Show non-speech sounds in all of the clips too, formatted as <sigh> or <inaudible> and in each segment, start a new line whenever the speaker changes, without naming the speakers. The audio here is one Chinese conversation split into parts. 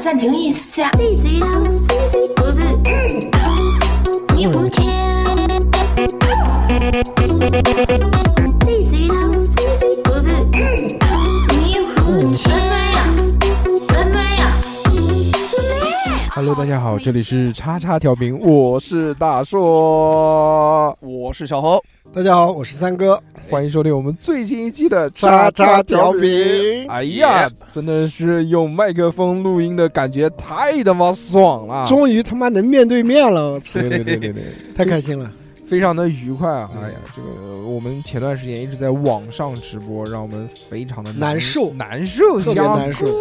暂停一下。
Hello，大家好，这里是叉叉调频，我是大硕，哎
我是小侯，
大家好，我是三哥。
欢迎收听我们最新一期的
叉叉调
频。
频，
哎呀，真的是用麦克风录音的感觉太他妈爽了！
终于他妈能面对面了，我操，
对对对对对，
太开心了。
非常的愉快啊！
嗯
哎呀，这个我们前段时间一直在网上直播，让我们非常的
难受
难受，
特别
想
难受
哭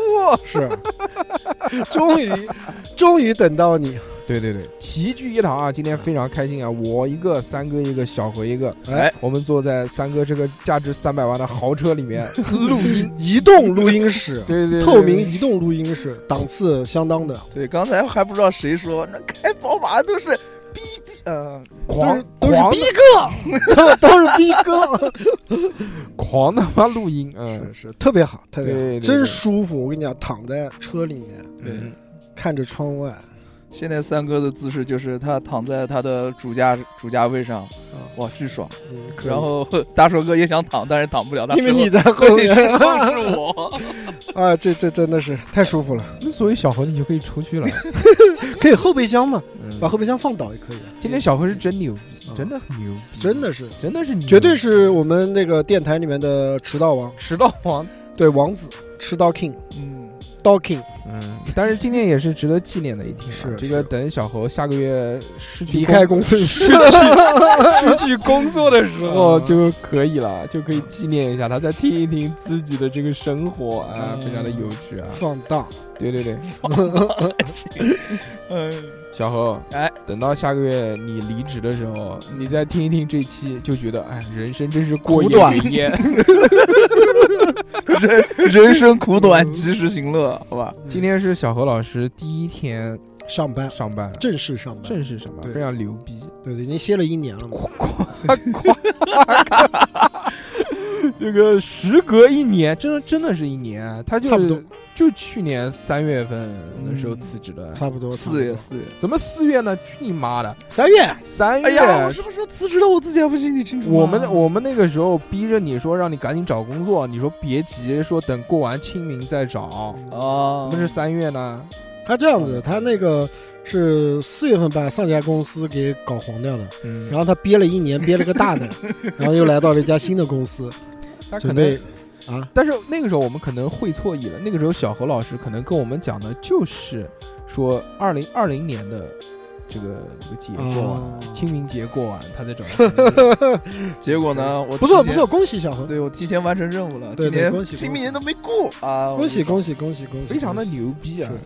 是， <laughs> 终于，终于等到你。
对对对，齐聚一堂啊！今天非常开心啊！我一个，三哥一个，小何一个。
哎，
我们坐在三哥这个价值三百万的豪车里
<laughs>
面录音。
移动录音室，
对对对，
透明移动录音室，档次相当的，
对，刚才还不知道谁说那开宝马都是逼逼，呃，
狂
都是
狂
逼哥， <laughs> 都都是逼哥，
狂他妈录音，嗯
是，是，特别好，特别
对对对
好，真舒服。我跟你讲，躺在车里面，
对
嗯
看着窗外，
现在三哥的姿势就是他躺在他的主驾主驾位上，哇，巨爽。
嗯，可以
然后 <laughs> 大硕哥也想躺，但是躺不了，他
因为
说
你在后
对
面
是
<laughs>
是我，
啊，这这真的是太舒服了。
那所以小何你就可以出去了。
可以后备箱嘛，
嗯
把后备箱放倒也可以，
今天小何是真牛逼，
嗯
真的很牛逼，
真的是。
真的是牛逼
绝对是我们那个电台里面的迟到王，
迟到王。
对王子迟到 king
嗯，
刀 king
嗯，但是今天也是值得纪念的一天啊。
是
这个，
是
等小何下个月失去
离开公司 <laughs>
失去失去工作的时候
哦
就可以了，就可以纪念一下他，再听一听自己的这个生活啊，
嗯
非常的有趣啊。
放荡，
对对对，
嗯，
小何，
哎，
等到下个月你离职的时候，你再听一听这期，就觉得哎，人生真是过
苦
眼
短
云
<laughs>
烟。
人人生苦短，及时行乐，好吧？
今天是小何老师第一天
上班
上班，
正式上班，
正式上班，
对
非常牛逼。
对对，已经歇了一年了嘛，
这个时隔一年，真的真的是一年，啊他就
差不多
就去年三月份的时候
嗯
辞职的，
差不多
四月
差
四月，
怎么四月呢？去你妈的！
不多三月，
三月，
哎呀，我什么时候辞职的？我自己还不清清楚吗。
我们我们那个时候逼着你说让你赶紧找工作，你说别急，说等过完清明再找。
啊
嗯
怎么是三月呢？
他这样
嗯
子，他那个是四月份把上家公司给搞黄掉了，
嗯，
然后他憋了
<laughs>
一年，憋了个大的，然后又来到了一家新的公司，
他可
准
能
备，啊，
但是那个时候我们可能会错意了。那个时候小何老师可能跟我们讲的就是说二零二零年的这个这个节过完，
啊
清明节过完他再
<laughs>
找工作。
结果呢？我
不错
提
不
前
错，，恭喜小何，
对我提前完成任务了，
对
今
对
年
恭喜
清
恭
明
喜
节都没过啊！我
恭喜
就
恭喜恭喜恭喜，
非常的
恭喜
牛逼啊
是！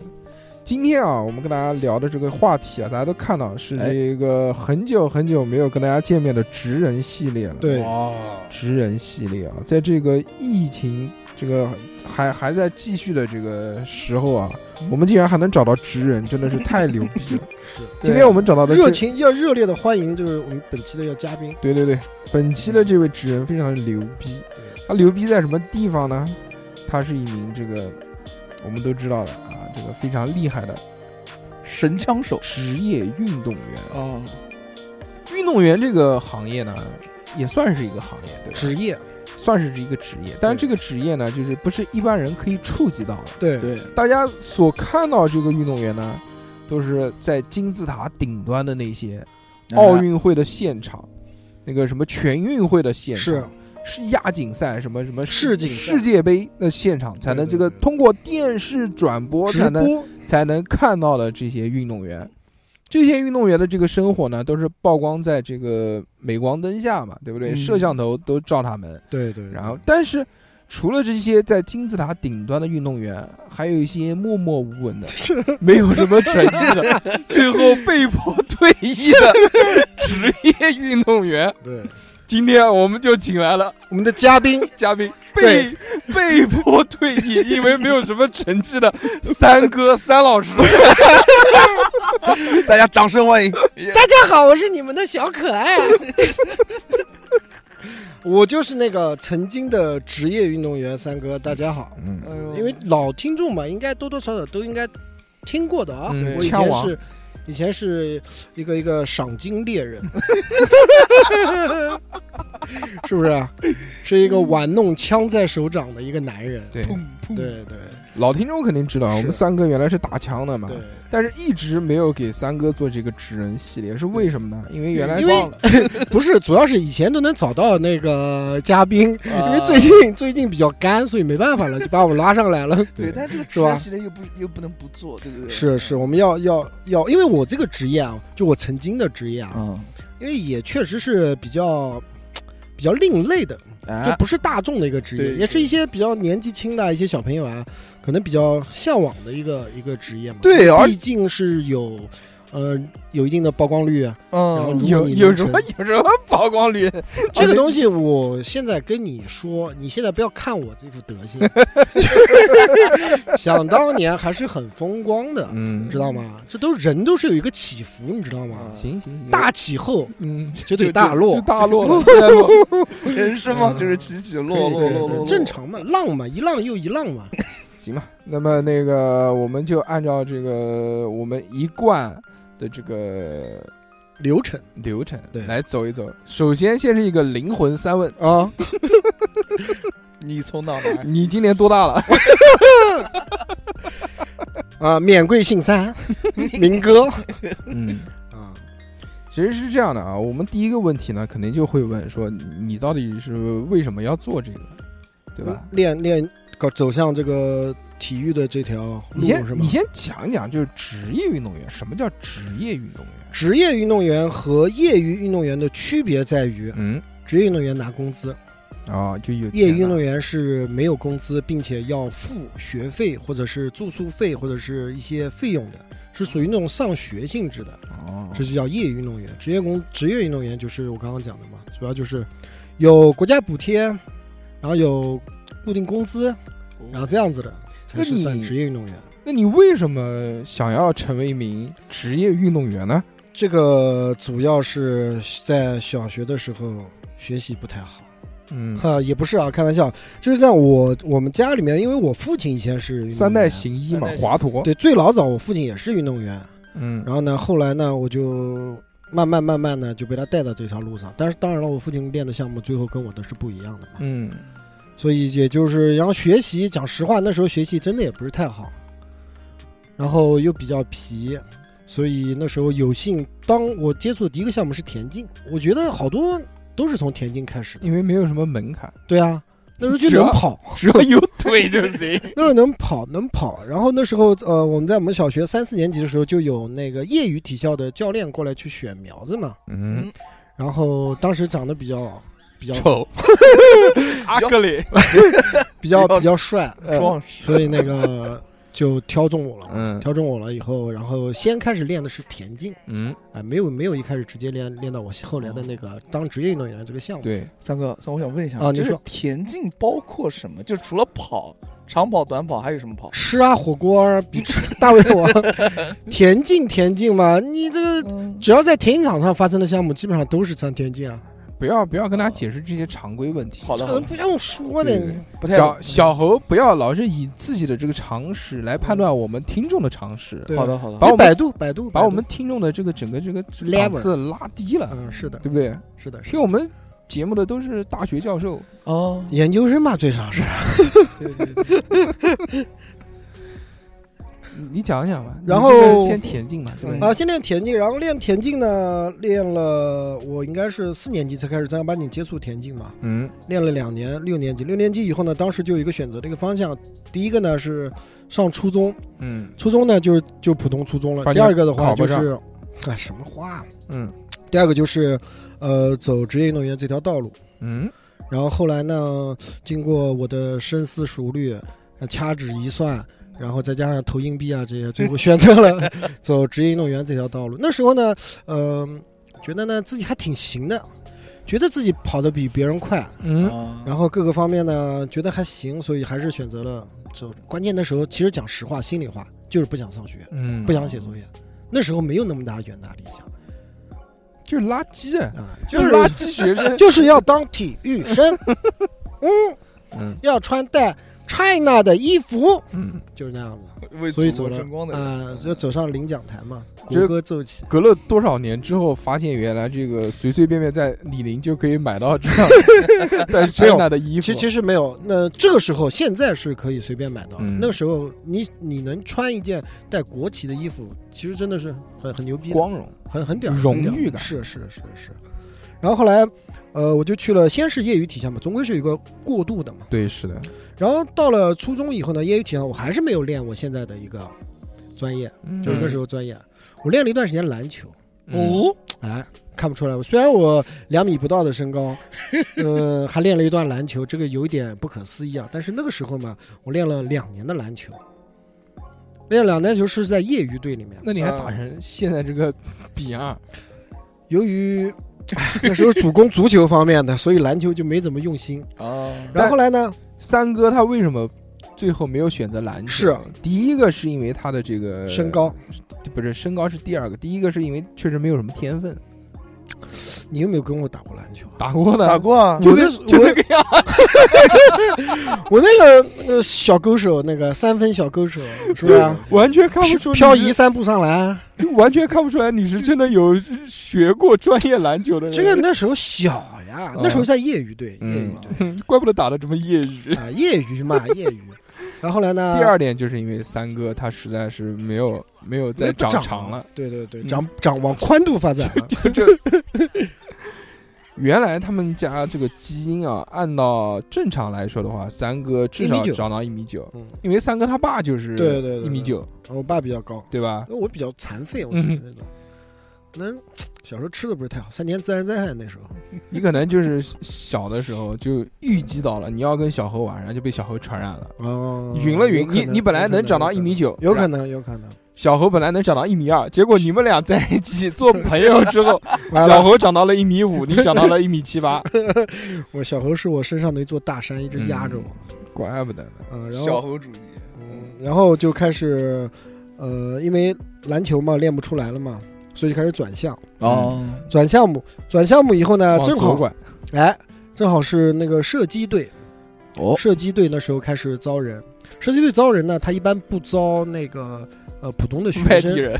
今天啊，我们跟大家聊的这个话题啊，大家都看到是
哎
这个很久很久没有跟大家见面的职人系列了。
对，
哇，
职人系列啊，在这个疫情这个还还在继续的这个时候啊，
嗯
我们竟然还能找到职人，真的是太牛逼
<laughs>
了！
是
今天我们找到的这
热情要热烈的欢迎，就是我们本期的要嘉宾，
对对对，本期的这位职人非常的牛逼，
对
他牛逼在什么地方呢？他是一名这个我们都知道的啊，这个非常厉害的啊
神枪手
职业运动员。
啊，
运动员这个行业呢，也算是一个行业，对吧？
职业，
算是一个职业，但是这个职业呢，就是不是一般人可以触及到的。
对
对，
大家所看到这个运动员呢，都是在金字塔顶端的那些
嗯
奥
嗯
运会的现场，那个什么全运会的现
是
场，是亚锦赛什么什么
世锦赛
世界杯的现场，才能这个
对对对
通过电视转播才
直
能
播，
才能看到的这些运动员。这些运动员的这个生活呢，都是曝光在这个镁光灯下嘛，对不对？
嗯
摄像头都照他们，
对对，，
然后，但是除了这些在金字塔顶端的运动员，还有一些默默无闻的
是
没有什么成绩的，最后被迫退役的职业运动员。
对
今天我们就请来了
我们的
<laughs>
嘉宾，
嘉宾，被 <laughs> 被迫退役，因为没有什么成绩的三哥三老师。
大家掌声欢迎！
大家好，我是你们的小可爱。 <laughs> 我就是那个曾经的职业运动员三哥，大家好。
嗯，
哎
因为老听众嘛，应该多多少少都应该听过的啊。
嗯
我以
枪
前
王
是，以前是一个一个赏金
<laughs>
猎人，是不是啊？是一个玩弄枪在手掌的一个男人。
对，
对对
老听众肯定知道，我们
是
三哥原来是打枪的嘛，
对，
但是一直没有给三哥做这个纸人系列，是为什么呢？因为原来
因为 <laughs>
忘了，
不是，主要是以前都能找到那个嘉宾，因
啊
因
为最近最近比较干，所以没办法了，就把我拉上来了。
对，但是这个
是吧
吃系列又不又不能不做，对不对？
是是，我们要要要，因为我这个职业啊，就我曾经的职业啊，
嗯，
因为也确实是比较比较另类的，就
啊
哎，
不是大众的一个职业，
对
也是一些比较年纪轻的一些小朋友啊，可能比较向往的一个一个职业嘛。
对而
毕竟是有呃有一定的曝光率啊。然后如
嗯
果
有
你
有
能
什
成
么有什么曝光率？
这个东西，我现在跟你说，你现在不要看我这副德行， <laughs> 想当年还是很风光的，
嗯
知道吗？这都人都是有一个起伏，你知道吗
嗯？
行行，
啊大起后
嗯，
就得大落
啊 <laughs> 就，大落了，现在
<laughs>
落
<laughs> 人生嘛，就是起起
对
落落落
对对
落，
正。常嘛，浪嘛，一浪又一浪
<laughs>
嘛。
行吧，那么那个我们就按照这个我们一贯的这个
流程
流程
对
来走一走。首先，先是一个灵魂三问：
啊，
你从哪来？
你今年多大了？
啊，免贵
<laughs>
姓三，民歌
嗯，
啊，
其实是这样的啊，我们第一个问题呢，肯定就会问说，你到底是为什么要做这个，对吧？
练练搞走向这个体育的这条
你
路是
先
吗
你？先讲一讲，就是职业运动员，什么叫职业运动员？啊
职业运动员和业余运动员的区别在于，
嗯，
职业运动员拿工资，
啊，就有
业余
钱
运
了
动员是没有工资，并且要付学费或者是住宿费或者是一些费用的，是属于那种上学性质的。
哦，
这就叫业余运动员。职业工职业运动员就是我刚刚讲的嘛，主要就是有国家补贴，然后有固定工资，然后这样子的才是
那
算
你
职业运动员。
那你为什么想要成为一名职业运动员呢？
这个主要是在小学的时候学习不太好，
嗯，
哈，也不是啊，开玩笑，就是在我我们家里面，因为我父亲以前是运动员
三代，行医嘛
三代，行
华佗。
对，最老早我父亲也是运动员，
嗯，
然后呢，后来呢，我就慢慢慢慢呢就被他带到这条路上。但是当然了，我父亲练的项目最后跟我的是不一样的嘛，
嗯，
所以也就是然后学习，讲实话，那时候学习真的也不是太好，然后又比较皮。所以那时候有幸，当我接触的第一个项目是田径，我觉得好多都是从田径开始的。
因为没有什么门 <laughs> 槛，
对啊，那时候就
只要
能跑，
只要有腿就行。
那时候能跑，能跑。然后那时候，呃，我们在我们小学三四年级的时候，就有那个业余体校的教练过来去选苗子嘛。
<laughs> 嗯，
然后当时长得比较比较
丑，阿格里，
比较
比较
比较帅，
<laughs>
嗯
壮士，
所以那个就挑中我了。
呃嗯
挑中我了以后，然后先开始练的是田径，
嗯，
啊、没有没有一开始直接练练到我后来的那个当职业运动员的这个项目。
对，
三哥，三哥，我想问一下
啊你
就是
说
田径包括什么？就除了跑、长跑、短跑，还有什么跑？
吃啊，火锅啊，比吃大胃王， <laughs> 田径田径嘛，你这个
嗯，
只要在田径场上发生的项目，基本上都是像田径啊。
不要不要跟他解释这些常规问题。
好的，
这
好
个
的，
不用说
对
的
嗯对，对
不太
小小猴不要老是以自己的这个常识来判断我们听众的常识，
对
好的，好的，
把我
你
们
百度百度
把我们听众的这个整个这个档
Level
次拉低
百度
了，
嗯是的
对不对？
是的是
听
的，
我们节目的都是大学教授，
哦，
研究生嘛最少是。
对对对，
你你讲一讲吧。
然
你这个
后
先田径嘛，对
嗯
吧？
啊，先练田径，然后练田径呢，练了我应该是四年级才开始正儿八经接触田径嘛，
嗯
练了两年，六年级，六年级以后呢，当时就有一个选择的一个方向，第一个呢是上初中，
嗯
初中呢就是就普通初中
发现
了，第二个的话
考不
就
上
是，啊什么话啊，
嗯
第二个就是，呃，走职业运动员这条道路，
嗯
然后后来呢，经过我的深思熟虑，呃掐指一算，然后再加上投硬币啊这些，最后选择了
<laughs>
走职业运动员这条道路。那时候呢，嗯、觉得呢自己还挺行的，觉得自己跑得比别人快，
嗯
啊
然后各个方面呢觉得还行，所以还是选择了走。关键的时候，其实讲实话，心里话就是不想上学，
嗯，
不想写作业。那时候没有那么大远大理想，
就是垃圾，
啊，
就是垃圾学生。
<laughs> 就是要当体育生， <laughs> 嗯，
嗯
要穿戴 China 的衣服，
嗯，
就是那样子。
为
所以
祖
走
国
了
争光的人嗯
啊，就走上领奖台嘛，
就是
国歌奏起。
隔了多少年之后，发现原来这个随随便便在李宁就可以买到这样带 China 的 <laughs> 衣服。
其其实没有，那这个时候现在是可以随便买到的。
嗯
那个时候你你能穿一件带国旗的衣服，其实真的是很很牛逼的，
光荣，
很很屌，
荣
很屌
誉感
是是是是。然后后来，呃，我就去了，先是业余体校嘛，总归是有一个过渡的嘛。
对，是的，
然后到了初中以后呢，业余体校我还是没有练我现在的一个专业，就是那时候专业，我练了一段时间篮球。
嗯，
哦
哎，看不出来。虽然我两米不到的身高， <laughs> 呃，还练了一段篮球，这个有一点不可思议啊。但是那个时候嘛，我练了两年的篮球，练两年球是在业余队里面。
那你还打成现在这个比啊样？
由于那时候主攻足球方面的，所以篮球就没怎么用心。
啊，
然后后来呢，
三哥他为什么最后没有选择篮球？
是
第一个是因为他的这个
身，高，
不是身高是第二个，第一个是因为确实没有什么天分，
你有没有跟我打过篮球啊？
打过的
打过啊，
就
我那
就那个样，
我那个呃小勾手，那个三分小勾手，是不是啊？
完全看不出你
漂
是
移三步上篮，
就完全看不出来你是真的有学过专业篮球的人。
这个那时候小呀，那时候在业余队，业余
呃嗯
队。
哼，怪不得打的这么业余。
<laughs> 啊，业余嘛，业余。然后后来
<laughs>
呢？
第二点就是因为三哥他实在是没有没有
那
再
不长
长了，，
对对对，
嗯。
长长往宽度发展了
<laughs> 就这。原来他们家这个基因啊，按到正常来说的话，三哥至
一
少
米九
长到一米九
嗯，
因为三哥他爸就是
对对对对
一米九，
我爸比较高，
对吧？
我比较残废，我属于
嗯
那种。那小时候吃的不是太好，三年自然灾害那时候，
你可能就是小的时候就预计到了你要跟小何玩，然后就被小何传染了，
哦，
匀了匀
有。可
你
能
你本来
有可
能长到
有可
一米九，
有可能有可
<laughs>
能，
小猴本来能长到一米二，结果你们俩在一起做朋友之后，
<laughs> 完
小
了，
猴长到了一米五，你长到了一米七八，
我小猴是我身上的一座大山，一直压着我，
怪不得呢。
嗯，然
小
后
猴主义，
嗯然后就开始，呃，因为篮球嘛练不出来了嘛，所以就开始转项，
嗯
哦，
转项目，转项目以后呢，
往
啊正
左
好
拐，
哎，正好是那个射击队，
哦
射击队那时候开始招人。射击队招人呢，他一般不招那个呃普通的学
外地
生，
人，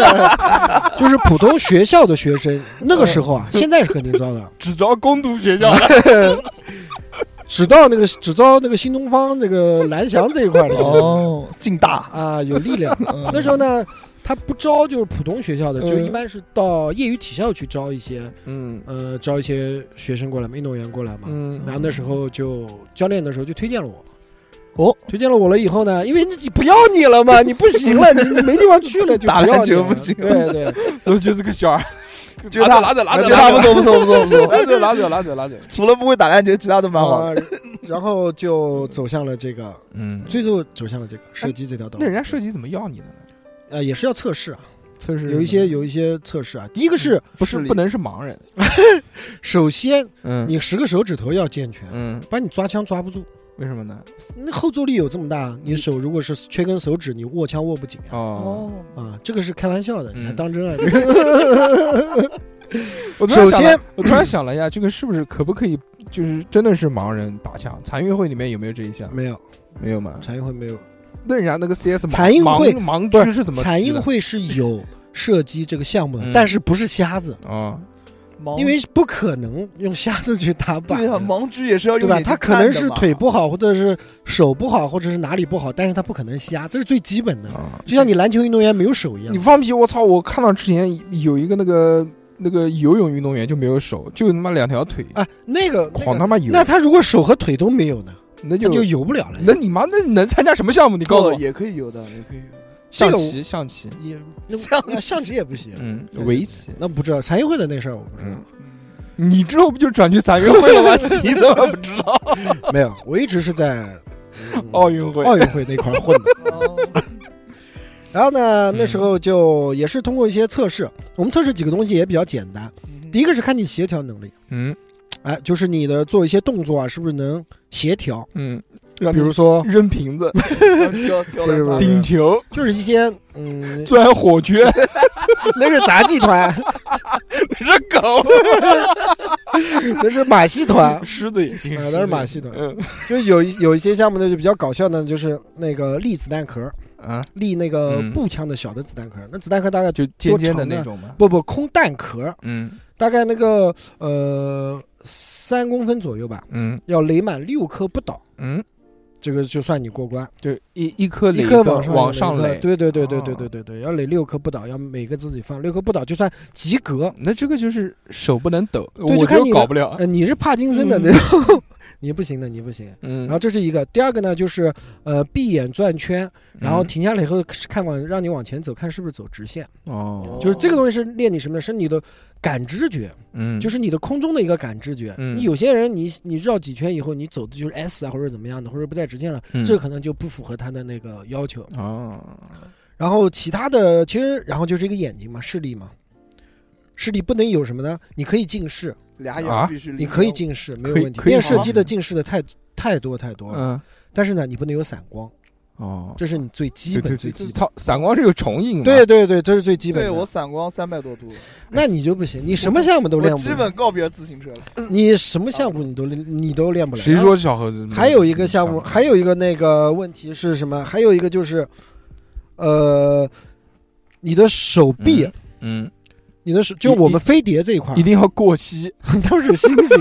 <laughs>
就是普通学校的学生。那个时候啊，
哦
现在是肯定招的，
只招工读学校的。
只到那个只招那个新东方那个蓝翔这一块的学生
哦， <laughs> 劲大，
啊，有力量。
嗯
那时候呢，他不招就是普通学校的，就
嗯
一般是到业余体校去招一些
<laughs> 嗯
呃招一些学生过来嘛，运动员过来嘛。
嗯
然后那时候就教练的时候就推荐了我。
哦，
推荐了我了以后呢，因为你不要你了
<laughs>
嘛，你不行了，你你没地方去了，就
打
不要
篮
你
球
了。
不行
对对，
所以就是个小孩，
就他
啊拿着拿
啊
着
觉得
拿
他不
着
错不错不错不
<laughs> 拿着
错， <laughs>
拿着拿着拿着，
除了不会打篮球，其他 <laughs> 都蛮好的。
啊，然后就走向了这个，
嗯
最后走向了这个射击这条道
那
路。
人家设计怎么要你的呢？
呃，也是要测试啊，
测试
有一些有一些测试啊。第一个是，
不
视
是
力
不能是盲人，
首先
嗯
你十个手指头要健全，
嗯，
不然你抓枪抓不住。
为什么呢？
那后坐力有这么
嗯
大，你手如果是缺根手指，你握枪握不紧啊。
哦，
啊，这个是开玩笑的，你还
嗯
当真
<laughs>
啊？
我突然
首
想
先
了，我突然想了一下，这个是不是可不可以，就是真的是盲人打枪？残运会里面有没有这一项？
没有，
没有吗？
残运会没有。
那人家那个 CS 盲
残运会
盲
不
盲
是
区是怎么踢的？
残运会是有射击这个项目的，
嗯
但是不是瞎子，
啊，
盲
因为不可能用瞎子去打靶，
对啊，哦盲狙也是要
对
用
吧？
眼睛
他可能
看的
是
嘛
腿不好，或者是手不好，或者是哪里不好，但是他不可能瞎，这是最基本的。
啊
就像你篮球运动员没有手一样
你，放屁！我操！我看到之前有一个那个那个游泳运动员就没有手，就他妈两条腿，
啊，那个那
狂
个，
他妈游，
那他如果手和腿都没有呢，
那
那
就
就游不了了。
那你妈那你能参加什么项目？你告诉我，
哦也可以有的，也可以有的。
这
象
个
棋，象棋，
也
<laughs>
那
象
那象棋也不行，
嗯，
对
围棋，
那不知道残运会的那事儿我不知
嗯，你之后不就转去残运会了吗？ <laughs> 你怎么不知道？
道，没有，我一直是在嗯
奥运会，
奥运会那块儿混的。
<laughs> 哦
然后呢，
嗯
那时候就也是通过一些测试，我们测试几个东西也比较简单。
嗯
第一个是看你协调能力，
嗯
哎，就是你的做一些动作啊，是不是能协调？
嗯，让
比
你
如说，
扔瓶子、
<laughs> 跳跳
不是不
篮
是
顶球、，
就是一些嗯
钻火圈，，
那是杂技团，
是狗，
<laughs> 那是马戏团
<laughs> 狮子也行
啊，那是马戏团。
嗯
就有一有一些项目呢就比较搞笑呢，就是那个立子弹壳，
啊，
立那个
嗯
步枪的小的子弹壳，那子弹壳大概
就尖尖的那种嘛。
不不空弹壳，
嗯
大概那个呃三公分左右吧，
嗯
要垒满六颗不倒，
嗯，
这个就算你过关。
就一一颗垒
一
一
颗
个
往上
往
上
上垒。
对对对对对
哦
对对对，要垒六颗不倒，要每个自己放六颗不倒就算及格。
那这个就是手不能抖，
对
我
就看你的
搞不了。
呃，你是帕金森的
啊嗯
那种， <laughs> 你不行的，你不行。
嗯，
然后这是一个，第二个呢就是呃闭眼转圈，然后
嗯
停下来以后是看往让你往前走，看是不是走直线。
哦，
就是这个东西是练你什么呢？是你的感知觉，
嗯，
就是是你的空中的一个感知觉。
嗯
你有些人你你绕几圈以后，你走的就是 S 啊，或者怎么样的，或者不在直线了，
嗯
这可能就不符合他的那个要求。
哦，
然后其他的其实然后就是一个眼睛嘛，视力嘛。视力不能有什么呢？你可以近视，
俩
啊
眼必须离
你可以
开
近视，没有
可以
问题。
可以
电视
吗
机的近视的太太多太多了，
嗯，
但是呢，你不能有散光，
哦，
哦这是你最基
对
本
对
最
对，
基本。
操，散光是有重影嘛？
对对对，这是最基
我。
本
对我
的。
散光三百多度，
那你就不行，你什么项目都练
我
不
基
了，
本告别自行车了。
你什么项目你都练你都练不了。
谁说小猴子没？
还有一个项目，还有一个那个问题是什么？还有一个就是，呃，你的手臂，
嗯，
你的手，就我们飞碟这一块啊
一，定要过
<laughs>
膝，
都是星星，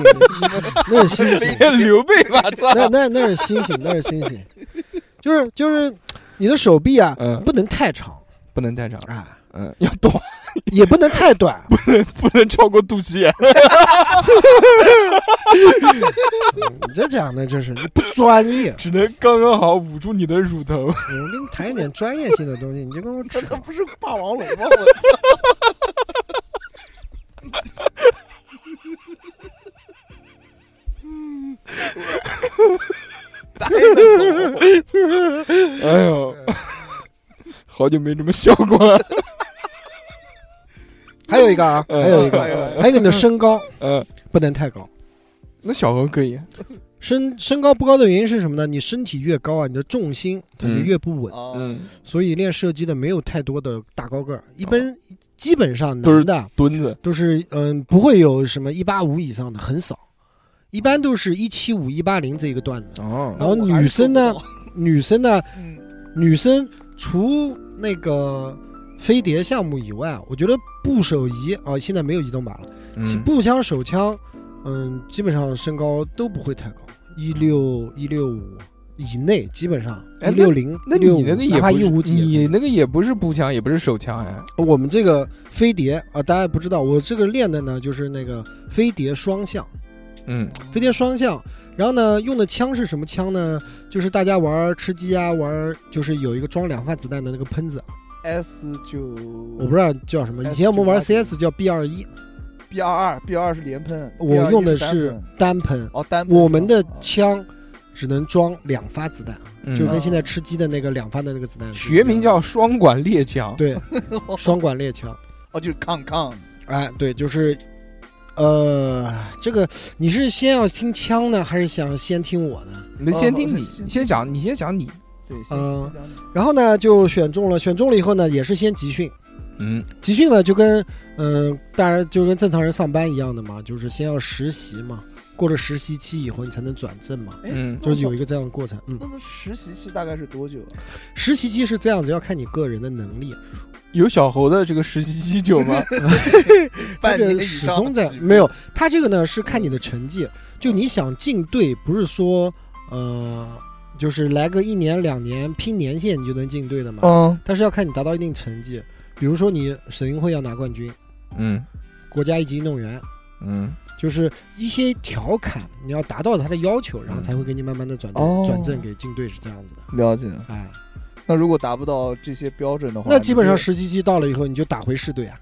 那是星星，
刘备
<laughs>
吧，操，
那那那是星星，那是星星，就是就是你的手臂啊，
嗯，
不能太长
不能太长，
啊，
嗯，要短，
也不能太短，
不能超过肚脐眼，
你这讲的就是你不专业。
只能刚刚好捂住你的乳
<laughs>
头。
我跟你谈一点专业性的东西，你就跟我扯
这。个 <laughs> 不是霸王龙吗？我操！ <laughs> 打一个走
哎呦，好久没这么笑过了。
还有一个啊，
嗯
还有一个，
哎呦
还有一个你的身高
嗯，
不能太高。
那小猴可以，
身身高不高的原因是什么呢？你身体越高啊，你的重心它就越不稳，
啊
嗯，
所以练射击的没有太多的大高个儿，一般、基本上男的
蹲着，
都是嗯不会有什么一八五以上的很少，一般都是一七五一八零这一个段的。
哦，
然后女生呢，女生呢，
嗯
女生除那个飞碟项目以外，啊我觉得步手仪啊，现在没有移动靶了，
嗯
步枪、手枪，嗯，基本上身高都不会太高，一六一六五以内，基本上
哎
一六零、
那
六
你那个也
怕
不
一五
是，
几也可
你
以。
那个也不是步枪，也不是手枪哎，
我们这个飞碟啊，大家也不知道，我这个练的呢就是那个飞碟双向，
嗯
飞碟双向。然后呢，用的枪是什么枪呢？就是大家玩吃鸡啊，玩就是有一个装两发子弹的那个喷子，
，S 九
我不知道叫什么。以前我们玩 CS 叫 B 二一，
B 二二 B 二是连喷，
我用的
B21 单
是
喷
单喷。
哦单喷是吧。
我们的
啊
枪只能装两发子弹，
嗯
就跟现在吃鸡的那个两发的那个子弹是一
学
样的
名叫双管猎枪，
对
<laughs>
双管猎枪。
哦就是抗抗，
哎，对，就是，呃，这个你是先要听枪呢，还是想先听我呢？
你先听
哦
你，
行
你先讲，你先讲你，
对，
嗯
行行行
然后呢，就选中了，选中了以后呢，也是先集训，
嗯
集训呢就跟，嗯、当然就跟正常人上班一样的嘛，就是先要实习嘛，过了实习期以后你才能转正嘛，
哎
嗯
就是有一个这样的过程。嗯
那，个实习期大概是多久啊？
实习期是这样子，要看你个人的能力，
有小猴的这个实习期酒吗？
他
半年
这
以
始
上
终在
起步
没有，他这个呢是看你的成绩，就你想进队，不是说呃，就是来个一年两年拼年限你就能进队的
哦
嘛，
嗯
但是要看你达到一定成绩，比如说你省运会要拿冠军，
<laughs> 嗯
国家一级运动员，
嗯，
就是一些调侃你要达到他的要求，然后才会给你慢慢的转正
哦
转正给进队是这样子的，
了解。
哎，
那如果达不到这些标准的话，
那基本上
你
实习期到了以后你就打回市队啊，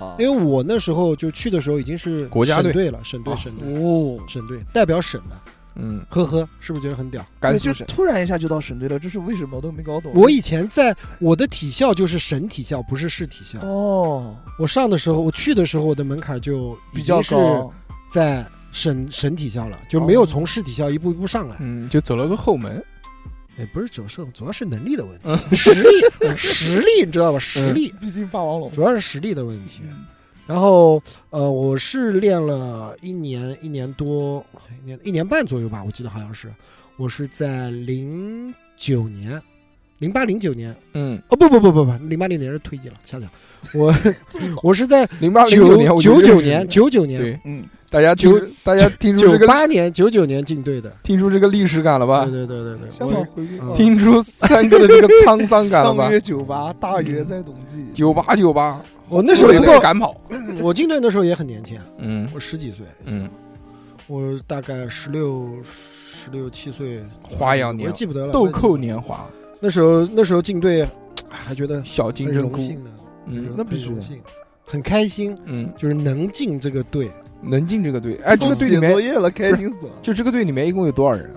就啊
因为我那时候就去的时候已经是
国家
省
队
队了，省队
哦
省队
哦，
省队代表省的。
嗯，
呵呵，是不是觉得很屌？
甘
对
肃
就
省，
突然一下就到省队了，这是为什么我都没搞懂。
我以前在我的体校就是省体校，不是市体校。
哦
我上的时候，我去的时候，我的门槛就
比较
是
高，
在省省体校了，就没
哦
有从市体校一步一步上来。
嗯，就走了个后门，
也哎不是折射，主要是能力的问
嗯
<laughs> 题，实力，实力，你知道吧？实力
毕竟霸王龙
嗯
主要是实力的问题。然后呃，我是练了一年一年多，一年一年半左右吧，我记得好像是，我是在零九年。零八零九年，
嗯，
哦不不不不不，零八零年是退役了，想想
<laughs>
我我是在
零八啊零
九
年我就认
九
识
九
你
年九九年
对，
嗯，
大家听
九
出大家听出
九
这个
八年九九年进队的，
听出这个历史感了吧
对？对对对对，
香港
我
回归
嗯
啊，
听出三哥的这个沧 <laughs> 桑感了吧
上？月九八，大
嗯
约在冬季。
九八九八，
我那时候
有
不过
赶跑，
我进队的时候也很年轻啊，
嗯
我十几岁，
嗯，
我大概十六十六七岁，
花样
我
年
也记不得了，
豆蔻年华，
那时候那时候进队还觉得
小
很
金针
荣
菇，
幸的，
嗯
那必须
很荣
的
幸，很开心，
嗯，
就是能进这个队。
能进这个队，哎，这个队里
写作
面
业了，开心死了。
就这个队里面一共有多少人啊？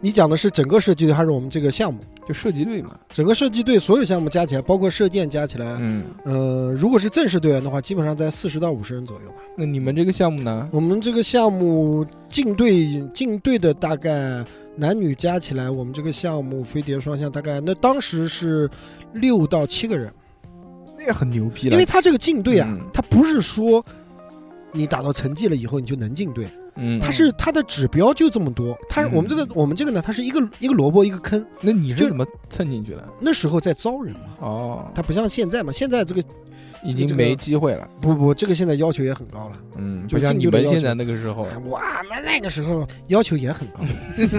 你讲的是整个射击队还是我们这个项目？
就射击队嘛，
整个射击队所有项目加起来，包括射箭加起来，
嗯，
呃，如果是正式队员的话，基本上在四十到五十人左右吧。
那你们这个项目呢？
我们这个项目进队进队的大概男女加起来，我们这个项目飞碟双向大概那当时是六到七个人，
那也很牛逼了，
因为他这个进队啊，
嗯
他不是说你打到成绩了以后你就能进队，
嗯，
他是他的指标就这么多。他
嗯
我们这个我们这个呢，它是一个一个萝卜一个坑，
那你
就是
怎么蹭进去的？
那时候在招人嘛，
哦，
他不像现在嘛，现在这个
已
这
经
个
没机会了，
不不这个现在要求也很高了。
嗯，
就
不像
进
你
去的
们
要
现
求
在那个时候，
我们那个时候要求也很高， <laughs>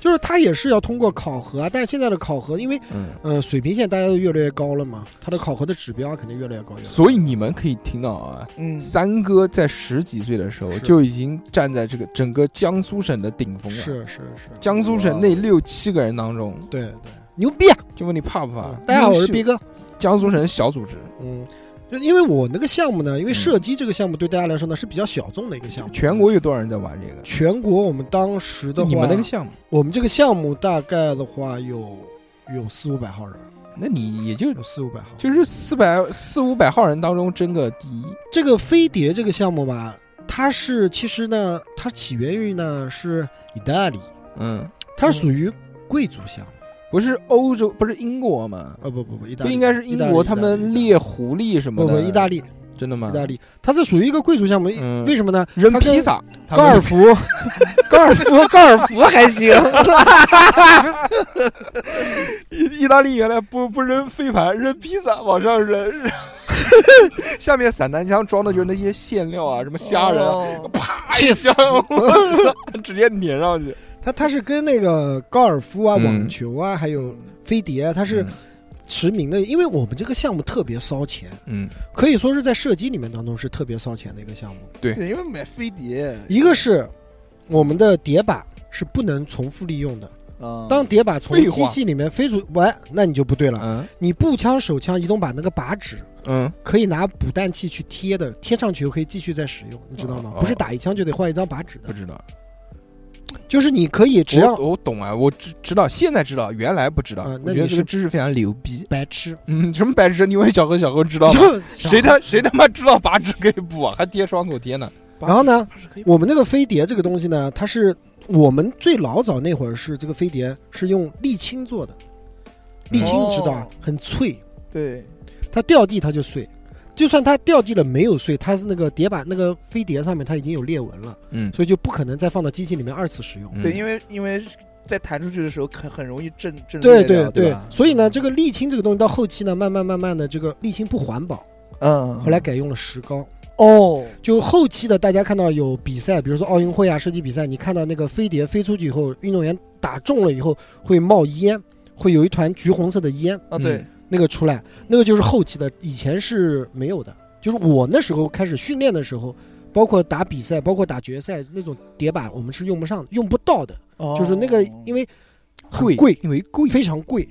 就是他也是要通过考核啊，但是现在的考核，因为
嗯，
呃水平线大家都越来越高了嘛，他的考核的指标肯定越来越高。越来越高
所以你们可以听到啊，
<laughs>
嗯，
三哥在十几岁的时候
是
就已经站在这个整个江苏省的顶峰了。
是哦是是，
江苏省那六七个人当中，
对对，牛逼啊！
就问你怕不怕？
大家好，我是
优秀
逼哥。
江苏省小组织，
嗯，就因为我那个项目呢，因为
嗯
射击这个项目对大家来说呢是比较小众的一个项目，
全国有多少人在玩这个？
全国我们当时的
就
话，
你们那个项目，
我们这个项目大概的话有有四五百号人，
那你也就
有四五百号人，
就是四百四五百号人当中争个第一。
这个飞碟这个项目吧，它是其实呢，它起源于呢是意大利，
嗯，
它是属于贵族项目。
不是欧洲，不是英国吗？
呃、不不不，意大
嗯不
利
应该是英国他们
利，
猎狐狸什么
不
的？
不，意大利
真的吗？
意大利，它是属于一个贵族项目。
嗯
为什么呢？
扔
它跟
披萨，他
高
们 <laughs>
尔夫，高尔夫，高尔夫还行。
意意大利原来不不扔飞盘， <laughs> 扔披萨往上扔，扔 <laughs> 下面散弹枪装的就是那些馅料啊，什么虾仁啊，
哦
啪一枪， <laughs> 我操，直接碾上去。
它它是跟那个高尔夫啊、
嗯
网球啊，还有飞碟啊，它是驰名的。因为我们这个项目特别烧钱，
嗯，
可以说是在射击里面当中是特别烧钱的一个项目。
对，因为买飞碟，
一个是我们的叠靶是不能重复利用的，
啊，
当叠靶从
废
机
话
器里面飞出，喂，那你就不对了。
嗯
你步枪、手枪、移动靶那个靶纸
嗯，
可以拿补弹器去贴的，贴上去又可以继续再使用，你知道吗？
哦
不是打一枪就得换一张靶纸
不
的，
知道，
就是你可以只要
我我懂啊，我知知道，现在知道，原来不知道。
啊那
我觉得这
你
个
是
知识非常牛逼。
白痴，
嗯，什么白痴？你问小何，小何知道吗？
就
<laughs> 谁
<laughs>
他谁他妈知道拔纸可以补啊？还贴双口贴呢？
然后呢，我们那个飞碟这个东西呢，它是我们最老早那会儿是这个飞碟是用沥青做的，沥青你知道啊
哦
很脆，
对，
它掉地它就碎，就算它掉地了没有碎，它是那个碟板那个飞碟上面它已经有裂纹了，
嗯
所以就不可能再放到机器里面二次使用。
对，因
为
为因为在弹出去的时候，很很容易震
嗯
震
对
裂
对
掉对吧，
所以呢，这个沥青这个东西到后期呢，慢慢慢慢的，这个沥青不环保，
嗯，
后来改用了石膏。
哦，
就后期的，大家看到有比赛，比如说奥运会啊、射击比赛，你看到那个飞碟飞出去以后，运动员打中了以后会冒烟，会有一团橘红色的烟，
啊对，
那个出来，那个就是后期的，以前是没有的。就是我那时候开始训练的时候，包括打比赛，包括打决赛那种叠靶，我们是用不上、用不到的。
哦
就是那个，因
为
为很
贵
贵，
因为贵。
哦非常贵。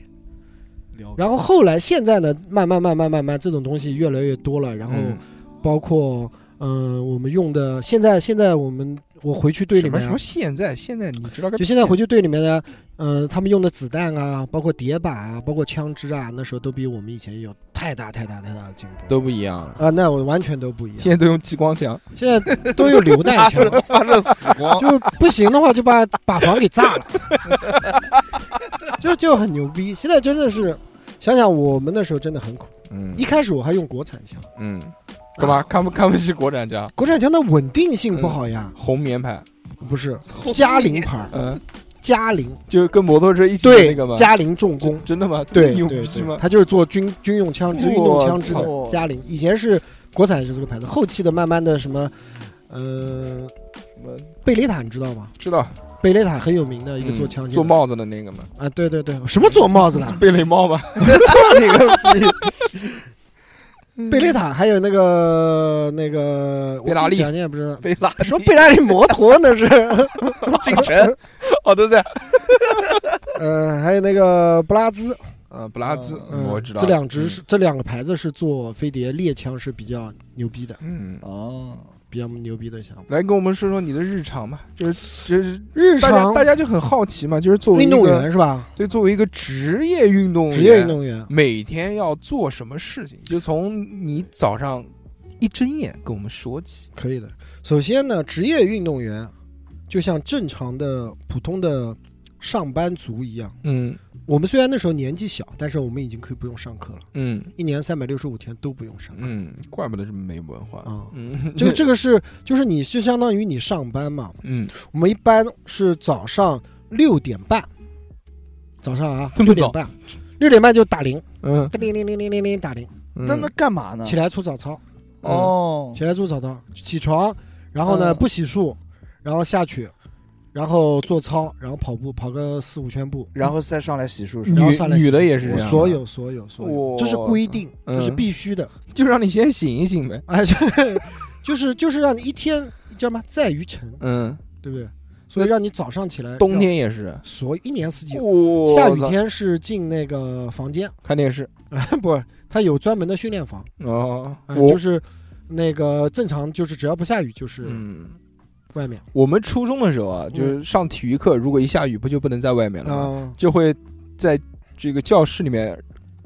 然后后来现在呢，慢慢慢慢慢慢，这种东西越来越多了。然后
嗯
包括嗯、呃我们用的现在现在我们我回去队里
什么
面
什
啊、
么现在现在你知道个啊
就现在回去队里面呢，嗯、他们用的子弹啊，包括叠靶啊，包括枪支啊，那时候都比我们以前有太大太大太大的进步。
都不一样了，
啊，那我完全都不一
现
样。
在都用激光枪。
现在都有榴弹
<laughs>
枪，
发射死光，
就不行的话就把把房给炸了，就就很牛逼。现在真的是，想想我们那时候真的很苦。
嗯
一开始我还用国产枪，
嗯，干嘛看不看不起国产家？
国产枪的稳定性
嗯
不好呀，
红棉
<laughs>
牌，
不是嘉陵牌儿，
嗯，
嘉陵
就跟摩托车一起的
对
那个吗？
嘉陵重工
真，真的吗？这么
对
牛
对
逼吗
对，？它就是做军军用枪支、运动枪支
我
的
操
嘉陵。以前是国产是这个牌子，后期的慢慢的什么，呃，
我
贝雷塔你知道吗？
嗯知道
贝雷塔很有名的一个做
嗯
枪械的
做帽子的那个嘛， <laughs>
啊，对对对，什么做帽子的？
贝雷帽吧？
你个逼 <laughs> 贝雷塔，还有那个那个
贝拉利
我讲你也不知道
<laughs> 被拉
什么贝拉利摩托那是， <laughs>
进城，
<laughs> 哦，都在。
呃，还有那个布拉兹，
嗯，布拉兹，
嗯，
我知道。
这两支是这两个牌子是做飞碟猎枪是比较牛逼的，
嗯，嗯，
哦，
比较牛逼的项目。
来跟我们说说你的日常吧，就是就是
日
大家
常
大家就很好奇嘛，就是作为一
运动
个
员是吧？
对作为一个职业运动
职业运动员，
每天要做什么事情，就从你早上一睁眼跟我们说起。
可以的。首先呢，职业运动员就像正常的普通的上班族一样，
嗯
我们虽然那时候年纪小，但是我们已经可以不用上课了，
嗯
一年三百六十五天都不用上课
嗯，怪不得这么没文化。
啊。
嗯，
这个这个是就是你是相当于你上班嘛，
<laughs> 嗯，
我们一般是早上六点半，早上啊，
这么
6点
早
半，六点半就打铃，
嗯
叮铃铃铃铃铃铃打铃，
嗯，
那那干嘛呢？
起来嗯做早操，
哦，
起来做早操，起床，然后呢
嗯
不洗漱，然后下去，然后做操，然后跑步，跑个四五圈步，
然后再上来洗漱是吧？
然后上来
女女的也是这
我
样的，
所有所有所有，
哇
这是规定，
嗯
这是必须的，
就让你先醒一醒呗。
<laughs> 哎，就是就是让你一天叫什么在于晨，
嗯，
对不对？所以让你早上起来，
冬天也是，
所有一年四季。
哇
哎下雨天是进那个房间， <laughs>
看电视
不，他有专门的训练房，
哦，
啊、
我
就是那个正常，就是只要不下雨就是
嗯。
外面
我们初中的时候啊，就是上体育课，如果一下雨，不就不能在外面
嗯啊、
了吗？就会在这个教室里面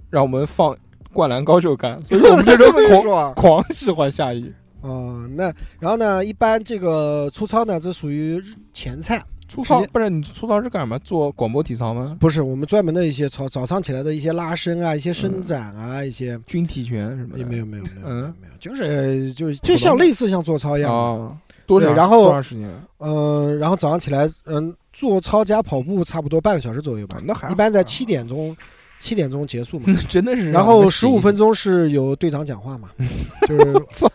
让我们放《灌篮高手》看， <laughs> 所以我们这
<laughs>
种狂
爽
狂喜欢下雨。
啊哦、那然后呢，一般这个粗糙呢，这属于日前菜，
粗
直
糙
接
不是你粗糙是干什么？做广播体操吗？
不是我们专门的一些操，早上起来的一些拉伸啊，一些
嗯
伸展啊，一些
军体拳什么
也
的？
没有没有没有没有
嗯
没有，就是就就像类似像做操一样，
啊，多长？
对然后
多长时间？啊 <laughs>
嗯，然后早上起来，嗯，做操加跑步差不多半个小时左右吧，
啊那还好嗯
一般在七点钟七点钟结束嘛。
那真的是让
然
你们醒一醒。
后十五分钟是有队长讲话嘛，
嗯 <laughs>
就是、
操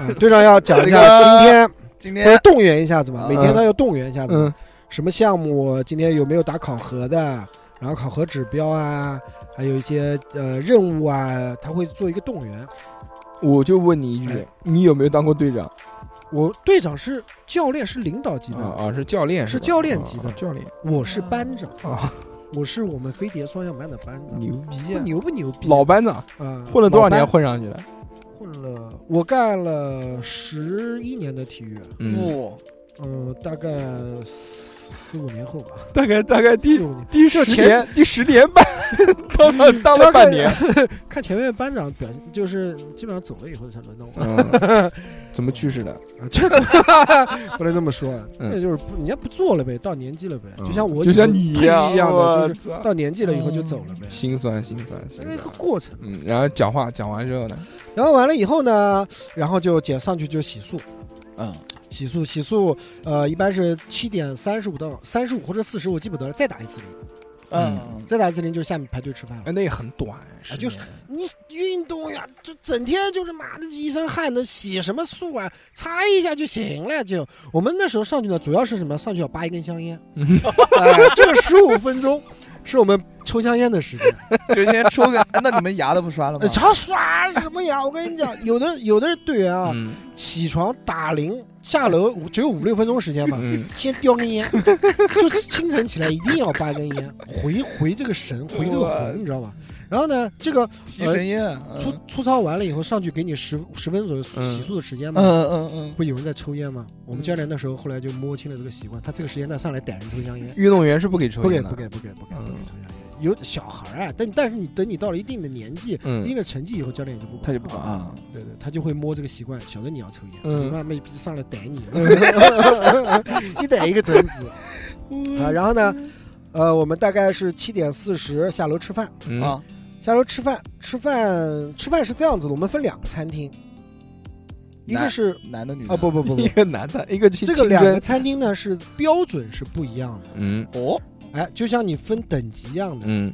啊队长要讲一下
那个
今天
今
不是动员一下子嘛，每天
嗯
他要动员一下子嘛，
嗯
什么项目今天有没有打考核的，然后考核指标啊，还有一些呃任务啊，他会做一个动员。
我就问你一句
哎，
你有没有当过队长？
我队长是教练，是领导级的，
啊啊，是教练吧
是教练级的
啊教练
我是班长，
啊，
我是我们飞碟双向班的班长，
牛逼
嗯不
啊！
牛不牛逼？
老班长
啊，
混了多少年
老班？
混上去的？
混了，我干了十一年的体育。
嗯，
哇，
嗯，大概四四五年后吧，
大概大概第
四五年。
第
就
十
前
年第十年半， <laughs> 当了当了半年。
<laughs> 看前面班长表现，就是基本上走了以后才轮到
<laughs>
我。
嗯，怎么去世的？
啊，这 <laughs> 不能这么说，啊
嗯哦
那就是不人家不做了呗，到年纪了呗，就像我
就像
以后
你嗯
退役一样的，就是
是
到年纪了以后就走了呗，
心酸心酸心
这是一
酸
个。过程。
嗯，然后讲话讲完之后呢，
然后完了以后呢，然后就姐上去就洗漱，
嗯，
洗漱洗漱，呃，一般是七点三十五到三十五或者四十，我记不得了，再打一次铃，
嗯，
再打一次铃就是下面排队吃饭了。
哎，那也很短，十年
啊就是你运动呀，就整天就是妈的一身汗的，洗什么漱啊，擦一下就行了。就我们那时候上去呢，主要是什么？上去要拔一根香烟，
嗯
哎，这个十五分钟是我们抽香烟的时间。
就先抽个。哎那你们牙都不刷了吗
<laughs> 呃？他刷什么呀？我跟你讲，有的有的队员啊，
嗯
起床打铃下楼五只有五六分钟时间嘛，
嗯，
先叼根烟， <laughs> 就清晨起来一定要拔根烟，回回这个神，回这个
哇
魂，你知道吧？然后呢，这个呃
提神烟，嗯
粗粗糙完了以后，上去给你十十分钟左右
嗯
洗漱的时间嘛。
嗯嗯
不有人在抽烟吗？我们教练那时候后来就摸清了这个习惯，他这个时间段上来逮人抽香烟，
运动员是不给抽
不给
烟的，
不给不给不给不给
嗯
抽香烟。有小孩儿啊，但但是你等你到了一定的年纪、一
嗯
定的成绩以后，教练也就不管
他就不管啊，
对对，他就会摸这个习惯，晓得你要抽烟，
嗯
他妈没逼上来逮你， <laughs> 一逮一个整死啊！然后呢，呃，我们大概是七点四十下楼吃饭，
嗯
啊，
下楼吃饭，吃饭吃饭是这样子的，我们分两个餐厅，一个是
男的女的
啊不不不不
一，个男的，一个清
<laughs> 这个两
清
个
真
餐厅呢是标准是不一样的。
嗯
哦，
哎，就像你分等级一样的，
嗯，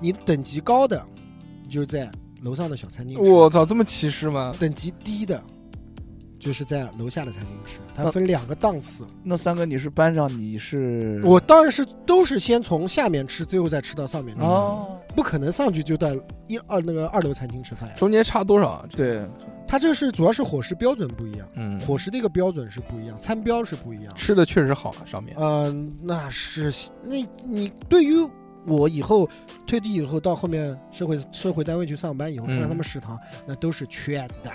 你等级高的，你就在楼上的小餐厅吃；
我操，这么歧视吗？
等级低的，就是在楼下的餐厅吃。它分两个档次。
那三哥你是班上，你是
我当然是都是先从下面吃，最后再吃到上面去，
哦，
不可能上去就到一二那个二楼餐厅吃饭呀。
中间差多少啊？这
对，
它这是主要是伙食标准不一样，
嗯，
伙食的一个标准是不一样，餐标是不一样。
吃的确实好啊，上面
嗯，那是那你对于我以后退地以后到后面社会社会单位去上班以后，看到他们食堂、那都是缺的，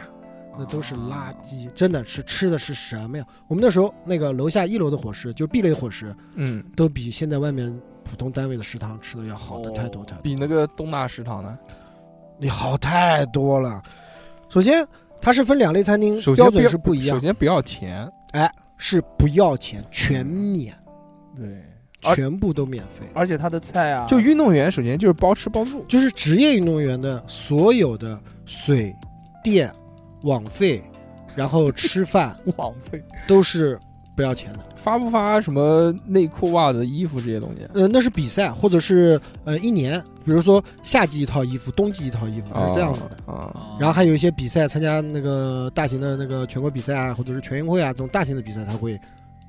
那都是垃圾，真的是吃的是什么呀？我们那时候那个楼下一楼的伙食，就 B 类伙食，
嗯，
都比现在外面普通单位的食堂吃的要好的太多
哦
太多，
比那个东大食堂呢，
你好太多了。首先，它是分两类餐厅，
首先
标
不
准
要
是不一
首
样，啊
先不要钱，
是不要钱，
嗯
全免，
对，而
全部都免费。
而且他的菜啊，
就运动员首先就是包吃包住，
就是职业运动员的所有的水电网费，然后吃饭
网费，
都是不要钱的。
发不发什么内裤、袜子、衣服这些东西？
呃，那是比赛，或者是呃一年，比如说夏季一套衣服，冬季一套衣服，就是这样子的。
啊，
然后还有一些比赛，参加那个大型的那个全国比赛啊，或者是全运会啊这种大型的比赛，他会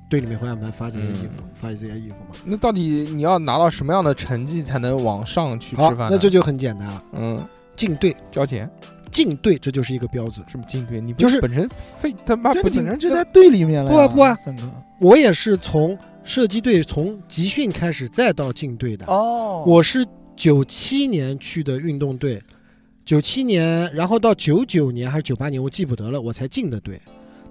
队里面会安排发这些衣服，发这些衣服嘛。
那到底你要拿到什么样的成绩才能往上去吃
好，
饭呢？
那这就很简单了，
嗯，
进队，
交钱，
进队这就是一个标准。
什么进队？你不
就是
本身非他妈
对
不
你
进
本身就在队里面了呀，
不啊不啊
三哥，
我也是从射击队从集训开始，再到进队的。
哦，
我是九七年去的运动队，九七年，然后到九九年还是九八年，我记不得了，我才进的队。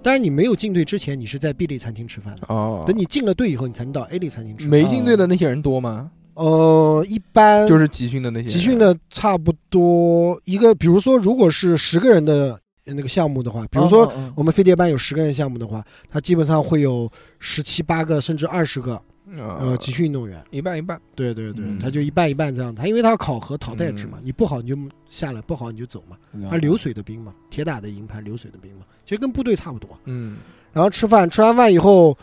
但是你没有进队之前，你是在 B 类餐厅吃饭的。
哦，
等你进了队以后，你才能到 A 类餐厅吃饭。
没进队的那些人多吗？
呃，一般
就是是集训的那些人
集训的差不多一个，比如说如果是十个人的呃那个项目的话，比如说
嗯，
我们飞碟班有十个人项目的话，它基本上会有十七八个甚至二十个呃
呃
集训运动员。
一半一半，
对对对
嗯，
他就一半一半这样，他因为他要考核淘汰制嘛
嗯，啊
你不好你就下来，不好你就走嘛，
嗯
他流水的兵嘛，铁打的营盘流水的兵嘛，其实跟部队差不多。
嗯，
然后吃饭，吃完饭以后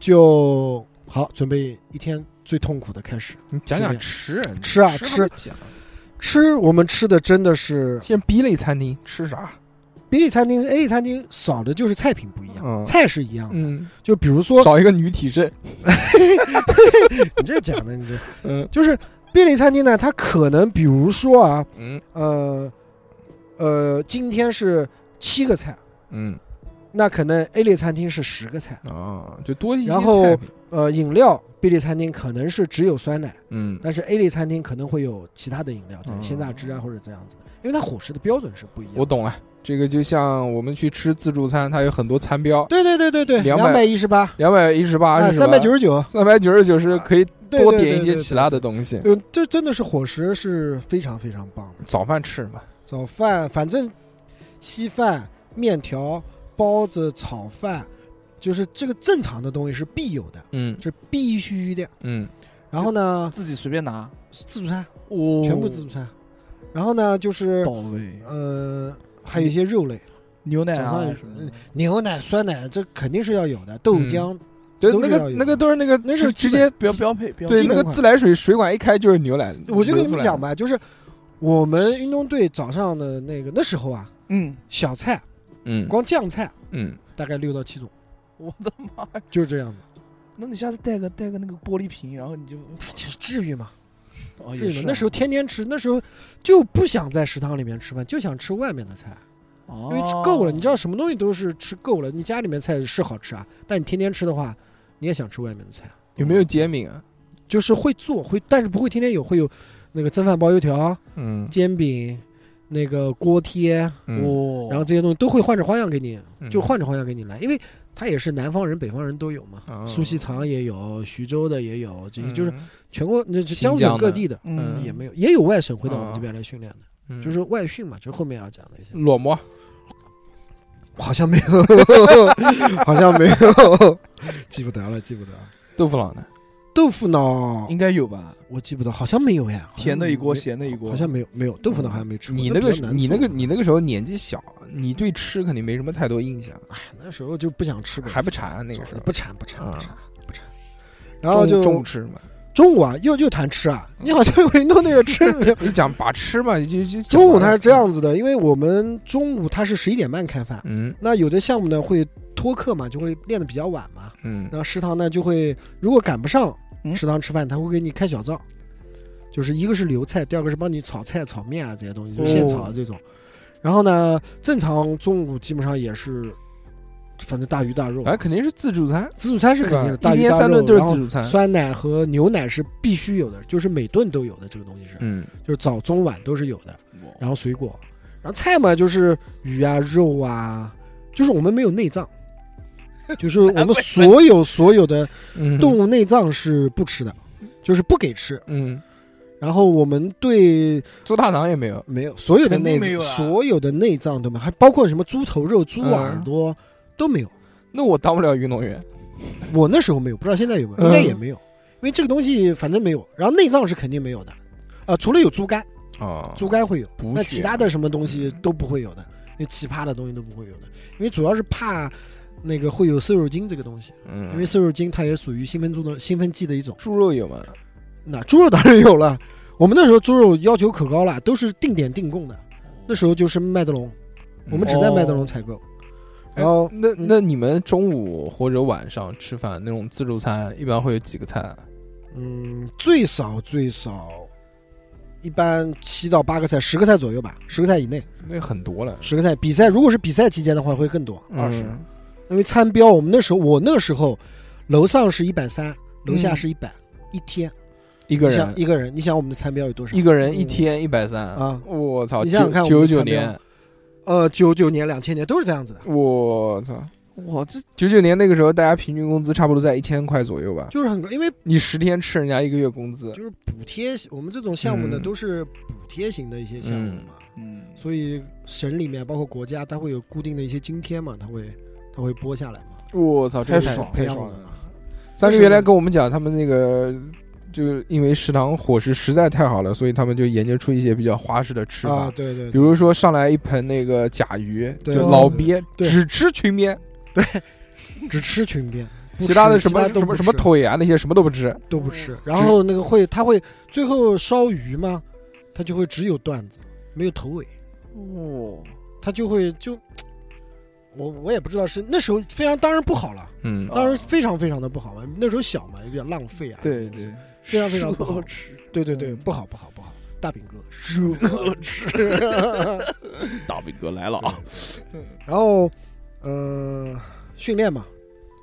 就好，准备一天最痛苦的开始
你讲
是
讲
的
吃啊，你
吃啊
还
吃
没讲，
吃，我们吃的真的是
现在 B 类餐厅吃啥？
B 类餐厅、A 类餐厅少的就是菜品不一样，
嗯
菜是一样的，
嗯，
就比如说 <laughs>
少一个女体证，
你这讲的，你这
嗯
就是 B 类餐厅呢，它可能比如说啊，
嗯
呃呃，今天是七个菜。
嗯，
那可能 A 类餐厅是十个菜，
哦，就多一些
然后
菜品
呃，饮料 B 类餐厅可能是只有酸奶，
嗯
但是 A 类餐厅可能会有其他的饮料，
嗯
像鲜榨汁啊或者这样子，因为它伙食的标准是不一样的。
我懂了，这个就像我们去吃自助餐，它有很多餐标，
对对对对对，
200
两百一十八，
两百一十八
啊，
是
三百九十九，
三百九十九是可以
对
多点一些其。
对对对对
他
对
的东西。
嗯，这真的是伙食是非常非常棒的。
早饭吃嘛，
早饭反正稀饭、面条、包子、炒饭，就是这个正常的东西是必有的，
嗯
是必须的。
嗯，
然后呢，
嗯自己随便拿，
自助餐，
哦
全部自助餐。然后呢，就是
到位，
呃，还有一些肉类，
牛奶
早
啊
上有
什么的
牛奶、酸奶，这肯定是要有的。豆浆，
对，
都
那
是
个
要有
那个都是那个，
那是
直直
基
接
本
标标配标
对
基
那
本
个
款
自来水水管一开就是牛奶，
我就跟你
流
们
出来
讲吧，就是我们运动队早上的那个那时候啊，
嗯，
小菜
嗯
光酱菜
嗯，
大概六到七种，
我的妈呀！
就是这样的。
那你下次带个带个那个玻璃瓶，然后你就
那其实至于吗？
哦
至于吗？那
那
时
时
候
候
天天吃，那时候就不想在食堂里面吃饭，就想吃外面的菜，因
因
为吃够了。你知道什么东西都是吃够了，你家里面菜是好吃啊，但你天天吃的话，你也想吃外面的菜。啊
有没有煎饼啊？
就是会做，会，但是不会天天有，会有那个蒸饭包油条、
嗯，
煎饼、那个锅贴，
嗯
哦，
然后这些东西都会换着花样给你，
嗯
就换着花样给你来，因为它也是南方人、北方人都有嘛，
哦
苏锡常也有，徐州的也有，这些
嗯
就是全国那
新
江
疆的
省各地的
嗯
嗯
也没有，也有外省会到我们
哦
这边来训练的，
嗯
就是外训嘛，就是后面要讲的一些，
裸馍，
好像没 <laughs> 有，好像没有，记不得了，记不得了。
豆腐脑呢？
豆腐脑
应该有吧？
我记不得，好像没有呀。
甜的一锅，
好像
咸的一锅，
没好像没有没有豆腐脑好像没吃过。
嗯你那
那比
个
较难
你那个
做
你那个时候年纪小，你对吃肯定没什么太多印象，
那时候就不想吃过，
还不馋啊那个时候，
不馋不馋
嗯
不馋不馋。然后就
重重吃嘛。
中午啊，又又谈吃啊，
嗯
你好像会弄那个
<laughs>
吃。
你讲把吃嘛，就就
中午它是这，样子的，因为我们中午它是十一点半开饭，
嗯
那有的项目呢会拖课嘛，就会练得比较晚嘛。
嗯，
那食堂呢就会，如果赶不上
嗯
食堂吃饭，他会给你开小灶，就是一个是留菜，第二个是帮你炒菜、炒面啊这些东西，就现炒
哦
的这种。然后呢，正常中午基本上也是，反正大鱼大肉
反，正肯定是自助餐，
自助餐是肯定
对
是
哎吧
大
一
鱼
天
大
三
肉，
顿都是
然后
自助餐，
酸奶和牛奶是必须有的，就是每顿都有的这个东西是，
嗯，
就是早中晚都是有的。然后水果，然后菜嘛就是鱼啊肉啊，就是我们没有
<laughs>
内脏，就是我们所有所有的
嗯
动物内脏是不吃的，就是不给吃。
嗯，
然后我们对
猪大肠也没有，
没有所有的内
肯定没有啊
所有的内脏都没有，还包括什么猪头肉、猪耳朵、都没有。
那我当不了运动员，
我那时候没有，不知道现在有没
嗯
有，应该也没有，因为这个东西反正没有。然后内脏是肯定没有的，呃，除了有猪肝，
哦，
猪肝会有。
补
那
血
其他的什么东西都不会有的，因为奇葩的东西都不会有的，因为主要是怕那个会有瘦肉精这个东西，因为
嗯，
瘦肉精它也属于兴奋素的兴奋剂的一种。
猪肉有吗？
那猪肉当然有了，我们那时候猪肉要求可高了，都是定点定供的，那时候就是麦德龙，我们只在麦德
哦
龙采购。然后
那那你们中午或者晚上吃饭那种自助餐，一般会有几个菜？啊
嗯，最少最少。一般七到八个菜，十个菜左右吧，十个菜以内，
那很多了，
十个菜。比赛如果是比赛期间的话，会更多。
嗯
20
因为餐标，我们那时候我那时候，楼上是一百三，楼下
嗯
是一百、一天。
一个
你想
人
一个人，你想我们的餐标有多少？
一个人一天一百三
嗯啊
我操，
你想想看我
九
们
九
餐标
年，
呃，九九年、两千年都是这样子的，
我操，
我这
九九年那个时候大家平均工资差不多在一千块左右吧，
就是很高，因为
你十天吃人家一个月工资，
就是补贴，我们这种项目呢、
嗯
都是补贴型的一些项目嘛，
嗯，
所以省里面包括国家，它会有固定的一些津贴嘛，它会它会拨下来嘛，
我操，
这
太
个
爽
太
太
爽
爽
了
了！三
就
哥
是
原来跟我们讲，他们那个就是因为食堂伙食实在太好了，所以他们就研究出一些比较花式的吃
啊，
法。
对对
比
对
如说上来一盆那个甲鱼，
对
就
对
老鳖，
对
只吃裙边，
只吃裙边，不
其他的
吃
什么
都
什么
不
什么嗯
吃
腿啊那些什么都不吃。
都不吃，然后那个会它会最后烧鱼嘛，它就会只有段子，没有头尾。
哇，
他就会就，我我也不知道是那时候非常当然不好了，
嗯，
当然非常非常的不好嘛，那时候小嘛，有点浪费啊。
对对，
非常非常不好
奢侈，
对对对，
嗯
不好不好不好，大饼哥。
奢侈，
<laughs>
大饼哥来了啊！
<laughs> 然后，呃，训练嘛，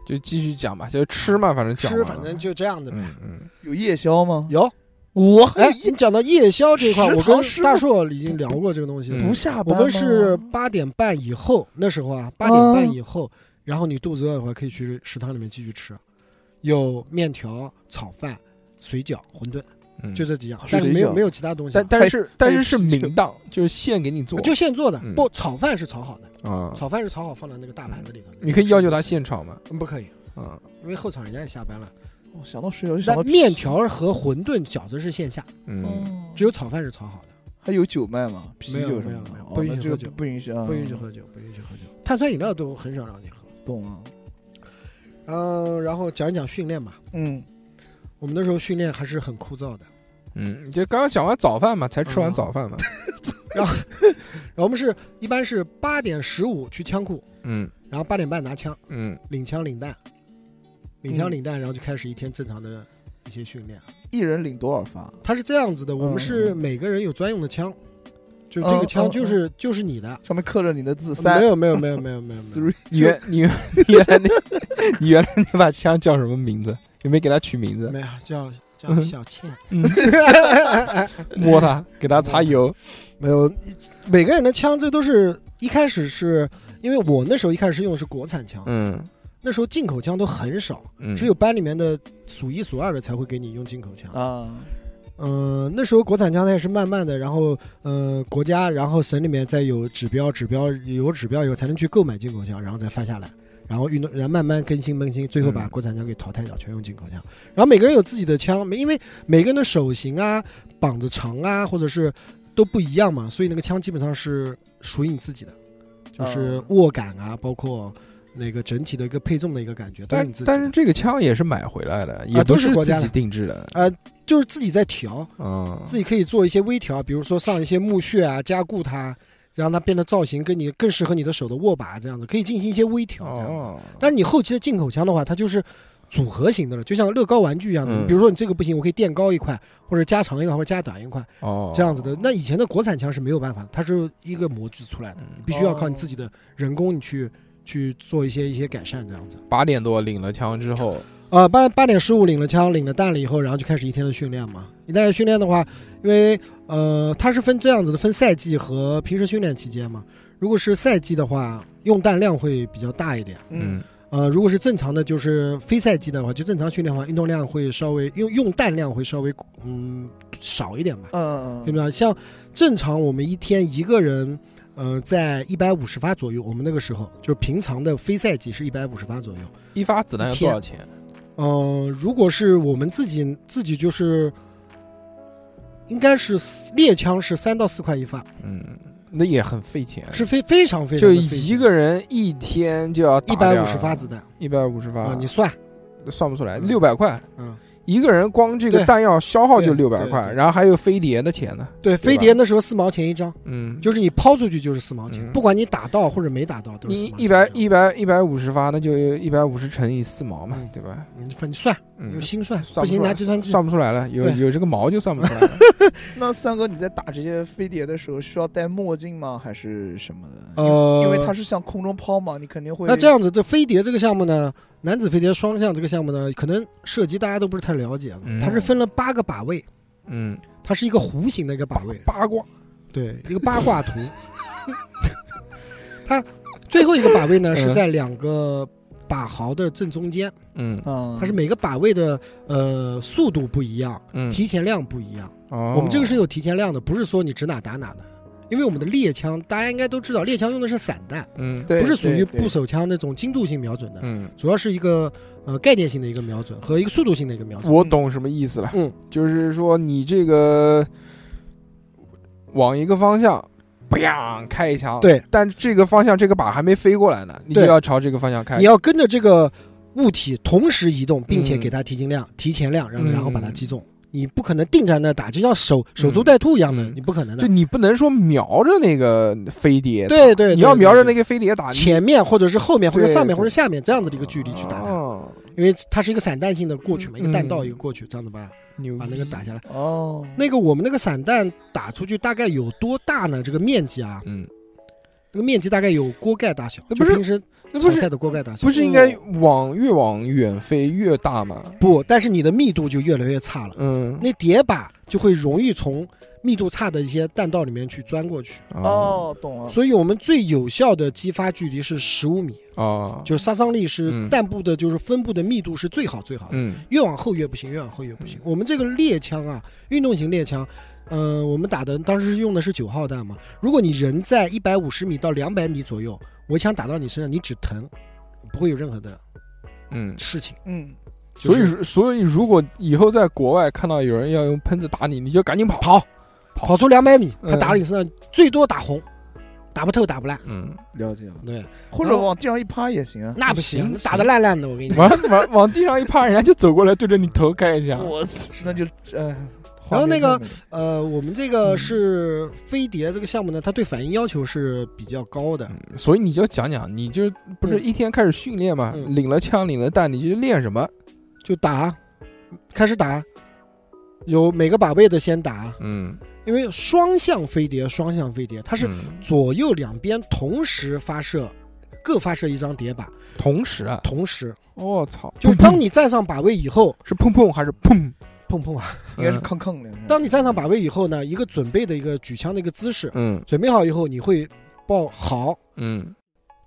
就继续讲吧，就吃嘛，反正讲
吃
完
反
了
正就这样子呗。
嗯嗯，
有夜宵吗？
有，
我
哎，你讲到夜宵这一块，
食
我
堂
跟
师
大
傅
硕已经聊过这个东西了。
嗯不
下
我们是八点半以后，那时候啊，八点半以后，然后你肚子饿的话，可以去食堂里面继续吃，有面条、炒饭、水饺、馄饨，
嗯
就这几样
水，
但是没有
饺
没有其他东西
但
了，
但是但是是
还
明档，就是现给你做，
就现做的
嗯。
不，炒饭是炒好的，
啊，
炒饭是炒好放在那个大盘子里头。
你可以要求他现炒嘛，
嗯不可以？
啊，
因为后场人家也下班了。
我想到水饺就想
但
到
面，条和馄饨、饺子是线下，
嗯，
只有炒饭是炒好的，
还有酒卖吗？啤
没有
酒
没
什
有
么的
没有
哦
不允
那
许
这
喝
个
酒
不允许啊，
不允许喝酒，不允许喝酒，碳酸饮料都很少让你喝。
懂啊？
嗯，然后讲一讲训练吧。
嗯，
我们那时候训练还是很枯燥的。
嗯，就刚刚讲完早饭嘛，才吃完
嗯
早饭嘛，
然后我们是一般是八点十五去枪库，
<laughs> 嗯
然后八点半拿枪，
嗯，
领枪领弹，领枪
嗯
领弹，然后就开始一天正常的一些训练。
一人领多少发？
它是这样子的，我们
嗯
是每个人有专用的枪，就这个枪就是、就是你的。
上面刻着你的字，
没
哦三
有没有没有没有
<laughs>
没有没有，
three，
你原你原你原来那你原来那把枪叫什么名字？有没有给它取名字？
没有叫叫小倩，
摸它，给它擦油。
没有每个人的枪这都是一开始是因为我那时候一开始是用的是国产枪，
嗯
那时候进口枪都很少，
嗯，
只有班里面的数一数二的才会给你用进口枪。
啊，
嗯，那时候国产枪它也是慢慢的，然后呃，国家然后省里面再有指标，指标有指标以后才能去购买进口枪，然后再发下来，然后运动然后慢慢更新更新，最后把国产枪给淘汰掉，全用进口枪。然后每个人有自己的枪，每因为每个人的手型啊、膀子长啊，或者是都不一样嘛，所以那个枪基本上是属于你自己的，就是
嗯
握感啊，包括那个整体的一个配重的一个感觉，都是
但
你自己
但是
的，
这个枪也是买回来的，也
都
不
是国
自
家
己
的
定制的，
就是自己在调。
嗯，
自己可以做一些微调，比如说上一些木屑啊，加固它，让它变得造型跟你更适合你的手的握把这样子，可以进行一些微调这样子。
哦，
但是你后期的进口枪的话，它就是组合型的了，就像乐高玩具一样的。
嗯
比如说你这个不行，我可以垫高一块，或者加长一块，或者加短一块
哦
这样子的。那以前的国产枪是没有办法的，它是一个模具出来的，你必须要靠你自己的人工你
嗯
去去做一些一些改善这样子。
八点多领了枪之后，
呃，八八点十五领了枪，领了弹了以后，然后就开始一天的训练嘛。一天的训练的话，因为呃，它是分这样子的，分赛季和平时训练期间嘛。如果是赛季的话，用弹量会比较大一点。
嗯，
呃，如果是正常的，就是非赛季的话，就正常训练的话，运动量会稍微用用弹量会稍微嗯少一点吧。
嗯
对不对？像正常我们一天一个人，呃，在一百五十发左右，我们那个时候就是平常的非赛季是一百五十发左右。
一发子弹要多少钱？啊
嗯，如果是我们自己自己就是，应该是四猎枪是三到四块一发，
嗯，那也很费钱，
是非非常非常
哎就
的费劲
一个啊人一天就要
一百五十发子弹
一百五十发，
啊，你算
算不出来，
嗯
六百块，
嗯，
一个人光这个
对
弹药消耗就
对
六百块
对，对
然后还有飞碟的钱呢，
对飞碟那时候四毛钱一张，
嗯，
就是你抛出去就是四毛钱，
嗯
不管你打到或者没打到都是四
你
毛钱
一百
张
一百一百五十发，那就一百五十乘以四毛嘛，
嗯
对吧？
你反正算
嗯
用，心算，
算
不
不
行
出来
拿计算器。
算不出来了，有
对
有这个毛就算不出来了。
那三哥你在打这些飞碟的时候需要戴墨镜吗？还是什么的？
呃，
因为它是向空中抛嘛，你肯定会。
那这样子，这飞碟这个项目呢，男子飞碟双向这个项目呢，可能涉及大家都不是太了解，
嗯
它是分了八个把位，
嗯，
<laughs> 它是一个弧形的一个把位，
八卦，
对，一个八卦图。 <laughs> 它最后一个把位呢
嗯
是在两个把毫的正中间，
嗯
嗯，
它是每个把位的呃速度不一样，
嗯，
提前量不一样。
哦
我们这个是有提前量的，不是说你指哪打哪的。因为我们的猎枪，大家应该都知道，猎枪用的是散弹，
嗯
对
不是属于
对对
步手枪那种精度性瞄准的。
嗯，
主要是一个呃概念性的一个瞄准和一个速度性的一个瞄准。
我懂什么意思了，
嗯，
就是说你这个往一个方向。砰！开一枪，
对，
但这个方向这个靶还没飞过来呢，你就
对
要朝这个方向开
你。要跟着这个物体同时移动，并且
嗯
给它提前量、提前量，然后
嗯
然后把它击中。你不可能定在那打，就像手
嗯
手肘待兔一样的，
嗯
你不可能
就
的。
你不能说瞄着那个飞碟，
对对，
你要瞄着那
个
个飞碟打，你
前面或者是后面或者
对
上面
对
或者下面这样子的一个距离去打它，
哦，
因为它是一个散弹性的过去嘛，
嗯
一个弹道
嗯
一个过去，这样子把
牛
把那个打下来。
哦，
那个我们那个散弹打出去大概有多大呢？这个面积啊，
嗯，
那个面积大概有锅盖大小，
那
就
不是
平时
那
炒
不
菜
是
的锅盖大小。
不是应该往越往远飞越大吗？
不，但是你的密度就越来越差了，
嗯，
那叠靶就会容易从密度差的一些弹道里面去钻过去。
哦，懂了。
所以我们最有效的击发距离是十五米，
哦，
就是杀伤力是
嗯
弹部的，就是分布的密度是最好最好的。
嗯
越往后越不行，越往后越不行。我们这个猎枪啊，运动型猎枪，嗯、我们打的当时用的是九号弹嘛。如果你人在一百五十米到两百米左右，我一枪打到你身上，你只疼，不会有任何的
嗯，
事情。
嗯，
就
所
是
以说所以如果以后在国外看到有人要用喷子打你，你就赶紧跑跑，
跑出两百米，
嗯
他打你身上最多打红，打不透打不烂。
嗯，
了解了。
对，
或者往地上一趴也行啊。
那不行，
行
打得烂烂的，我跟你讲。
往往往地上一趴，人家就走过来对着你头开一枪。
我操，那就哎。
然后那个
画面上
呃，我们这个是飞碟这个项目呢，它对反应要求是比较高的。
所以你就讲讲，你就不是
嗯
一天开始训练嘛，
嗯
领了枪领了弹，你就练什么？
就打，开始打，有每个把位的先打，
嗯，
因为双向飞碟，双向飞碟它是
嗯
左右两边同时发射，各发射一张叠靶，
同时啊，
同时
我操，
就是
砰砰
当你站上把位以后，
是砰砰还是砰？
碰碰
嗯
啊，
应该是坑坑的。
当你站上把位以后呢，一个准备的一个举枪的一个姿势，
嗯
准备好以后你会抱好，
嗯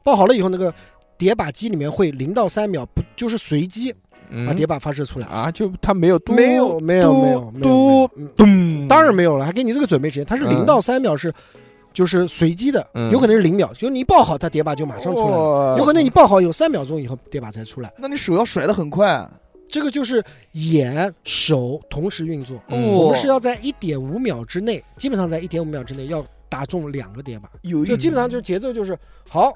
抱好了以后那个。叠靶机里面会零到三秒，不就是随机
嗯
把叠靶发射出来？
啊，就他没有嘟
没有，没有，没有，没有，没有
嘟
嗯
咚，
当然没有了，还给你这个准备时间，它是
嗯
零到三秒是就是随机的，
嗯哦
有可能是零秒，就是你一抱好，它叠靶就马上出来了。
哇
有可能你抱好有三秒钟以后叠靶才出来，
那你手要甩的很快，
这个就是眼手同时运作。
嗯
我们是要在一点五秒之内，基本上在一点五秒之内要打中两个叠靶，
有
就基本上就是节奏就是好，
嗯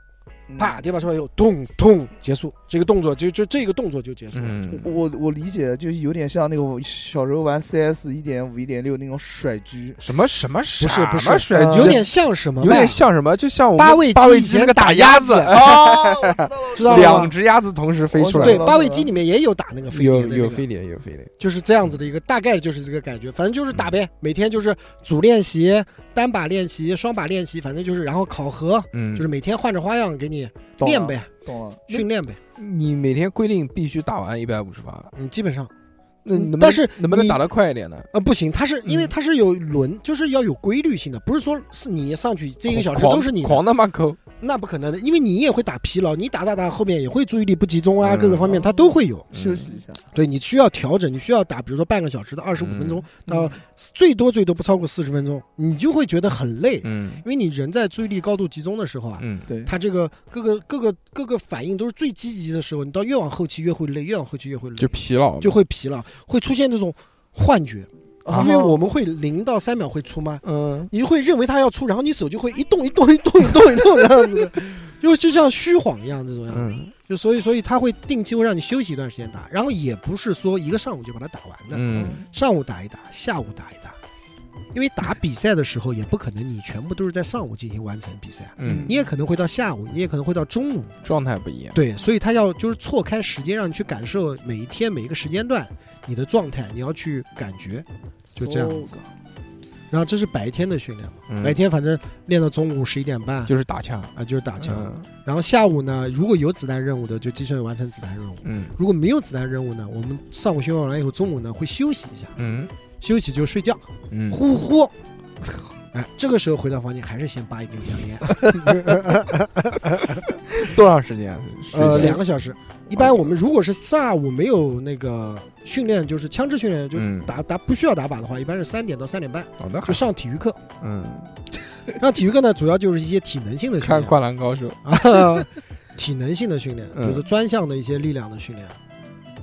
啪叠靶出来以后咚咚结束，这个动作就就这个动作就结束了。
嗯
我我理解，就有点像那个我小时候玩 CS 一点五、一点六那种甩狙，
什么什么
不是不是
什么甩
呃
狙
有点像什么
有点
吧？
像什么，就像我们
八位
八位
机以
机
前
那个
打
鸭
子， <laughs>
哦，
知道了
两
吗？哦
只鸭子同时飞出来
对，
了，
八位机里面也有打那个飞碟
有
的、那个，
有飞碟有飞碟，
就是这样子的一个，大概就是这个感觉。反正就是
嗯
打呗，每天就是组练习、单把练习、双把练习，反正就是然后考核，
嗯，
就是每天换着花样给你
懂了
练呗，
懂了，
训练呗。
你每天规定必须打完一百五十发，
嗯，基本上，
那
嗯
能不能
但是
能不能
你
打得快一点呢？
呃，不行，它是因为
嗯
它是有轮，就是要有规律性的，不是说是你上去这一个小时
狂
都是你的，
狂他妈抠，
那不可能的，因为你也会打疲劳，你打打打后面也会注意力不集中啊，
嗯
各个方面它都会有。
休息一下，
对你需要调整，你需要打，比如说半个小时到二十五分钟，
嗯
到最多最多不超过四十分钟，你就会觉得很累，
嗯
因为你人在注意力高度集中的时候啊，
嗯，
对，
他这个各个各个各个反应都是最积极的时候，你到越往后期越会累，越往后期越会累，
就疲劳，
就会疲劳，会出现这种幻觉，
啊
因为我们会零到三秒会出吗？
嗯，
你会认为它要出，然后你手就会一动一动一动一动一动这样子的，因为就像虚晃一样这种样子。
嗯
就所以所以他会定期会让你休息一段时间打，然后也不是说一个上午就把它打完的，
嗯
上午打一打，下午打一打，因为打比赛的时候也不可能你全部都是在上午进行完成比赛，
嗯
你，也可能会到下午，你也可能会到中午，
状态不一样，
对，所以他要就是错开时间，让你去感受每一天每一个时间段你的状态，你要去感觉，就这样
哦
子。然后这是白天的训练嘛，
嗯
白天反正练到中午十一点半
就是打枪，
啊就是打枪，
嗯
然后下午呢如果有子弹任务的就继续完成子弹任务。
嗯
如果没有子弹任务呢，我们上午训练完以后，中午呢会休息一下，
嗯
休息就睡觉，
嗯，
呼呼。哎，这个时候回到房间还是先拔一根香烟，
多长时间？
呃，
<laughs> 睡觉
两个小时。一般我们如果是下午没有那个训练，就是枪支训练，就
嗯
打打不需要打靶的话，一般是三点到三点半
哦，那
就
还
上体育课。
嗯，
上体育课呢，主要就是一些体能性的训
看《
练
灌篮高手》，
啊， <laughs> 体能性的训练，比
嗯
如说专项的一些力量的训练，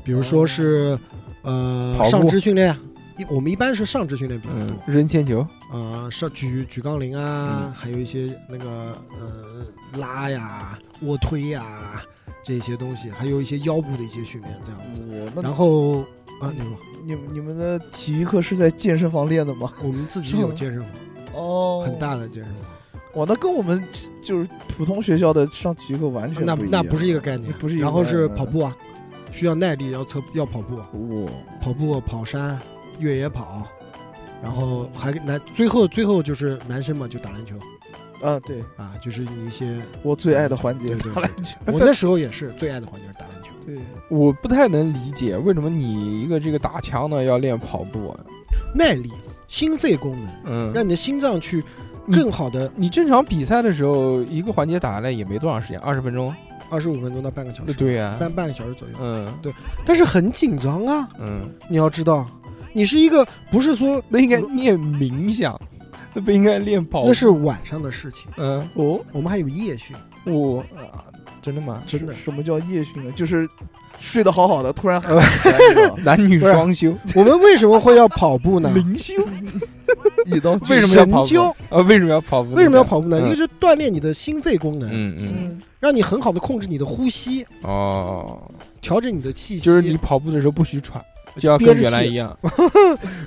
比如说是呃
跑步
上肢训练。一我们一般是上肢训练比较多
嗯，，扔铅球，
啊，上举举杠铃
嗯
啊，还有一些那个呃拉呀、卧推呀这些东西，还有一些腰部的一些训练这样子。
我
然
那
后啊，你说
你你们的体育课是在健身房练的吗？
我们自己
是
有
吗
健身房，
哦
很，大的健身房，
哇，那跟我们就是普通学校的上体育课完全
那
不一
那
样
不是一个概念，
不是一个
然后是
概念嗯
跑步啊，需要耐力，要测要跑步，啊
哇，
跑步、跑山、越野跑，然后还男最后最后就是男生嘛，就打篮球
啊，对
啊，就是你一些
<laughs>
我最爱的环节
对对对
打篮球，
我那时候也是最爱的环节是打篮球。
对，
我不太能理解为什么你一个这个打枪呢要练跑步啊？
耐力、心肺功能，
嗯，
让你的心脏去更好的
你正常比赛的时候，一个环节打下来也没多长时间，二十分钟。
二十五分钟到半个小时，
对呀，
半半个小时左右。
嗯
但是很紧张啊，
嗯，
你要知道，你是一个不是说
那应该练冥想，那不应该练跑步。
那是晚上的事情，
嗯，哦，
我们还有夜训，
我啊真的吗？
真的
什。什么叫夜训啊？就是睡得好好的，突然很起
<laughs>
来你知道吗
男女
不是
双修，
我们为什么会要跑步
<laughs>
呢？
灵修，
一刀
为什么要跑
神交
步？啊，为什么要跑步呢？
为什么要跑步呢？
嗯
因为是锻炼你的心肺功能，
嗯嗯，
让你很好的控制你的呼吸，
哦，
调整你的气息。
就是你跑步的时候不许喘，就要
憋
跟
着
原来
气
一样。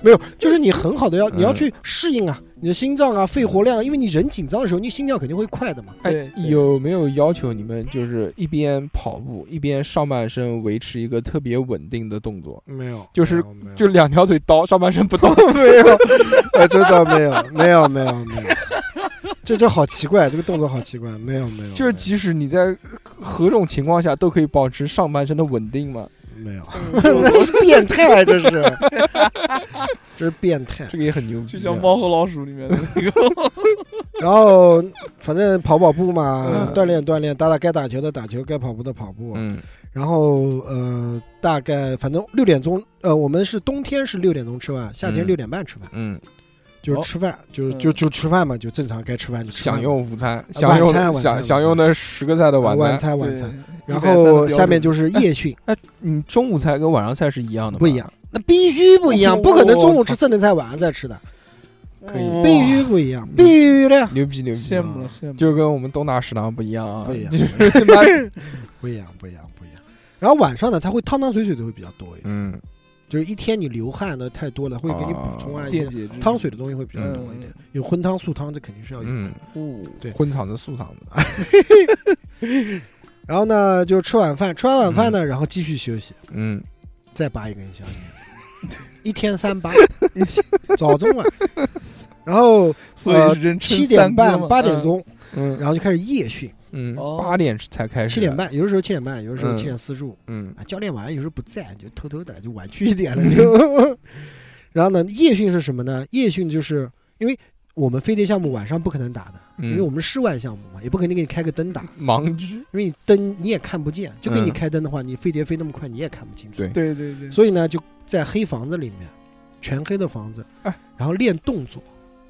没有，就是你很好的要
嗯
你要去适应啊，你的心脏啊、肺活量啊，因为你人紧张的时候，你心跳肯定会快的嘛。
哎
对，对
有没有要求你们就是一边跑步一边上半身维持一个特别稳定的动作？
没有，
就是
没有没有
就两条腿刀，上半身不 <laughs> 动。
<laughs> 没有，呃，真的没有，没有，没有，没有。 <laughs> 这这好奇怪，这个动作好奇怪，没有，没有，
就是即使你在何种情况下都可以保持上半身的稳定 <laughs> 嘛，
没有， <laughs>
就
这是变态，啊这是， <laughs> 这是变态。
这个也很牛逼啊。
就像猫和老鼠里面的
<laughs>
那个，
然后反正跑跑步嘛
嗯，
锻炼锻炼，打打该打球的打球，该跑步的跑步。
嗯
然后呃，大概反正六点钟，呃，我们是冬天是六点钟吃饭，夏天
嗯
六点半吃饭，
嗯
就是
哦
吃饭，就是
嗯
就就吃饭嘛，就正常该吃饭就吃饭
享用午餐，享
晚
用
餐晚餐
享享用的十个菜的
呃
晚
晚
餐。
餐
对
晚餐。，然
130的标
后
准
下面就是夜训，
哎，你中午菜跟晚上菜是一样的吗？
不一样， <laughs> 那必须不一样，不可能中午吃正能菜，晚上再吃的，
可以
哇
<laughs> 必须不一样，必嗯须的呀，
牛逼牛逼
羡，慕了
嗯
羡慕了，
就跟我们东大食堂不一样啊，
不一样
就是他妈，
不一样，不一样，不一样。然后晚上呢，它会汤汤水水的会比较多一点，
<laughs> 嗯，
就是一天你流汗的太多了，会给你补充啊一些
电解质
汤水的东西会比较多一点，有荤汤素汤这肯定是要有的
嗯。，
哦
对
荤肠子素肠子，
然后呢，就吃晚饭，吃完晚饭呢，然后继续休息，
嗯，
再拔一根香
<laughs>
烟，一天三拔， <laughs> 早中
<laughs>
晚。然后呃
所以是人称
七点
三
半
哥嘛
八点，钟，
嗯
然后就开始夜训，
嗯，
哦
八点才开始，
七点，半，有的时候七点半，有的时候
嗯
七点四十五。
嗯
啊，教练晚上有时候不在，你就偷偷的就晚去一点了就。 <laughs> 然后呢，夜训是什么呢？夜训就是因为我们飞碟项目晚上不可能打的，因为我
嗯，
们室外项目嘛，也不可能给你开个灯打，
盲区，
因为你灯你也看不见，就给你
嗯
开灯的话，你飞碟飞那么快你也看不清楚。
对
对对对，
所以呢，就在黑房子里面，全黑的房子
哎，
然后练动作，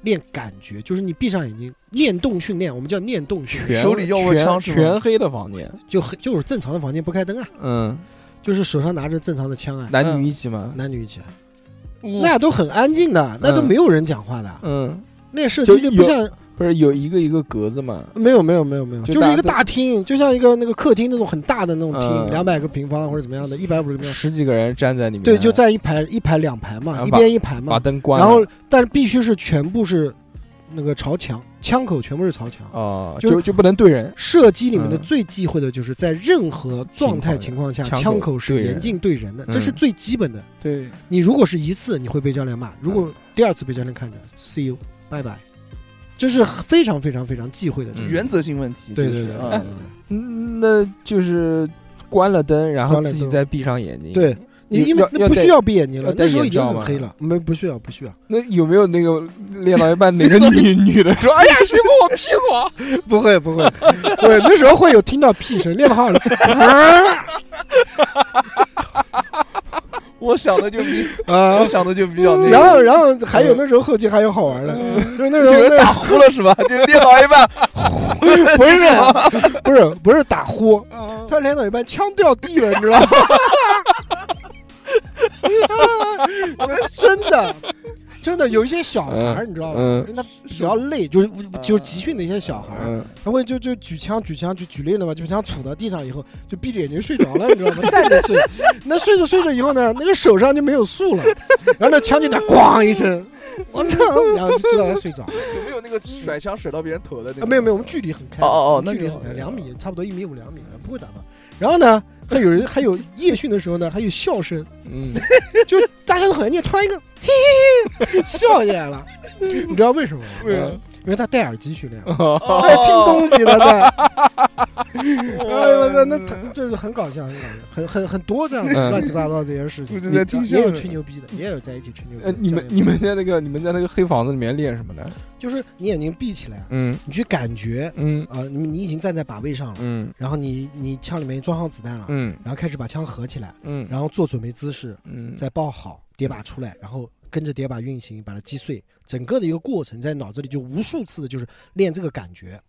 练感觉，就是你闭上眼睛念动训练，我们叫念动训
全
练，
手里要过枪
全
是吗
全黑的房间，
就黑就是正常的房间不开灯啊，
嗯，
就是手上拿着正常的枪啊，
男女一起吗？
男女一起啊，
那
那都很安静的，那都没有人讲话的，
嗯，
那设计就不像
不是嗯有一个一个格子嘛，
没有没有没有没有，
就
就是一个
大家
大厅，就像一个那个客厅那种很大的那种厅，
嗯
两百个平方或者怎么样的，一百五十个平方，
十几个人站在里面，
嗯对，就在一排一排两排嘛，
然后
一
把
边一排
把
嘛，
灯关了，
然后但是必须是全部是那个朝墙，枪口全部是朝墙。
哦，
就
就就不能对人，
射击里面的
嗯
最忌讳的就是在任何状态情
情
况下，
枪口
枪口是
对人
严禁对人的，
嗯
这是最基本的。
对，
你如果是一次，你会被教练
嗯
骂；如果第二次被教练看见，see you，拜拜。这是非常非常非常忌讳的这个。
嗯
原则性问题，
对
这
对
是
对
啊
对
嗯，那就是关了灯，然后
关了
自己
灯
再闭上眼睛。
对，对，你因为
要
那不
戴
需要闭眼睛了
要，戴
那时候已经
眼罩
很
吗
黑了，没不需要不需要， <laughs>
那有没有那个练到一半哪个女女的说：“哎呀，谁摸我
<laughs>
屁股啊
不会不会， <laughs> 对，那时候会有听到屁声，练
<laughs>
得好了，
我想的就比
<laughs> 啊
我，想的就比较那个，
然后然后还有那时候后期还有好玩的， <laughs> 就是那时候
有人
那
打呼了
<laughs>
是吧？就是练到一半，
不是 <laughs> 不是不是打呼，他练到一半枪掉地了，你知道吗？ <laughs> 我真的真的有一些小孩儿，你知道吗？
嗯
因为他比较累，就是就是集训的一些小？”孩儿，
嗯，
他会就就举枪举枪就举累了嘛，就把枪杵到地上以后就闭着眼睛睡着了，你知道
<laughs>
吗？站着睡，那睡着睡着以后呢，那个手上就没有束
<laughs>
了，然后那枪就那咣一声，我操，然后就知道他睡着了。
有没有那个甩枪甩到别人头的那
啊，
个？
没有没有，我们距离很开，
哦哦哦
我们
那
距离
就
很
好
开，
那就
两
好
米，差不多一米五两米，不会打到。然后呢，还有人还有夜训的时候呢，还有笑声，
嗯，
就大家都很念，突然一个嘿嘿嘿笑起来了，你知道为什么吗？
<laughs> 为什
嗯 <laughs>
么
因为他戴耳机训练，啊
哦，
他也听东西
<laughs>
了在。哎呦我操，那他就是很搞笑，很搞笑，很很很多这样的
嗯
乱七八糟这些事情
我就，
也
在听
也有
相声
吹牛逼的，也有在一起吹牛逼
呃，
的。
你们
教
你们在
练
那个你们在那个黑房子里面练什么呢？
就是你眼睛闭起来，啊
嗯
你去感觉
嗯
啊，你你已经站在靶位上了。
嗯
然后你你枪里面装上子弹了，
嗯
然后开始把枪合起来，
嗯
然后做准备姿势，
嗯，
再抱好叠靶出来，然后跟着叠靶运行，把它击碎。整个的一个过程在脑子里就无数次的就是练这个感觉，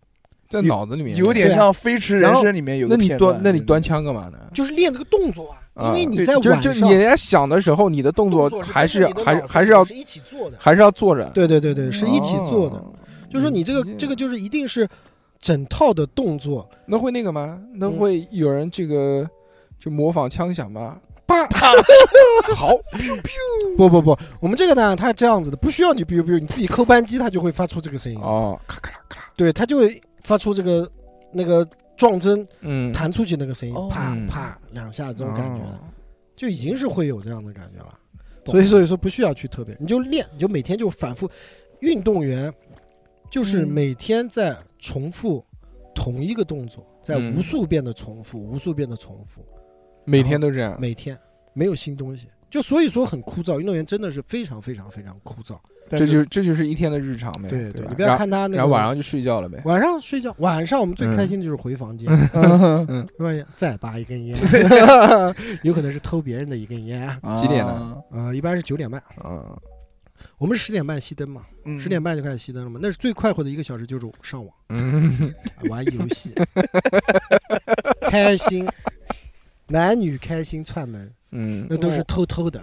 在脑子里面
有点
对啊
像《飞驰人
然后
生》里面有
那
个
你
片
端
段
那你端枪干嘛呢？
就是练这个动作啊。因为你
啊
在
就
晚
就
上
你在想的时候，你的动
动
作
作
还
是
是
跟着你的
还是
脑子
还是要
是一起做的。
还是要坐着，
对对对对，是一起做的。
哦。
就是说你这个
嗯
这个就是一定是整套的动作，
那会那个吗？那
嗯
会有人这个就模仿枪响吗？
啪
<laughs> 好，
不不不，我们这个呢，它是这样子的，不需要你 biu biu，你自己扣扳机，它就会发出这个声音。
哦，咔咔啦咔啦，
对，它就会发出这个那个撞针
嗯，
弹出去那个声音
哦，
啪
嗯
啪两下这种感觉
哦
了，就已经是会有这样的感觉了。
懂
所以所以说不需要去特别，你就练，你就每天就反复。运动员就是
嗯
每天在重复同一个动作，在
嗯
无数遍的重复，无数遍的重复，
每天都这样。
每天没有新东西。就所以说很枯燥，运动员真的是非常非常非常枯燥。
这
是
就这就是一天的日常呗，
对
对吧
你不要
然后
看他那
然后晚
个
上就睡觉了呗，
晚上睡觉，晚上我们最
嗯
开心的就是回房间， <laughs> 万一再拔一根 <laughs> 烟，有可能是偷别人的一根烟啊、
几点呢？
呃一般是九点半，
嗯，
我们是十点半熄灯嘛，
嗯
十点半就开始熄灯了嘛，那是最快活的一个小时，就是上网、
嗯，
啊 <laughs> 玩游戏，开心，男女开心串门，
嗯
那都是偷偷的，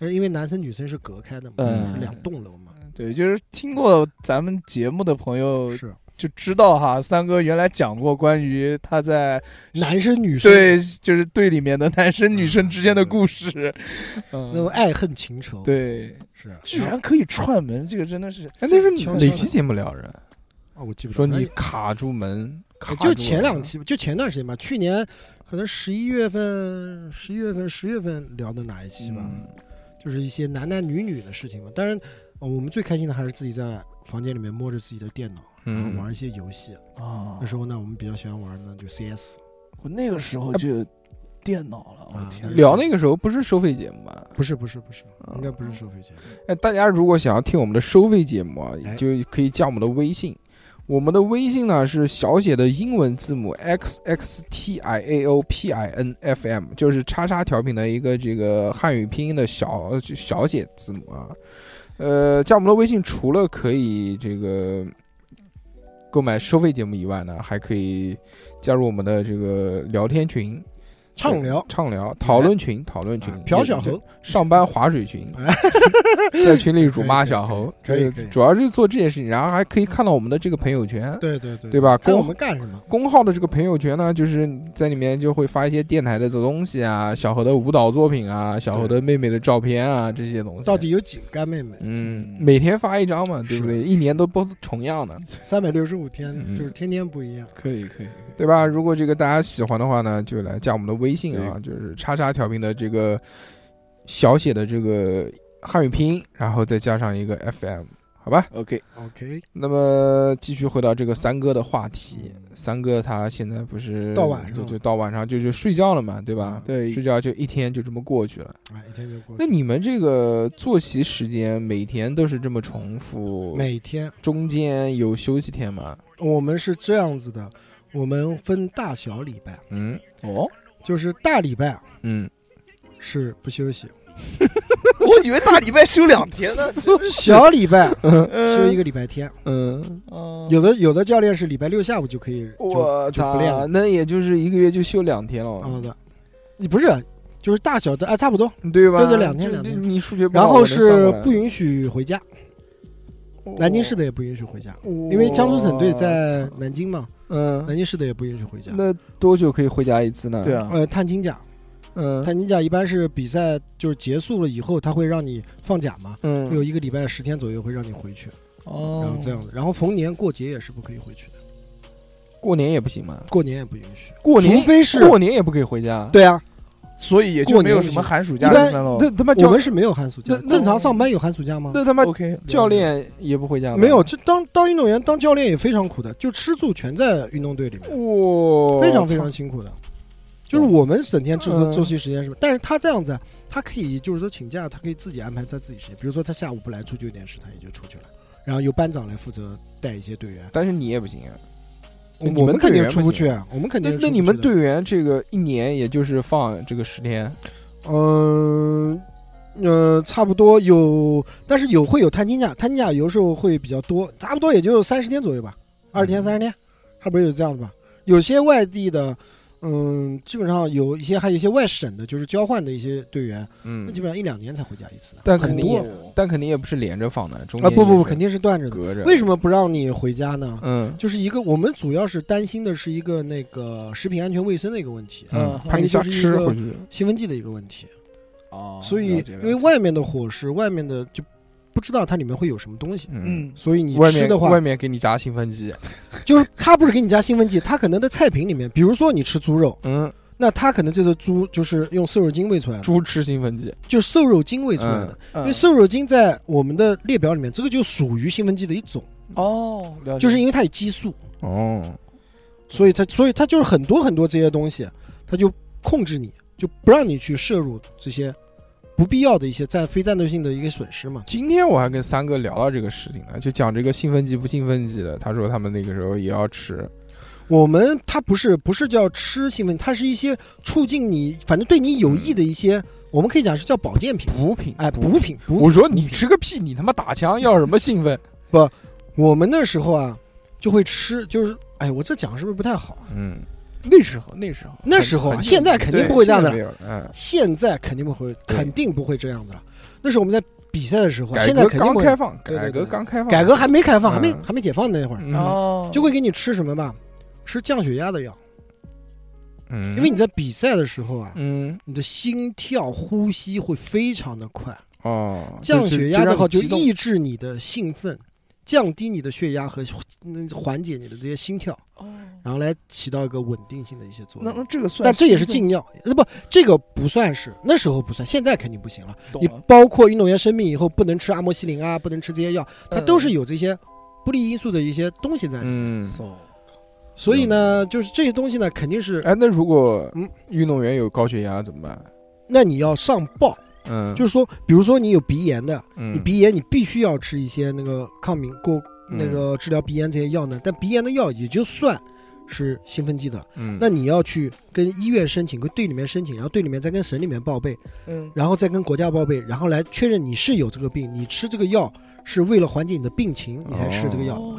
呃因为男生女生是隔开的嘛，
嗯
是两栋楼嘛，
对，就是听过咱们节目的朋友
是
就知道哈，三哥原来讲过关于他在
男生女生
对，就是队里面的男生女生之间的故事。
那种
嗯，
爱恨情仇，，
对，
是
居然可以串门，这个真的是
嗯
哎，那是
悄悄
哪
地
期节目聊着？
啊，我记不住
说你
哎
卡住门，卡住
就
了
前两期吧，就前段时间吧，去年可能十一月份、十一月份、十月份聊的哪一期吧，
嗯
就是一些男男女女的事情嘛。当然，呃我们最开心的还是自己在房间里面摸着自己的电脑，然后
嗯，哦
玩一些游戏。
啊
那时候呢，我们比较喜欢玩呢就 CS，
我那个时候就电脑了，我的
哎啊
天！
聊那个时候不是收费节目吧？
不是不是不是，
嗯
应该不是收费节目，
哎，大家如果想要听我们的收费节目啊
哎，
就可以加我们的微信。我们的微信呢是小写的英文字母 x x t i a o p i n f m，就是叉叉调频的一个这个汉语拼音的小小写字母啊。呃，加我们的微信除了可以这个购买收费节目以外呢，还可以加入我们的这个聊天群、
畅聊。
畅聊、讨论群、讨论群
啊、嫖小
猴。
猴，
上班划水群， <laughs> 在群里辱骂小猴，
<laughs> 可以可以
这个主要是做这件事情，然后还可以看到我们的这个朋友圈，
对对对
对吧？
看我
公
们干什么？
公号的这个朋友圈呢，就是在里面就会发一些电台的东西啊，小猴的舞蹈作品啊，小猴的妹妹的照片啊，这些东西。
到底有几个干妹妹？
嗯，每天发一张嘛，对不对？一年都不重样的，
<laughs> 三百六十五天
嗯
就是天天不一样。
可以可以，
对吧？如果这个大家喜欢的话呢，就来加我们的微信啊，就是叉叉调频的这个小写的这个汉语拼音，然后再加上一个 FM，好吧？
OK，
啊 OK，
那么继续回到这个三哥的话题，三哥他现在不是
嗯到晚上
就
了嗯
就到晚上就就睡觉了嘛，对吧？
对
睡觉就一天就这么过去了。
哎，一天就过去
那你们这个作息时间每天都是这么重复
了，，每天
中间有休息天吗？
我们是这样子的，我们分大小礼拜，
嗯
哦，
就是大礼拜
嗯，
是不休息，
我以为大礼拜休两
<laughs>
天呢，
小礼拜休一
个，
个礼拜天。
嗯，
有
有的有的教练是礼拜六下午就可以就
我
不练
操，
了
那也就是一个月就休两天
啊
了，
的，你不是就是大小的哎差不多。
对吧？
对对两天
就
两天
就你数学不好，
然后
我能
是
算过来
不允许回家，南京市
的，
的也不允许回家，
因
因为江苏省队在哎南京嘛，
嗯，
南京市的也不允许回家。
那多久可以回家一次呢？
对，啊，
呃，探亲假，
嗯
探亲假一般是比赛就是结束了以后，他会让你放假嘛，
嗯
会有一个礼拜十天左右会让你回去，嗯然
哦
后这样子。然后逢年过节也是不可以回去的，
过年也不行吗？
过年也不允许。
过
除
年
非是
过年也不可以回家。，
对啊，
所以也就
过
没
年
有
休
什么
息
寒暑假
一
之
般
分喽。
那他妈
我
教
们是没有寒暑假的
那，那
正常上班有寒暑假吗？
那他妈
OK，
教练也不回家吗？
没有，，这当当运动员、当教练也非常苦的，就吃住全在运动队里面，
哇，
非常非常辛苦的。就是我们整天制作
嗯
作息时间是吧，但是他这样子，他可以就是说请假，他可以自己安排在自己时间，比如说他下午不来出九点时，他也就出去了，然后由班长来负责带一些队员。
但是你也不行啊。
我
你们
们肯
队
定
员
出
不
不
行
去，啊，我们肯
那
定是
那
出
你
不
们
去的，
队员这个一年也就是放这个十天，
嗯呃，差不多有，但是有会有探亲假，探亲假有时候会比较多，差不多也就三十天左右吧，二十天
嗯
三十天，差不多有这样子吧。有些外地的，嗯，基本上有一些，还有一些外省的，就是交换的一些队员，那
嗯
基，本上一两年才回家一次的。
但
很
肯定
多
也，但肯定也不是连着放的，中
啊，
间
不不不，肯
定
定是断着的。
隔着。
为什
么？
么不让你回家呢？
嗯，
就是一个，我们主要是担心的是一个那个食品安全卫生的一个问题，
嗯，
还
怕你
有
瞎
就是一
吃
个
回去。
兴奋剂的一个问题。
哦，
所以
了解了
因为
解
外面的伙食，外面的就不知道它里面会有什么东西，
嗯，
嗯，
所以你
外
吃
面
的
外
话，
面给你加兴奋剂。
就是它不是给你加兴奋剂，它可能的菜品里面，比如说你吃猪肉，
嗯，
那它可能这个猪就是用瘦肉精喂出来的，
猪吃兴奋剂。
就是瘦肉精喂出来的，因为
嗯
瘦肉精在我们的列表里面，这个就属于兴奋剂的一种，
哦，
嗯
了解
就是因为它有激素，
哦，
所以它所以它就是很多很多这些东西，它就控制你，就不让你去摄入这些不必要的一些战非战斗性的一个损失嘛。
今天我还跟三哥聊到这个事情呢，就讲这个兴奋剂不兴奋剂的。他说他们那个时候也要吃，
我们它不是不是叫吃兴奋，它是一些促进你，反正对你有益的一些我们可以讲是叫保健品，
补品。
哎，补品补品
我说你吃个屁，你他妈打枪要什么兴奋？
我们那时候啊，就会吃，就是哎，我这讲是不是不太好啊？
<laughs> 嗯，那时候那时候
那时候啊
很
现在肯定不会这样的了
对现在没有了嗯
现在肯定不会，
对
肯定不会这样的了。那是我们在比赛的时候
嗯，
啊，
改
现在
革
肯定
刚
不
开
会。
放，
对对
改革
对
刚开放，
改革还没开放，还没
嗯
还没解放那会儿，
嗯
哦，
就会给你吃什么吧？吃降血压的药，
嗯，
因为你在比赛的时候啊，
嗯
你的心跳、呼吸会非常的快。
哦，
降血压的话，就
就让你激动
抑制你的兴奋，降低你的血压和嗯缓解你的这些心跳，然后来起到一个稳定性的一些作
哦那那
用。
这个算，
但这也是禁药，呃不，这个不算是那时候不算，现在肯定不行了。
懂
你
了
包括运动员生病以后不能吃阿莫西林啊，不能吃这些药，它都是有这些不利因素的一些东西在里面。
嗯，
所以呢，就是这些东西呢，肯定是
哎，那如果
嗯
运动员有高血压怎么办？
那你要上报，
嗯，
就是说，比如说你有鼻炎的，
你
你鼻炎你必须要吃一些那个抗敏过
嗯
那个治疗鼻炎这些药呢，但鼻炎的药也就算是兴奋剂的了，
嗯，
那你要去跟医院申请，跟队里面申请，然后队里面再跟省里面报备，
嗯
然后再跟国家报备，然后来确认你是有这个病，你吃这个药是为了缓解你的病情，你才吃这个药。
哦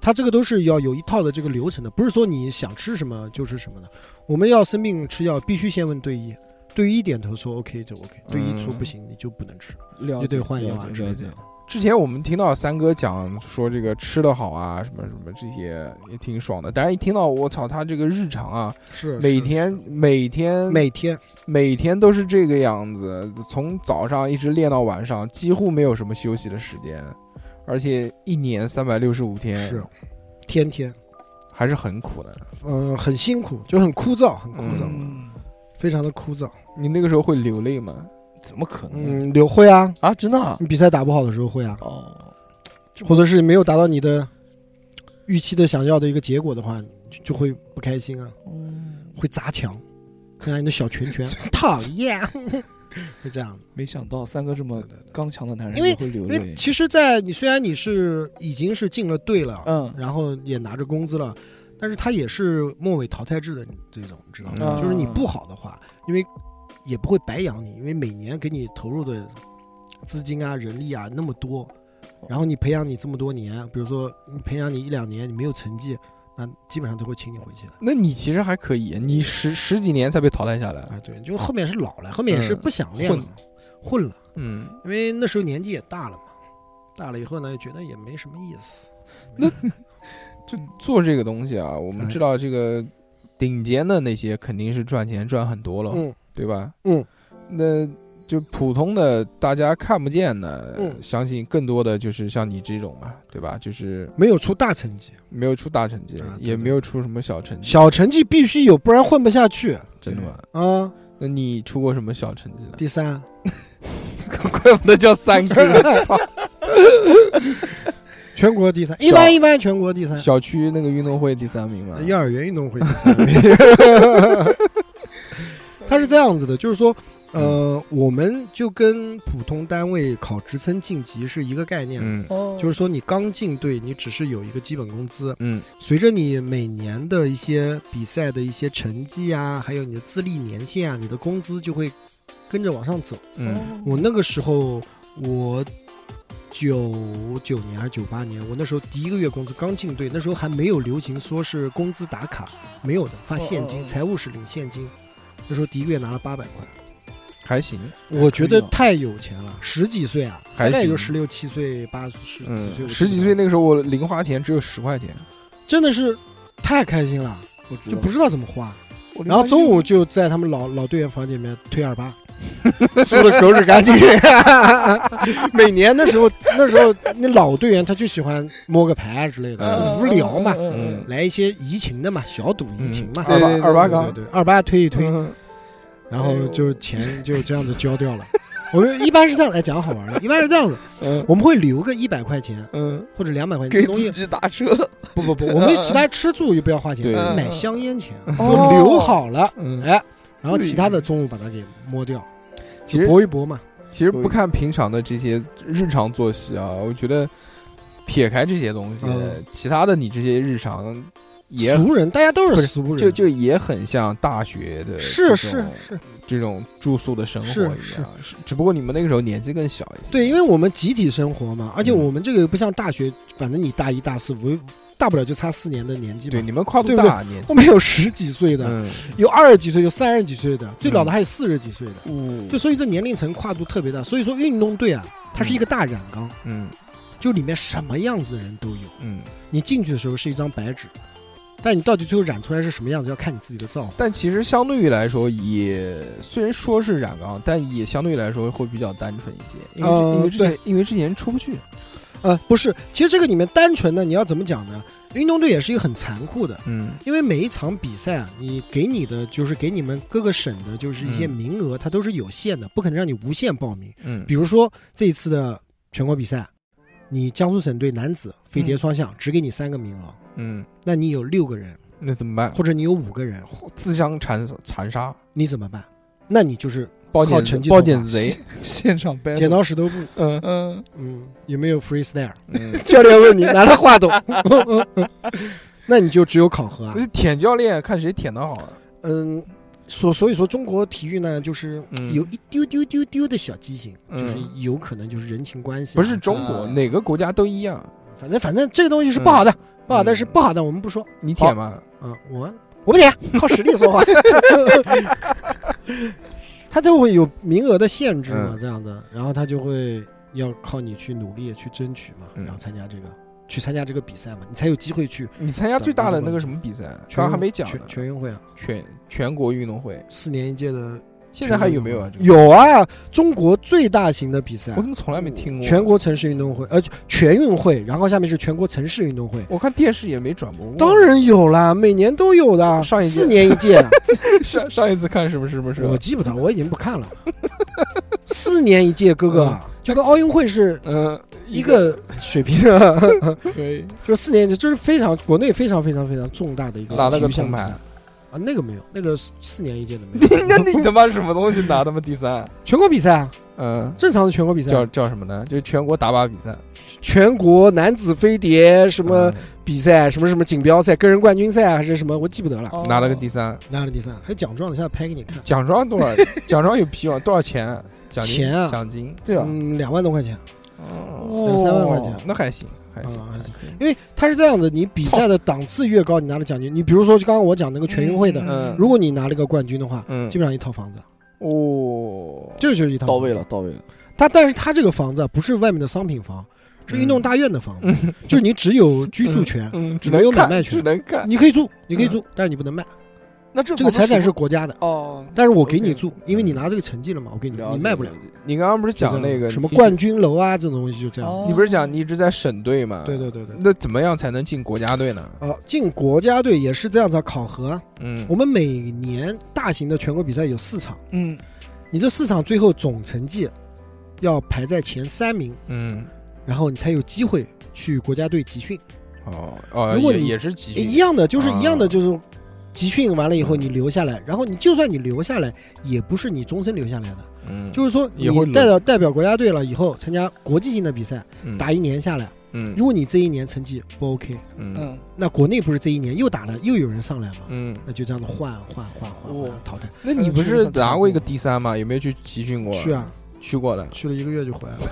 它这个都嗯是要有一套的这个流程的，不是说你想吃什么就吃什么的。我们要生病吃药，必须先问队医，队医点头说 OK 就 OK，队医说
嗯
不行你就不能吃，
了
就
解
得换药啊
了
之
解
类
了
的
解。。
之前我们听到三哥讲说这个吃的好啊，什么什么这些也挺爽的，但是一听到我操，他这个日常啊，
是
每天每天
每天
每天都是这个样子，从早上一直练到晚上，几乎没有什么休息的时间，而且一年三百六十五天
是天天，
还是很苦的。
嗯、很辛苦，就是很枯燥，很枯燥，
嗯，
非常的枯燥。
你那个时候会流泪吗？
怎么可能
嗯，刘会啊，
啊？真的啊
你比赛打不好的时候会啊，
哦，
或者是没有达到你的预期的想要的一个结果的话，就就会不开心啊，
嗯，
会砸墙，看看你的小拳拳，讨
<laughs>
厌， <laughs> 会这样的。
没想到三哥这么刚强的男人
因为
也会流
因为
泪，
其实，在你虽然你是已经是进了啊队了，
嗯
然后也拿着工资了，但是他也是末尾淘汰制的这种，你知道吗？
嗯
就是你不好的话，因为也不会白养你，因为每年给你投入的资金啊、人力啊那么多，然后你培养你这么多年，比如说你培养你一两年，你没有成绩，那基本上都会请你回去的。
那你其实还可以，你十十几年才被淘汰下来。
啊，对，就是后面是老了，后面也是
嗯
不想练了，混了，
嗯，
因为那时候年纪也大了嘛，大了以后呢，觉得也没什么意思。
就做这个东西啊，我们
哎
知道这个顶尖的那些肯定是赚钱赚很多了，
嗯，
对吧？
嗯，
那就普通的大家看不见的，
嗯
相信更多的就是像你这种嘛，对吧？就是
没有出大成绩，
没有出大成绩，
啊对
也没有出什么小成绩，
小成绩必须有，不然混不下去
真的吗？
啊。
那你出过什么小成绩
<laughs>
<laughs> 呢？
第三，
怪不得叫三哥，操！
全国第三，一般一般全国第三，呃
小区那个运动会第三名嘛，
幼儿园运动会第三 <laughs> 名。他是这样子的，就是说，呃，我们就跟普通单位考职称晋级是一个概念。
嗯
哦
就是说，你刚进队，你只是有一个基本工资。
嗯
随着你每年的一些比赛的一些成绩啊，还有你的资历年限啊，你的工资就会跟着往上走。
嗯
我那个时候，我九九年还是九八年，我那时候第一个月工资刚进队，那时候还没有流行说是工资打卡，没有的，发现
哦哦
金，
哦
财务是领现金。那时候第一个月拿了八百块，
还行，
我觉
可以
得
啊
太有钱了，十几岁啊，
还
大
行
概也就十六七岁、八十几岁、
嗯，十几岁
那
那个时候我零花钱只有十块钱，
真的是太开心了，就不知道怎么花。
我零
然后
花钱
中
啊
午就在他们老老队员房间里面推二八，说的狗屎干净。 <laughs> 每年那时候那时候那老队员他就喜欢摸个牌啊之类的，
嗯
无聊嘛，
嗯
来一些怡情的嘛，小赌怡情嘛，
二八
对对对
二八
对对
杠，
对，二八推一推，
嗯
然后就钱就这样子交掉了。我们一般是这样来讲好玩的，一般是这样子，
嗯
我们会留个一百块钱
嗯，
或者两百块钱，这
给
东西
自己打车，
不不不，我们其
<laughs>
他吃住就不要花钱
对，
买香烟钱
哦
我留好了，
嗯
哎，然后其他的中午把它给摸掉，
其实
搏一搏嘛。
其实不看平常的这些日常作息啊，我觉得撇开这些东西
嗯，
其他的你这些日常也
俗人，大家都
不
是
是
俗人，
就就也很像大学的
是
这
是
种
是，
这种住宿的生活一
是
样，是只不过你们那个时候年纪更小一些。
对，因为我们集体生活嘛，而且
嗯
我们这个又不像大学，反正你大一大四无大不了就差四年的年纪
对，
嘛。
你们跨度
对不对
大，年纪
我们有十几岁的，
嗯，
有二十几岁，有三十几岁的，最老的还有四十几岁的，
五
就所以这年龄层跨度特别大。所以说运动队啊，它是一个大染缸，
嗯
就里面什么样子的人都有。
嗯。
你进去的时候是一张白纸，但你到底最后染出来是什么样子，要看你自己的造化。
但其实相对于来说，也虽然说是染缸，但也相对来说会比较单纯一些，因为、
呃
因为之前因为之前出不去。
呃，不是，其实这个里面单纯的你要怎么讲呢？运动队也是一个很残酷的，
嗯
因为每一场比赛啊，你给你的就是给你们各个省的，就是一些
嗯
名额，它都是有限的，不可能让你无限报名。
嗯
比如说这一次的全国比赛，你江苏省队男子飞碟双项只给你三个名额，
嗯，
那你有六个人，
那怎么办？
或者你有五个人，
自相残残杀，
你怎么办？那你就是
包
靠
点
成绩
包
走
点
吧 <laughs>
贼。
现场 battle
剪刀石头布，
呃嗯
嗯，
嗯，有没有 freestyle？
<laughs> 嗯，啊
教练问你拿着话 <laughs> 筒，那你就只有考核啊
那。是舔教练看谁舔的好啊。
嗯，所所以说中国体育呢，就是
嗯
有一丢丢丢丢的小畸形，就是
嗯
有可能就是人情关系
不
啊、
是中国
啊
哪个国家都一样，
反正反正这个东西是不好的，不好的
嗯
是不好的，我们不说。
你舔吗？
嗯，我我不讲，靠实
<laughs>
力说话。他就会有名额的限制
嗯
嘛，这样的，然后他就会要靠你去努力去争取嘛，
嗯
然后参加这个，去参加这个比赛嘛，你才有机会去
你参加最大的那个什么比赛？
全
刚刚
运
还没讲呢
全全运会啊，
全全国运动会，
四年一届的
现在还有没有啊？这个
有啊，中国最大型的比赛啊
我，怎么从来没听过？啊
全国城市运动会，呃，全运会，然后下面是全国城市运动会。
我看电视也没转播过。
当然有啦，每年都有的，
上一届
四年一届的，
上上一次看是不是 <laughs> 是不是？
我记不得，我已经不看了。四年一届，哥哥
嗯，
就跟奥运会是
嗯，
一个水平 <laughs> 的，
可以
就四年一届，这是非常国内非常非常非常重大的一个
拿了个
体育项
铜
目
牌
啊，那个没有，那个四年一届的没
你
有，
<laughs> 那你他妈什么东西拿他妈第三？
全国比赛啊， <laughs>
嗯，
正常的全国比赛啊
叫，叫什么呢？就全国打靶比赛，
全国男子飞碟什
什
么比赛，什么什么锦标赛、个人冠军赛啊还是什么，我记不得了。
拿了个第三，
拿了第三，还奖状，等下拍给你看。
奖状
<laughs>
多少？奖状有皮吗？多少钱？奖金？
钱啊
奖金？对啊，
嗯，两万多块钱，
哦，
两
哦
三万块钱。
那还行，还行，
嗯
还行。
因为它是这样子，你比赛的档次越高，你拿的奖金，你比如说就刚刚我讲那个全运会的，
嗯
如果你拿了个冠军的话，
嗯
基，本上一套房子，
哦，
这就是一套
到
房子
位了，。到位了。
它但是它这个房子啊不是外面的商品房，是运动大院的房子，就是你只有居住权，
嗯，只
没
能
有
看
买卖权
只能看。
你可以住，你可以住，但是你不能卖。
那这
这个
房
财
子
产
什
是
么
国家的，
哦，
但是我给你
OK，
住，因为你拿这个成嗯绩了嘛，我给你，
了
你
解
卖不了。。
你刚刚不是
就
讲
这样
那个
什么
你
冠军楼啊这种东西，就这样。
你不是讲你一直在省队吗？
对对对对。
那怎么样才能进国家队呢？
呃，进国家队也是这样子啊考核啊。
嗯
我们每年大型的全国比赛有四场，
嗯
你这四场最后总成绩要排在前三名，
嗯，
然后你才有机会去国家队集训。
哦哦，
如果
也
你
也是集
一
训，
样的，就是一样的，
啊
就是集训完了以后
嗯
你留下来，然后你就算你留下来，也不是你终身留下来的，
嗯，
就是说你
也会
代
轮
表代表国家队了以后参加国际性的比赛，
嗯
打一年下来，
嗯
如果你这一年成绩不 OK，
嗯
嗯，
那国内不是这一年又打了又有人上来嘛，
嗯，
那就这样子换换换换
哦
换淘汰。
那你不是拿过一个第三吗？有没有去集训过？
去啊，
去过的。
去了一个月就回来了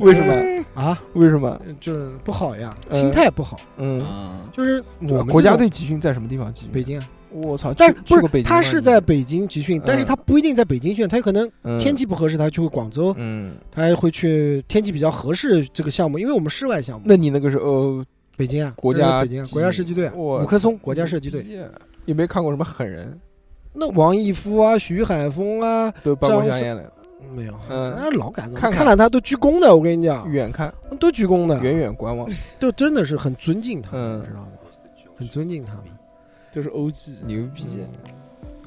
为什么？
啊，
为什么？
就是不好呀，
呃
心态不好。啊
嗯，
嗯
就是我们
国家
这种
队集训在什么地方集训？
北京啊，
我操！
但是
去
不
去过北京
是他
吗
是
你
在北京集训，但是
嗯
他不一定在北京训，他有可能
嗯
天气不合适，他就会广州，
嗯，
他还会去天气比较合适这个项目，因为我们室外项目，
那你那个时呃候
北京啊，
国
那时候
家
北京啊
级
国家射击队啊，
我
五棵松国家射击队，
有没有看过什么狠人？
那王义夫啊，徐海峰啊，
都搬过
张
家
是
宴了，
没有，
嗯
那老感动，
看看
看了他都鞠躬的，我跟你讲，
远看，
都鞠躬的，
远远观 <laughs> 望。
都真的是很尊敬他们，
嗯
你知道吗？很尊敬他们。
就是 OG，
牛逼！
嗯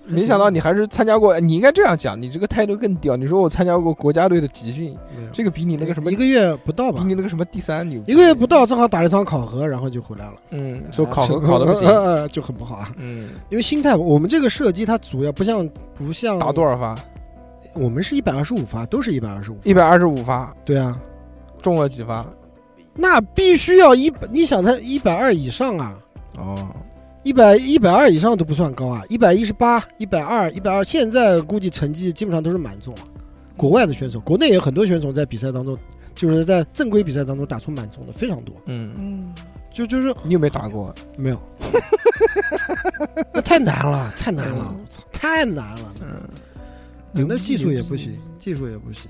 没想到你还是参加过，你应该这样讲，你这个态度更屌。你说我参加过国家队的集训，
没有
这个比你那个什么，
一个月不到
比
吧
你，那个什么第三牛逼。
一个月不到，啊正好打了一场考核，然后就回来了。
嗯，说考核
是
考的不行，
<laughs> 呃就很不好啊。
嗯，
因为心态，我们这个射击它主要不像不像
打多少发？
我们是一百二十五发，都是一百二十五。
一百二十五发，
对啊，
中了几发？
那必须要一百，你想他一百二以上啊，
哦，
一百一百二以上都不算高啊，一百一十八、一百二、一百二，现在估计成绩基本上都是满中啊。国外的选手，国内也有很多选手在比赛当中，就是在正规比赛当中打出满中的非常多。
嗯，
嗯，就就是
你有没有打过？
没有， <laughs> 那太难了，太难了，我操，太难了，
嗯，
那那技术也不行，技术也不行。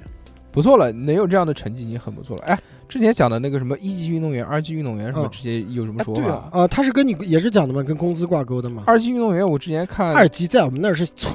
不错了，能有这样的成绩已经很不错了。哎，之前讲的那个什么一级运动员、二级运动员什么，
嗯
直接有什么
哎
说
对
法
啊？
啊，他是跟你也是讲的嘛，跟工资挂钩的嘛。
二级运动员，我之前看
二级在我们那儿是缺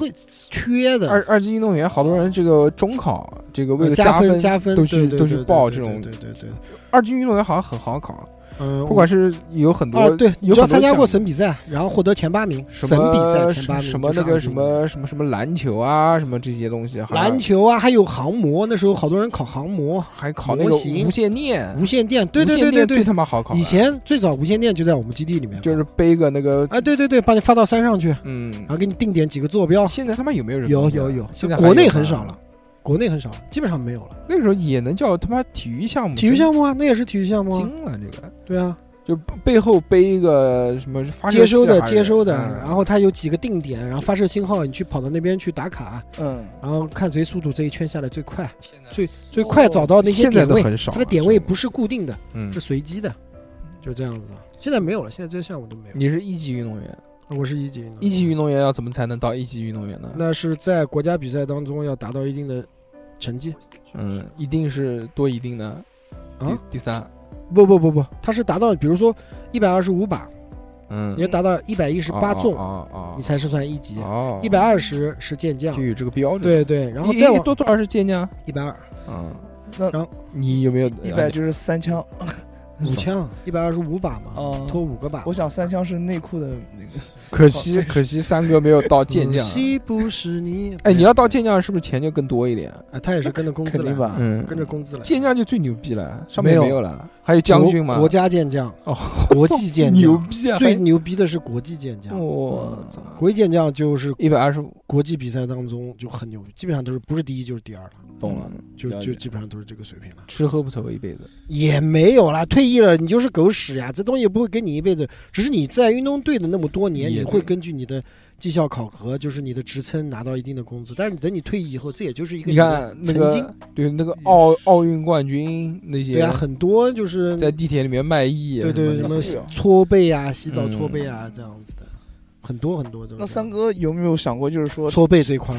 缺的，
二二级运动员，好多人这个中考这个为了
加
分，
加分
都去
对对
都
对
去
对
报
对
这种
对对对对，
二级运动员好像很好考，
嗯，
不管是有很多
啊，对，你
有
只要
很多
参加过
项
省比赛，然后获得前八名，
什
省
么
比赛前
什
八名
什么
就是
那个
二
什
级
么什么什么篮球啊，什么这些东西，好像
篮球啊，还有航模，那时候好多人考航模、
还考那个
模型
无线电，
无线电，对对
无线
对
电
对
最
对，
他妈好考了，
以前最早无线电就在我们基地里面，
就是背个那个
啊，对对对，把你发到山上去，
嗯
然，后给你定点几个坐标，
现在他妈有没有人
有
玩这
有
个
有，
现在还
国内
有
很
吗
少了。，国内很少了，基本上没有了。
那个时候也能叫他妈体育项目，
体育项目啊，那也是体育项目啊，
惊了这个。
对啊，
就背后背一个什么发射
接收
器啊
的
还是
接收的，
嗯
然后它有几个定点，然后发射信号，你去跑到那边去打卡，
嗯，
然后看谁速度这一圈下来最快，最最快找到那
哦
些
现在
点
都
位。
很少了，
它的点位不是固定的，
嗯
是，随机的，就这样子的。现在没有了，现在这些项目都没有。
你是一级运动员，
我是一级运动员
一级运动员要怎么才能到一级运动员呢？
那是在国家比赛当中要达到一定的成绩。
嗯，一定是多一定的，
啊
第第三，
不不不不，它是达到，比如说一百二十五把，
嗯，
你要达到一百一十八重，
哦哦，
你才是算一级。
哦，
一百二十是健将
就，有这个标准，
对对，然后
一
再往
多多少是啊健将？
一百二
嗯，
那
然后
你有没有
一
哎
百就是三枪
五枪，一百二十五把嘛，
哦
拖五个把
我。想三枪是内裤的那个，
可惜可惜三哥没有到健将啊
可。惜不是你，
哎，你要到健将是不是钱就更多一点？
啊，他也是跟着工资
肯
来
定，吧？
嗯，
跟着工资来。
健将就最牛逼了，上面
没有
没有了，还有将军嘛，
国
<laughs>
国家健将，
哦，
国际健将
牛逼啊！
最牛逼的啊嗯是国际健将。
我操，
国际健将就是
一百二十五，
国际比赛当中就很牛逼，基本上都是不是第一就是第二了，
懂了，
就
了解
就基本上都是这个水平了。
嗯吃喝不愁一辈子。
也没有啦，退役了你就是狗屎呀，这东西也不会跟你一辈子。只是你在运动队的那么多年，
也
你会根据你的绩效考核，就是你的职称拿到一定的工资。但是你等你退役以后，这也就是一个
你看那
曾经嗯
个，对那个奥奥运冠军那
对
些
啊，，很多就是
在地铁里面卖艺，啊
对对
什
什
么
么
的
是有
搓背啊、洗澡
嗯
搓背啊这样子的，很多很多都是这样。
那三哥有没有想过，就是说，
搓背这一块，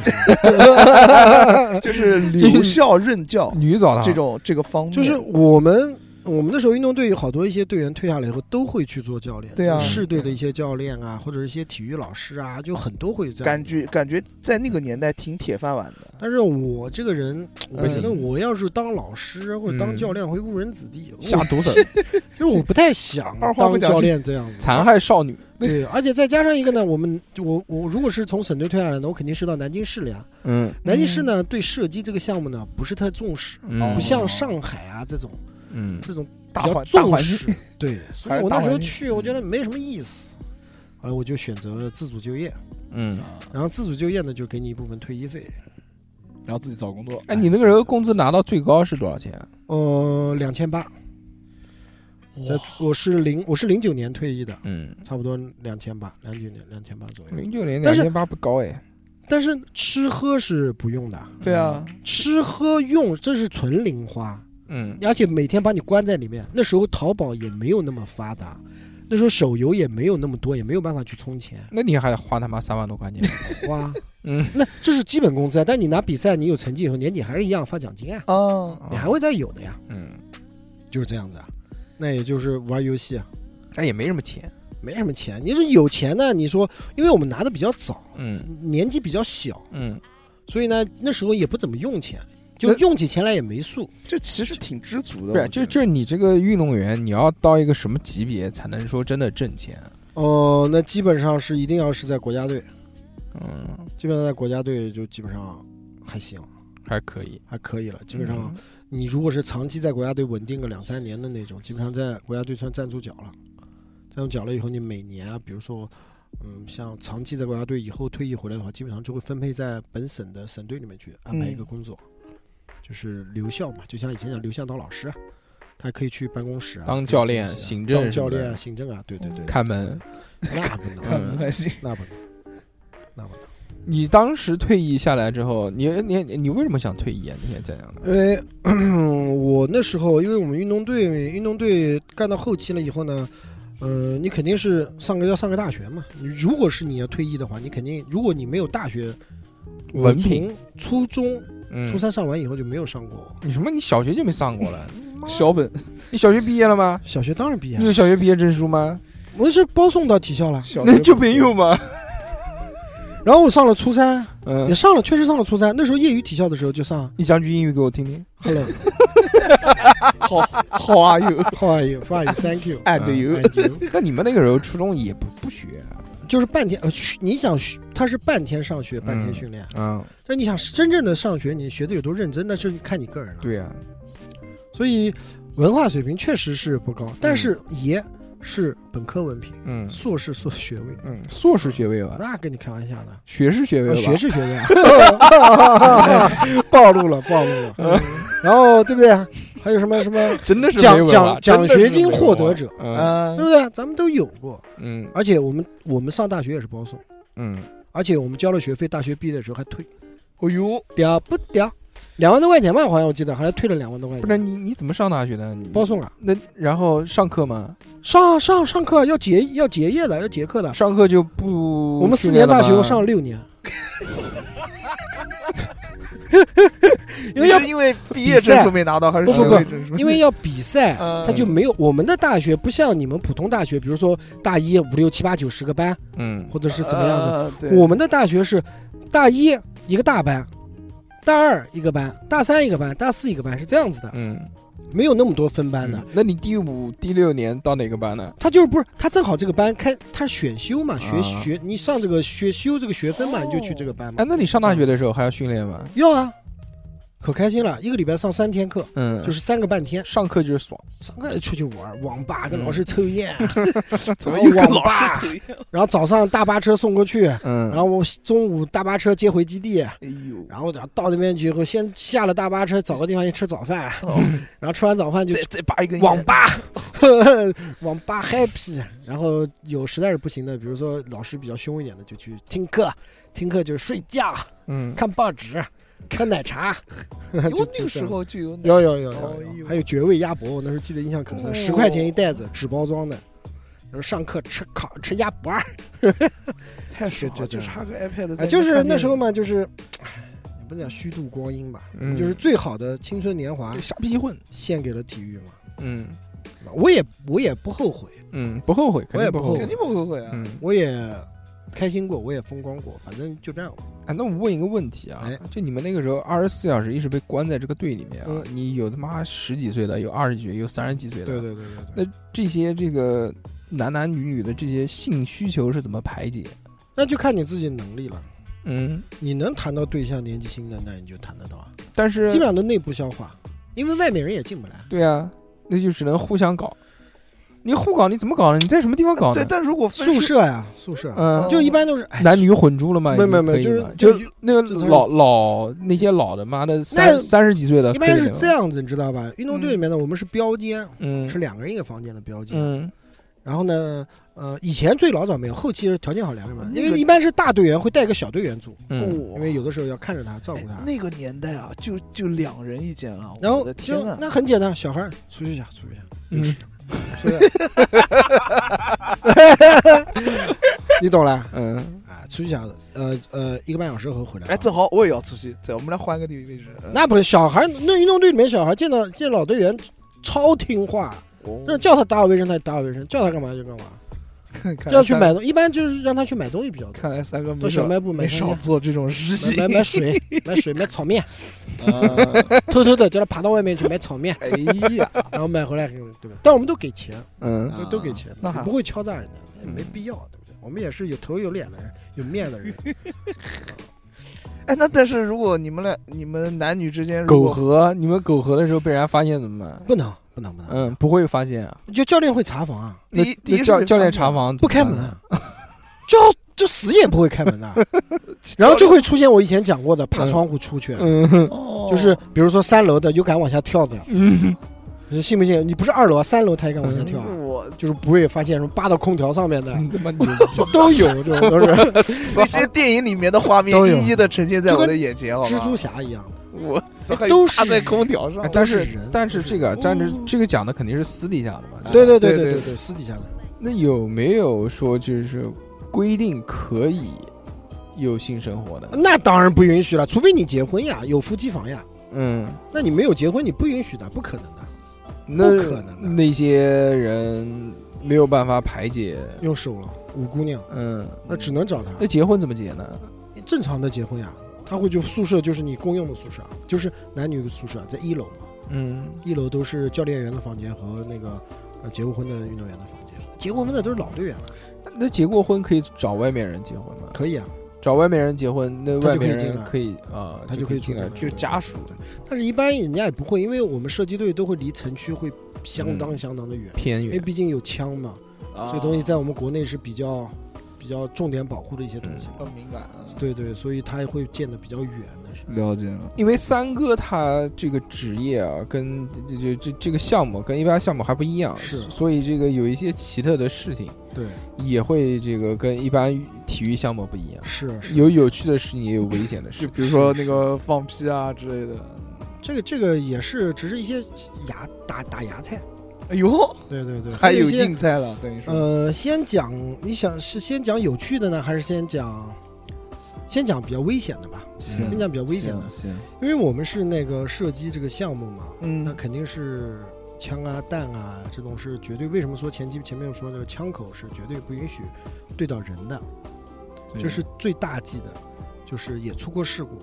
<laughs>
就是留校任教
女澡堂
这，种这个方面？
啊就是我们我们那时候运动队有好多一些队员退下来以后都会去做教练，
对啊
市队的一些教练啊，或者一些体育老师啊，就很多会这样。
感觉感觉在那个年代挺铁饭碗的。
但是我这个人，我
不嗯
觉得
行
我要是当老师啊或者当教练会误人子弟，
下
我
毒手，
<laughs> 就是我不太想
二话不
当
讲
教练这样子。
残害少女。
对，而且再加上一个呢，我们就我我如果是从省队退下来呢，我肯定是到南京市了呀。
嗯
南京市呢对射击这个项目呢不是太重视，
嗯，
不像上海啊这种
嗯，
这种
大
比较
环大
重
环
视
境，
对，所
还
以
是
我
大
那时候
环境
去，我觉得没什么意思。后来我就选择了自主就业，
嗯。
然后自主就业呢，就给你一部分退役费，
然后自己找工作。
哎，你那个时候工资拿到最高是多少钱？
呃，两千八。呃我是零，我是零九年退役的，
嗯，
差不多两千八，两九年两千八左
嗯
右。
零九年两
但是
千八不高哎。
但是吃喝是不用的，
对啊，
吃喝用这是纯零花，
嗯，
而且每天把你关在里面。那时候淘宝也没有那么发达，那时候手游也没有那么多，也没有办法去充钱。
那你还花他妈三万多块钱？
哇，
嗯，
那这是基本工资啊。但你拿比赛，你有成绩以后，年底还是一样发奖金啊，
啊，
你还会再有的呀，
嗯，
就是这样子啊。那也就是玩游戏啊，
但也没什么钱。
没什么钱。你是有钱呢，你说，因为我们拿的比较早，
嗯
年纪比较小，
嗯，
所以呢，那时候也不怎么用钱，就
那
用起钱来也没数。
这其实挺知足
不
的。我
啊
是，啊
觉
就
得
就是你这个运动员，你要到一个什么级别才能说真的挣钱？
哦、那基本上是一定要是在国家队，
嗯，
基本上在国家队就基本上还行，
还可以。嗯
还可以了。基本上你如果是长期在国家队稳定个两三年的那种，基本上在国家队算站住脚了。站住脚了以后，你每年啊，比如说，嗯，像长期在国家队以后退役回来的话，基本上就会分配在本省的省队里面去安排一个工作，就是留校嘛，就像以前讲留校当老师，啊他可以去办公室啊，
当
可以
教
这
练
些啊
行政
当
什
教
么的
练、行政啊，对对对，
看门。
那不能，
<laughs> 嗯
还行。
那不能，那不能。
你当时退役下来之后，你你你为什么想退役啊？你也讲讲
因为嗯我那时候，因为我们运动队运动队干到后期了以后呢，呃，你肯定是上个要上个大学嘛。如果是你要退役的话，你肯定如果你没有大学
文凭，，
我从初中
嗯
初三上完以后就没有上过。
你什么？你小学就没上过
<laughs>
了？
小本
你小学毕业了吗？
小学当然毕业
你有
了，
嗯小学毕业证书吗？
我是包送到体校了。
小
那
学
就
本
没有嘛。
然后我上了初三，也
嗯，
上了，确实上了初三。那时候业余体校的时候就
<laughs>
上
你讲句英语给我听听。
Hello
好好啊，有
How are you Fine Thank you
爱的有
and you
<laughs> 那你们那个时候初中也不不学啊
就是半天，呃，嘘你想嘘他是半天上学，半天
嗯
训练。
啊？
那你想真正的上学，你学的有多认真，那是看你个人了。
对啊呀，
所以文化水平确实是不高，但是也是本科文凭，
嗯
硕士硕士学位，
嗯，硕士学位吧，
那跟你开玩笑呢？
学士学位
呃
吧，
学士学位啊， <laughs> 暴露了，暴露了。嗯然后对不对？还有什么什么， <laughs>
真的是
奖
没文化
奖奖
真的是
学金
没文
获
化
得者
嗯
啊
对不，对？咱们都有过，
嗯
而且我们我们上大学也是包送，
嗯，
而且我们交了学费，大学毕业的时候还退，
哦呦，
屌不屌？两万多块钱吧，好像我记得，好像退了两万多块
不是
钱，
你你怎么上大学的？你
包送了。
那然后上课吗？
上上上课要结要结业了，要结课了。
上课就不
我们四
训练
年
了
大学，
吗
我上了六年，因
因
为
为
要
因为毕业证书没拿到，还是
不不不
学位证书？
<laughs> 因为要比赛，
嗯
他就没有我们的大学不像你们普通大学，比如说大一五六七八九十个班，
嗯
或者是怎么样子。
子
我们的大学是大一一个大班，大二一个班，大三一个班，大四一个班，是这样子的，
嗯
没有那么多分班的
嗯。，那你第五第六年到哪个班呢？
他就是不是他正好这个班开他是选修嘛，学
啊
学你上这个学修这个学分嘛，你就去这个班
哦
嘛
哎，。那你上大学的时候还要训练吗？
要啊，可开心了，一个礼拜上三天课，
嗯，
就是三个半天。
上课就是爽，
上课出去玩儿，网吧跟
嗯
老师抽烟，啊
<laughs> 怎么
然后
又跟
网
老
吧啊
师，抽烟？
然后早上大巴车送过去，啊
嗯，
然后我中午大巴车接回基地，啊
哎呦，
然后到那边去以后，先下了大巴车，找个地方先吃早饭，啊 <laughs> 然后吃完早饭就
哦再再拔一根烟
网吧，呵呵 <laughs> 网吧 happy，然后有实在是不行的，比如说老师比较凶一点的，就去听课，听课就是睡觉、
嗯，
看报纸、喝奶茶，呵
我
呵就
那个时。
就这样
候就有那
有有有
哦
有
哎呦
有，还有绝味鸭脖，我那时候记得印象可深，十块钱一袋子，纸包装的。然后上课吃烤吃鸭脖儿，
太爽
这
了，
这
就差个 iPad，
哎
在
就是
看
那
电
时候
影
嘛，就是，唉也不能讲虚度光阴吧，
嗯
就是最好的青春年华
傻逼混，
献给了体育嘛。
嗯
我也我也不后悔，
嗯，不后悔，肯
我也
定
不
后
后
悔
肯，定不后悔啊。
嗯。
我也开心过，我也风光过，反正就这样吧。
哎，那我问一个问题啊
哎，
就你们那个时候二十四小时一直被关在这个队里面啊，你有他妈十几岁的，有二十几岁，有三十几岁的，
嗯对对对对对。
这些这个男男女女的这些性需求是怎么排解？
那就看你自己能力了，
嗯，
你能谈到对象年纪轻的，那你就谈得到啊，
但是
基本上都内部消化，因为外面人也进不来。
对啊，那就只能互相搞。你互搞你怎么搞呢？你在什么地方搞呢
对，？但如果分
宿舍呀，宿舍
嗯，
就一般都是哎
男女混住了吗？
没有没有没
可
有
以
就是
吗
就
就那个
就
老老那些老的妈的
那
三三十几岁的，
一般是
可以的
这样子，你知道吧？运动队里面呢，我们是标间，
嗯
是两个人一个房间的标间。
嗯
然后呢，呃，以前最老早没有，后期是条件好两个人嘛，
那
因
个
为一般是大队员会带个小队员组，
嗯，
因为有的时候要看着他照
哦哎
顾他。
那个年代啊，就就两人一间啊，
然
我
后
的天
就
呐，
那很简单，小孩儿出去一下，出去一下，
嗯
就是出去一下，你懂了
嗯，
啊？出去一下，呃呃，一个半小时后回来。
哎，正好我也要出去，走，我们来换个地理位置。嗯
那不是小孩儿，那运动队里面小孩儿见到见老队员超听话，那
哦
叫他打扫卫生他就打扫卫生，叫他干嘛就干嘛，
看
要去
来三，
买东，一般就是让他去买东西比较多，
看来三哥没
到小
少
卖部买
没
香
少
烟。
做这种事情
买。买
<laughs>
买水，买水，买炒面，
啊
偷偷的叫他爬到外面去买炒
<laughs>
面，
哎呀，
然后买回来给我，对吧？但我们都给钱，
嗯
啊
都都给钱，
那
也
还
不会敲诈人家，那也没
嗯
必要，对不对？我们也是有头有脸的人，有面
<laughs>
的人，
哎，那但是如果你们俩你们男女之间如
苟
果
合，你们苟合的时候被人家发现怎么办？
不能不能不能，
嗯，不会发现啊。
就教练会查房啊，
第
那
一第一
那
是
教
被
教练
发现
查房
不开门，啊， <laughs> 就就死也不会开 <laughs> 门的，啊然后就会出现我以前讲过的爬窗户出去，
嗯
哦
就是比如说三楼的有敢往下跳的，
嗯
你信不信？你不是二楼啊，三楼他也敢往下跳啊，
我
就是不会发现什么扒到空调上面的，
真 <laughs> 他妈牛逼！
都有这种 <laughs> 都是
那些电影里面的画面
都有
一一的呈现在我的眼前，好吧？
蜘蛛侠一样的。
我操
哎都是
还搭在空调上
哎，但是
都是人
但是
都是
这个，
人
但是这个讲的肯定是私底下的嘛。
对
对吧
对
对
对
对
对，私底下的。
那有没有说就是规定可以有性生活的？
那当然不允许了，除非你结婚呀，有夫妻房呀。
嗯，
那你没有结婚，你不允许的，不可能的。
那
不可能的
那些人没有办法排解。
用手了，五姑娘，
嗯，
那只能找她。
那结婚怎么结呢？
正常的结婚呀，他会就宿舍就是你公用的宿舍，啊就是男女宿舍，在一楼嘛，
嗯，
一楼都是教练员的房间和那个呃结过婚的运动员的房间。结过婚的都是老队员了，
那结过婚可以找外面人结婚吗？
可以啊。
找外面人结婚，那
他
外
就可以
面
进
人
来
可以啊，
他
就
就可以
进来，
住
就
进来
家属
但是一般人家也不会，因为我们射击队都会离城区会相当
嗯
相当的远，
偏
因为
远。啊
毕竟有枪嘛，哎这个东西在我们国内是比较比较重点保护的一些东西。
嗯
很敏感啊。
对对，所以他也会建的比较远的是。
了解了，
因为三哥他这个职业啊，跟这这这这个项目跟一般项目还不一样，
是
所以这个有一些奇特的事情
对，
也会这个跟一般体育项目不一样，
是是。
有有趣的事情，也有危险的事
就
情。
比如说
是
那
是
个放屁啊之类的。
这个这个也是，只是一些芽打打芽菜。
哎呦，
对对对，
<laughs> 还有
一些
硬菜了，等于说
呃，先讲你想是先讲有趣的呢，还是先讲先讲比较危险的吧？
嗯
行
先讲比较危险的
行，行，
因为我们是那个射击这个项目嘛，那
嗯，
肯定是枪啊、弹啊这种是绝对。为什么说前期前面说这个枪口是绝对不允许对到人的，
对
这是最大忌的，就是也出过事故，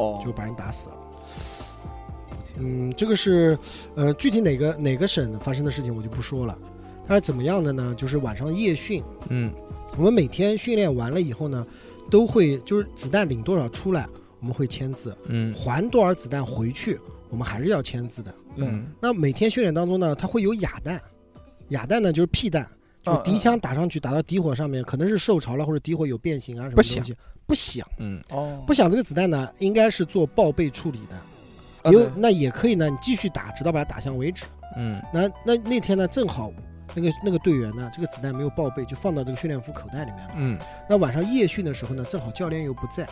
哦，
就把人打死了。嗯，这个是，呃，具体哪个哪个省发生的事情我就不说了。它是怎么样的呢？就是晚上夜训，
嗯，
我们每天训练完了以后呢，都会就是子弹领多少出来，我们会签字，
嗯
还多少子弹回去，我们还是要签字的。
嗯
那每天训练当中呢，它会有哑弹，哑弹呢就是屁弹，就
嗯
是敌枪打上去打到敌火上面，可能是受潮了或者敌火有变形啊什么
不
东
响
西，不响，
嗯
哦，
不响。这个子弹呢，应该是做报备处理的。
啊
有
对
那也可以呢，你继续打，直到把它打响为止。
嗯
那那那天呢，正好那个那个队员呢，这个子弹没有报备，就放到这个训练服口袋里面了。
嗯，
那晚上夜训的时候呢，正好教练又不在，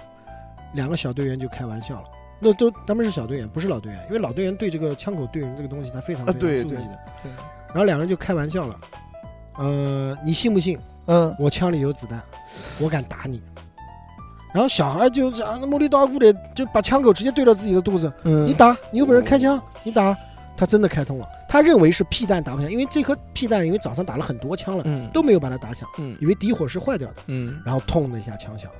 两个小队员就开玩笑了。那都他们是小队员，不是老队员，因为老队员对这个枪口对人这个东西他非常
啊
非常注
对
意的。
对对
然后两人就开玩笑了，呃，你信不信
嗯，
我枪里有子弹，我敢打你？然后小孩就是啊，那茉莉刀咕的就把枪口直接对着自己的肚子，你
嗯，
打，你有本事开枪，你打。他真的开通了，他认为是屁弹打不响，因为这颗屁弹因为早上打了很多枪了，
嗯
都没有把它打响，
嗯
以为敌火是坏掉的，
嗯
然后痛的一下枪响了。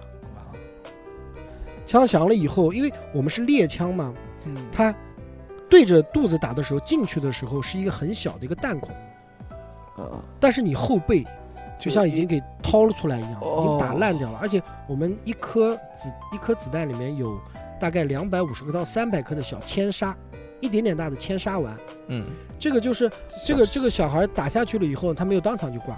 枪响了以后，因为我们是猎枪嘛，
嗯
它对着肚子打的时候，进去的时候是一个很小的一个弹孔，
啊
嗯
但是你后背就像已经给掏了出来一样，已经打
哦
烂掉了。而且我们一颗子一颗子弹里面有大概两百五十克到三百克的小铅沙，一点点大的铅沙丸。
嗯，
这个就是这个这个小孩打下去了以后，他没有当场就挂，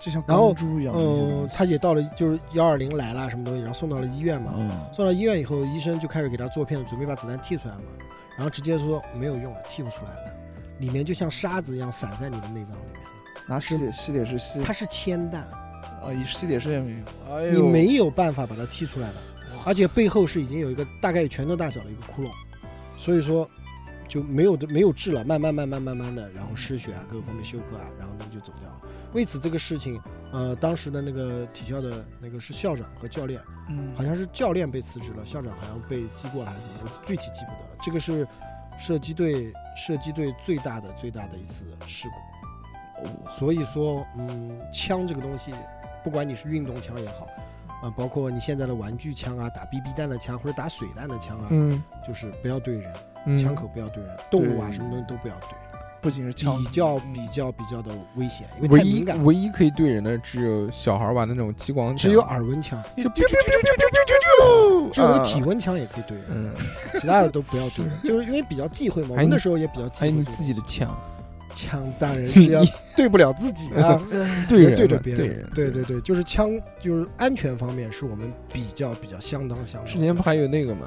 就像
然后
钢珠一样的那
嗯
种，
他也到了就是幺二零来了什么东西，然后送到了医院嘛，
嗯，
送到医院以后，医生就开始给他做片子，准备把子弹剔出来嘛，然后直接说没有用了，剔不出来的，里面就像沙子一样散在你的内脏里面，
拿吸铁吸铁石吸
它是铅弹，
啊，以吸铁石也没用，哎
你
呦，
没有办法把它剔出来的，而且背后是已经有一个大概有拳头大小的一个窟窿，所以说。就没有没有治了，慢慢慢慢慢慢的，然后失血啊，各个方面休克啊，然后呢就走掉了。为此这个事情，呃，当时的那个体校的那个是校长和教练，
嗯
好像是教练被辞职了，校长好像被记过了还是怎么，我具体记不得了。这个是射击队射击队最大的最大的一次事故。所以说，嗯，枪这个东西，不管你是运动枪也好，啊、包括你现在的玩具枪啊，打 BB 弹的枪或者打水弹的枪啊，
嗯
就是不要对人，
嗯
枪口不要对人，动物啊
对
什么东西都不要对，
不仅是枪
比较比较比较的危险，因为
唯
太敏
一
感了。
唯一可以对人的只有小孩玩的那种激光枪，
只有耳温枪，
就啾啾啾啾啾啾啾，
只有那个体温枪也可以对人。 <laughs>
嗯，
其他的都不要对人，就是因为比较忌讳嘛。我
哎
们
你
那时候也比较忌
还有
讳
你
对
自己的枪，
枪当
<laughs>
然是要对不了自己啊，
对人
对着
嘛
别
对
人，对对对，就是枪就是安全方面是我们比较比较相当相
之前不还有那个嘛？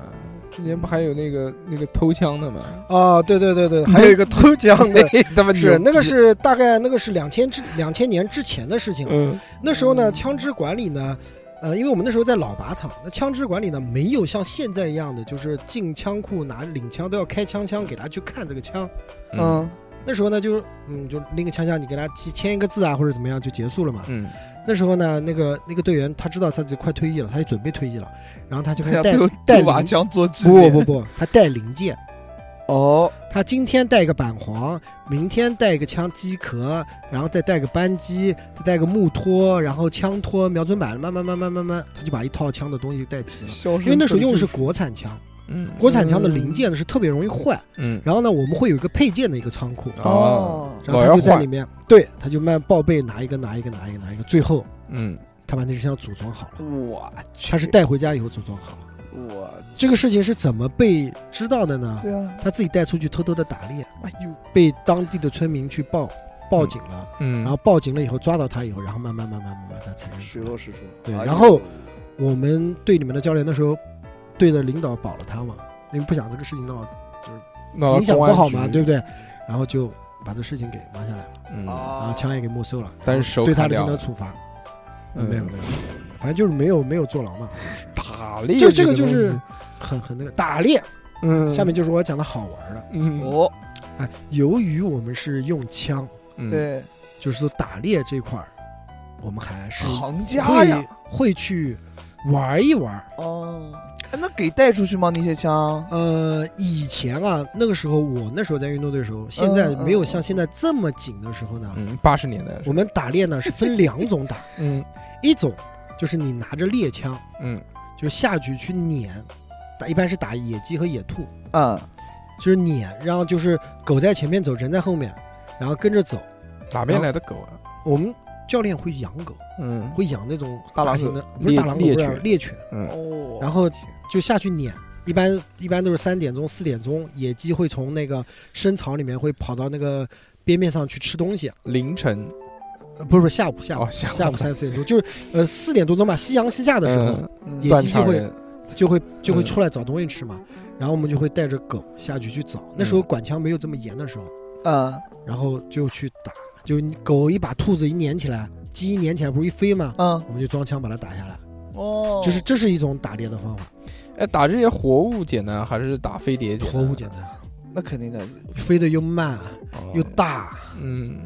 之前不还有那个那个偷枪的嘛？，
啊，对对对对，还有一个偷枪的
他妈牛
是
逼
那个是大概那个是两千之两千年之前的事情了，
嗯
那时候呢，枪支管理呢，呃，因为我们那时候在老靶场，那枪支管理呢没有像现在一样的，就是进枪库拿领枪都要开枪枪给他去看这个枪。
嗯，
那时候呢，就是嗯，就拎个枪枪，你给他签签一个字啊，或者怎么样就结束了嘛。
嗯，
那时候呢，那个那个队员他知道他自己快退役了，他就准备退役了，然后他就
他
开始
<laughs> 要
带
丢
带
丢把
零
枪做纪
不
念。
不不，他带零件。
哦，
他今天带一个板簧，明天带一个枪机壳，然后再带个扳机，再带个木托，然后枪托、瞄准板，慢慢慢慢慢慢，他就把一套枪的东西带齐了。
消失
因为那时候用的是国产枪，
嗯，
国产枪的零件呢是特别容易坏。
嗯，
然后呢，我们会有一个配件的一个仓库，
啊
哦
然后他就在里面，对，他就慢报备拿一个拿一个拿一个拿一个，最后
嗯，
他把那支枪组装好了，
我去，
他是带回家以后组装好了。
我
这个事情是怎么被知道的呢？
对啊，
他自己带出去偷偷的打猎，
哎呦，
被当地的村民去报报警了。
嗯，
然后报警了以后抓到他以后，然后慢慢慢慢慢慢他才认
实
出
哦
说
来。
实说。
对
哎呦
然后我们队里面的教练那时候队的领导保了他嘛，因为不想这个事情闹
闹到
影响
哦公
不
安
好
局
嘛，对不？对？然后就把这事情给瞒下来了，
嗯，
然后
啊，
枪也给没收了，
但是手
对他
砍
进
掉
行
了
了处罚。嗯没有没有，反正就是没有没有坐牢嘛，
打猎
就这个就
东
是
西
很很那个打猎。
嗯，
下面就是我讲的好玩的，
嗯
哦，
哎，由于我们是用枪，
嗯，
对，
就是说打猎这块儿，我们还是
行家呀
会，会去玩一玩。
哦，哎那给带出去吗？那些枪？
呃，以前啊，那个时候我那时候在运动队的时候，现在没有像现在这么紧的时候呢，
嗯，八十年代的时
我
候，
们打猎呢是分两种打，
嗯
一种就是你拿着猎枪
嗯
就下去去撵，打一般是打野鸡和野兔，
嗯，
就是撵，然后就是狗在前面走，人在后面，然后跟着走。
哪边来的狗啊？
我们教练会养狗，
嗯
会养那种
大
大
狼
型
狗
的，不是
猎
大狼狗，
猎
不是
犬
猎犬，
嗯
哦
然后就下去撵。一般一般都是三点钟、四点钟，野鸡会从那个深草里面会跑到那个边边上去吃东西。
凌晨
呃不是不是下午下午、
哦，下
下午三四点钟，就是呃四点多钟吧，夕阳西下的时候，
嗯
嗯
也
断
鸡
肠
会
人
就会就
嗯
会出来找东西吃嘛。然后我们就会带着狗下去去找。那时候管枪没有这么严的时候，
嗯
然后就去打，就是你狗一把兔子一撵起来，鸡一撵起来不是一飞吗？
嗯，
我们就装枪把它打下来，
哦
就是这是一种打猎的方法，
哎，打这些活物简单还是打飞碟简单？
活物简单，
那肯定的，
飞得又慢啊
哦
又大，
嗯，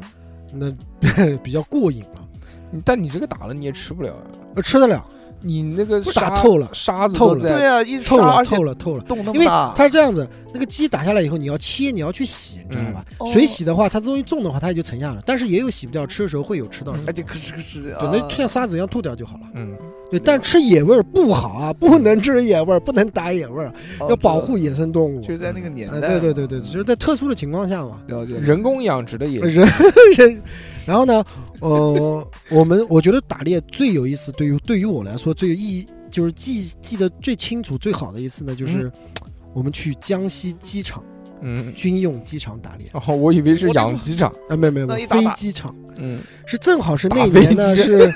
那 <laughs> 比较过瘾嘛。
你但你这个打了你也吃不了啊，
呃，吃得了，
你那个
不打
沙
透了
沙子都
透了
对
在
啊，一
透
杀
了，
而且
透了，透了。
洞那
因
么
为
大，
它是这样子，那个鸡打下来以后，你要切，你要去洗，你知道吧？
嗯
水洗的话，它这东西重的话，它也就沉下了。但是也有洗不掉，吃的时候会有吃到的。
哎，就咯吱咯吱的，
对，
啊
那就像沙子一样吐掉就好了。
嗯，
对，但吃野味儿不好啊，不能吃野味儿，不能打野味儿，
哦
要保护野生动物。
就是在那个年
哎，
代，
对对对对，就是在特殊的情况下嘛。
了解，
人工养殖的也
呃人人，然后呢，呃，我们我觉得打猎最有意思，对于对于我来说最有意义，就是记记得最清楚、最好的一次
嗯
呢，就是我们去江西机场
嗯，
军用机场打猎
哦，我以为是养鸡场，
啊，没有没有，
那
没
一
有
打
飞
打
机场
嗯，
是正好是
打
那
飞
年呢
<laughs>
机
是。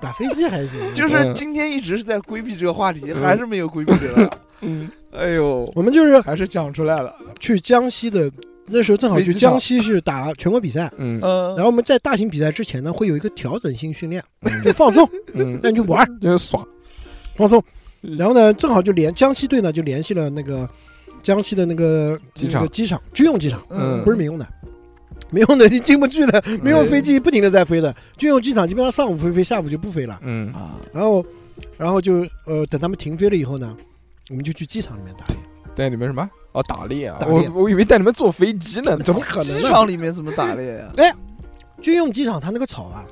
打飞机还行，
嗯
就是今天一直是在规避这个话题，还是没有规避这个，
嗯，
哎呦，
我们就是
还是讲出来了，
去江西的，那时候正好
飞
去
机场
江西去打全国比赛，
嗯
嗯，
然后我们在大型比赛之前呢，会有一个调整性训练，就放松，
嗯，
带你去玩儿
就是爽，
放松。然后呢，正好就联江西队呢就联系了那个江西的那个
机
那
场
个机场军用机场，
嗯
不是民用的，民用的你进不去的，民用飞机不停的在飞的，军用机场基本上上午飞飞，下午就不飞了。
嗯
啊，
然后，然后就呃等他们停飞了以后呢，我们就去机场里面打猎，
带你们什么？哦，打猎啊！
打猎
我我以为带你们坐飞机呢，
怎么可能啊
机
呢？
场里面怎么打猎呀？
军用机场它那个草啊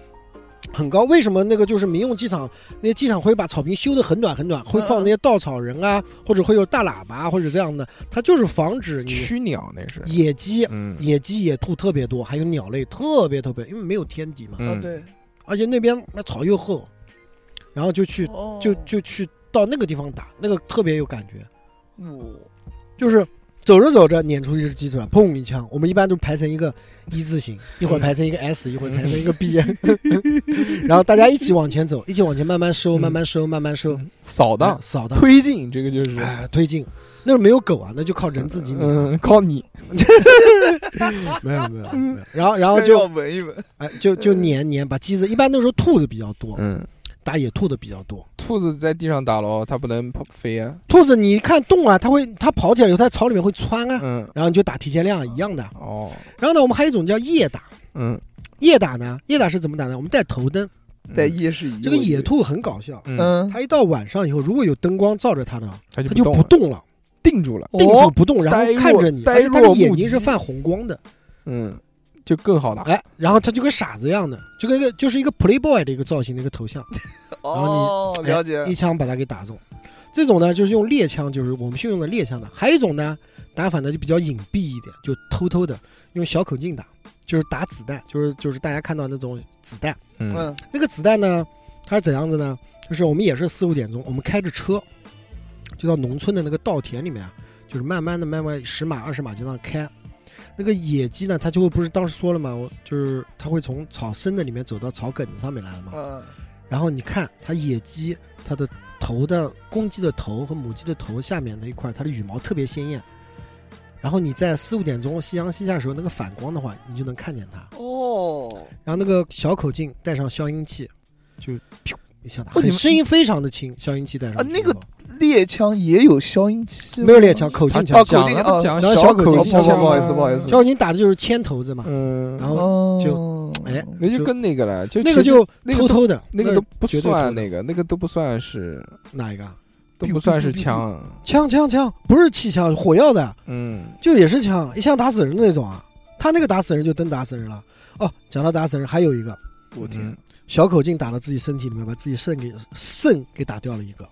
很高，为什么那个就是民用机场那些机场会把草坪修得很短很短，会放那些稻草人啊，或者会有大喇叭啊或者这样的，它就是防止你
驱鸟那是？
野鸡、
嗯
野鸡、野兔特别多，还有鸟类特别特别，因为没有天敌嘛，
啊，
嗯，
对，
而且那边那草又厚，然后就去
哦
就就去到那个地方打，那个特别有感觉。
哦
就是走着走着撵出一只鸡出来，砰一枪。我们一般都排成一个一字形，一会儿排
<laughs>
成一个 S，一会儿排成一个 B，然后大家一起往前走，一起往前慢慢收，慢慢收，慢慢收，
嗯
哎
扫荡、
扫荡，
推进，这个就是，
嗯哎，推进。那是没有狗啊，那就靠人自己撵。
嗯，靠你，
没有没有没有。然后然后就
要闻一闻，
哎就就撵撵，把鸡子一般那时候兔子比较多，
嗯，
打野兔的比较多。
兔子在地上打咯，它不能跑飞啊，
兔子你一看动啊，它会它跑起来以后，它在草里面会窜啊，
嗯，
然后你就打提前量一样的。
哦，
然后呢，我们还有一种叫夜打，
嗯，
夜打呢，夜打是怎么打呢？我们带头灯，
带夜视仪。
这个
我觉
野
得，
兔很搞笑，
嗯，
嗯，
它一到晚上以后，如果有灯光照着它呢，
它就
它就
动
不
了，
动了，
定住了，
定住
哦
不动，然
呆
后
若
看着你，
呆
而且它的
若木
眼睛是
鸡
泛红光的，
嗯，就更好打，
哎，然后它就跟傻子一样的，就跟一个就是一个 Playboy 的一个造型的一个头像，
哦，
哎
了解
啊
一。枪把它给打中。这种呢，就是用猎枪，就是我们训用的猎枪的。还有一种呢，打法呢就比较隐蔽一点，就偷偷的用小口径打，就是打子弹，就是就是大家看到那种子弹。
嗯
嗯，
那个子弹呢，它是怎样子呢？就是我们也是四五点钟，我们开着车，就到农村的那个稻田里面啊，就是慢慢的、慢慢十码、二十码就那样开。那个野鸡呢，它就会不是当时说了嘛，我就是它会从草深的里面走到草梗子上面来了嘛。
嗯，
然后你看它野鸡，它的头的公鸡的头和母鸡的头下面那一块，它的羽毛特别鲜艳。然后你在四五点钟夕阳西下的时候，那个反光的话，你就能看见它。
哦，
然后那个小口径带上消音器，就噗一下打，
哦你
很
们
声音非常的轻，消音器带上
啊
去
那
以后
个猎枪也有消音器吗，
没有猎枪，口
它
径
哦
枪，
口径
讲了
哦
讲
然后
小
小口
径
啊径
不不
枪
不好意
啊
思不好意思
消音器打的就是铅头子嘛，
嗯，
然后
哦，
嗯
哎
那就
就
跟那个了，就
那个
其实
就
那个
偷
都
偷的，
那个都不
绝对偷
算
的
那个，那个都不算是，
哪一个？
都不算是枪，
枪枪枪，不是气枪，火药的，
嗯，
就也是枪，一枪打死人的那种啊。他那个打死人就真打死人了。哦，讲到打死人，还有一个
我
嗯
天，
小口径打到自己身体里面，把自己肾给肾给打掉了一个，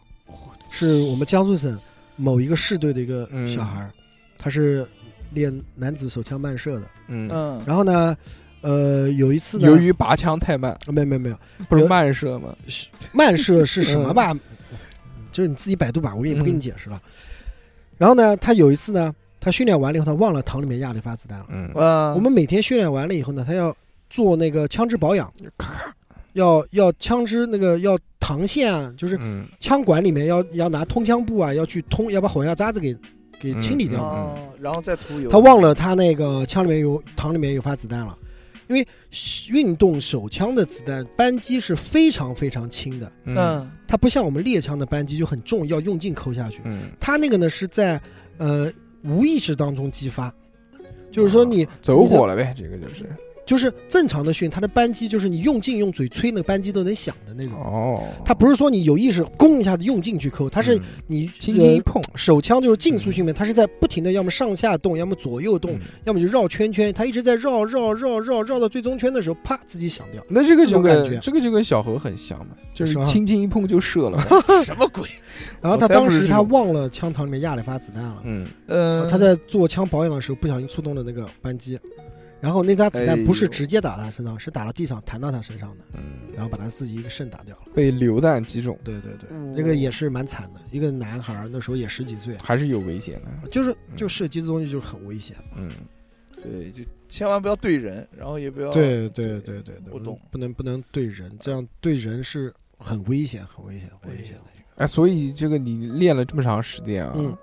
是我们江苏省某一个市队的一个
嗯
小孩儿，他是练男子手枪慢射的。
嗯，嗯，
嗯，
然后呢，呃，有一次呢，
由于拔枪太慢，
没有没有没有
不是
由
慢射吗？
慢射是什
<laughs>
么吧？就是你自己百度吧，我也不给你解释
嗯
了。然后呢，他有一次呢，他训练完了以后，他忘了膛里面压了一发子弹了。
嗯，
啊，
我们每天训练完了以后呢，他要做那个枪支保养，要要枪支那个要膛线啊，就是
嗯，
枪管里面要要拿通枪布啊，要去通，要把火药渣子给给清理掉。
嗯
哦，然后再涂油，
他忘了他那个枪里面有膛里面有发子弹了，因为运动手枪的子弹扳机是非常非常轻的，
嗯，
嗯，
它不像我们猎枪的扳机就很重，要用劲扣下去。
嗯，
它那个呢是在呃无意识当中激发，就是
啊
说你
走火了呗，这个就是，
就是正常的训，它的扳机就是你用劲用嘴吹，那个扳机都能响的那种。
哦，
它不是说你有意识咣一下子用劲去抠，它是
嗯
你
轻轻一
呃
碰，
手枪就是竞速训练，它是在不停的要么上下动，要么左右动，
嗯
要么就绕圈圈，它一直在绕绕绕绕绕到最终圈的时候，啪自己响掉。
那这个就
这种感
跟
觉
这个就跟小何很像嘛，就是
是吧
轻轻一碰就射了嘛，
<laughs>
什么鬼？
然后他
我才不
当
是
时
这
他
种
忘了枪膛里面压了一发子弹了，
嗯，
嗯，
哦他在做枪保养的时候不小心触动了那个扳机，然后那发子弹不
哎
是
呦
直接打他身上，是打到地上弹到他身上的，
嗯
然后把他自己一个肾打掉了。
被榴弹击中
对对
哦
对，
嗯
那个也是蛮惨的，一个男孩儿那时候也十几岁，
还是有危险的，
就是就射击这东西就是很危险。
嗯，
对，就千万不要对人，然后也不要
对呃对对对对，
我懂，
不能不能对人，这样对人是很危险、很危险、很危险的。
哎，所以这个你练了这么长时间啊，
嗯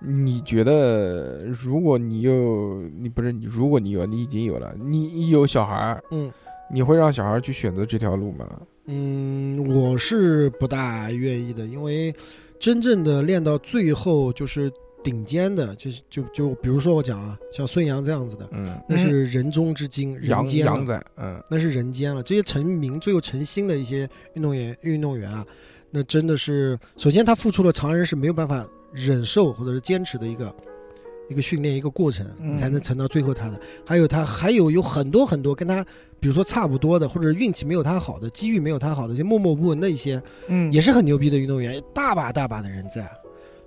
你觉得如果你有你不是你，如果你有你已经有了，你有小孩儿，
嗯
你会让小孩儿去选择这条路吗？
嗯，我是不大愿意的，因为真正的练到最后就是顶尖的，就是就就比如说我讲啊，像孙杨这样子的，
嗯，
那是人中之精，人
杨
间
杨
了，
仔，嗯
那是人间了。这些成名最后成星的一些运动员运动员啊，那真的是首先他付出了常人是没有办法忍受或者是坚持的一个一个训练一个过程，
嗯
才能成到最后他的。还有他还有有很多很多跟他比如说差不多的，或者运气没有他好的，机遇没有他好的，一些默默无闻的一些
嗯
也是很牛逼的运动员，大把大把的人在。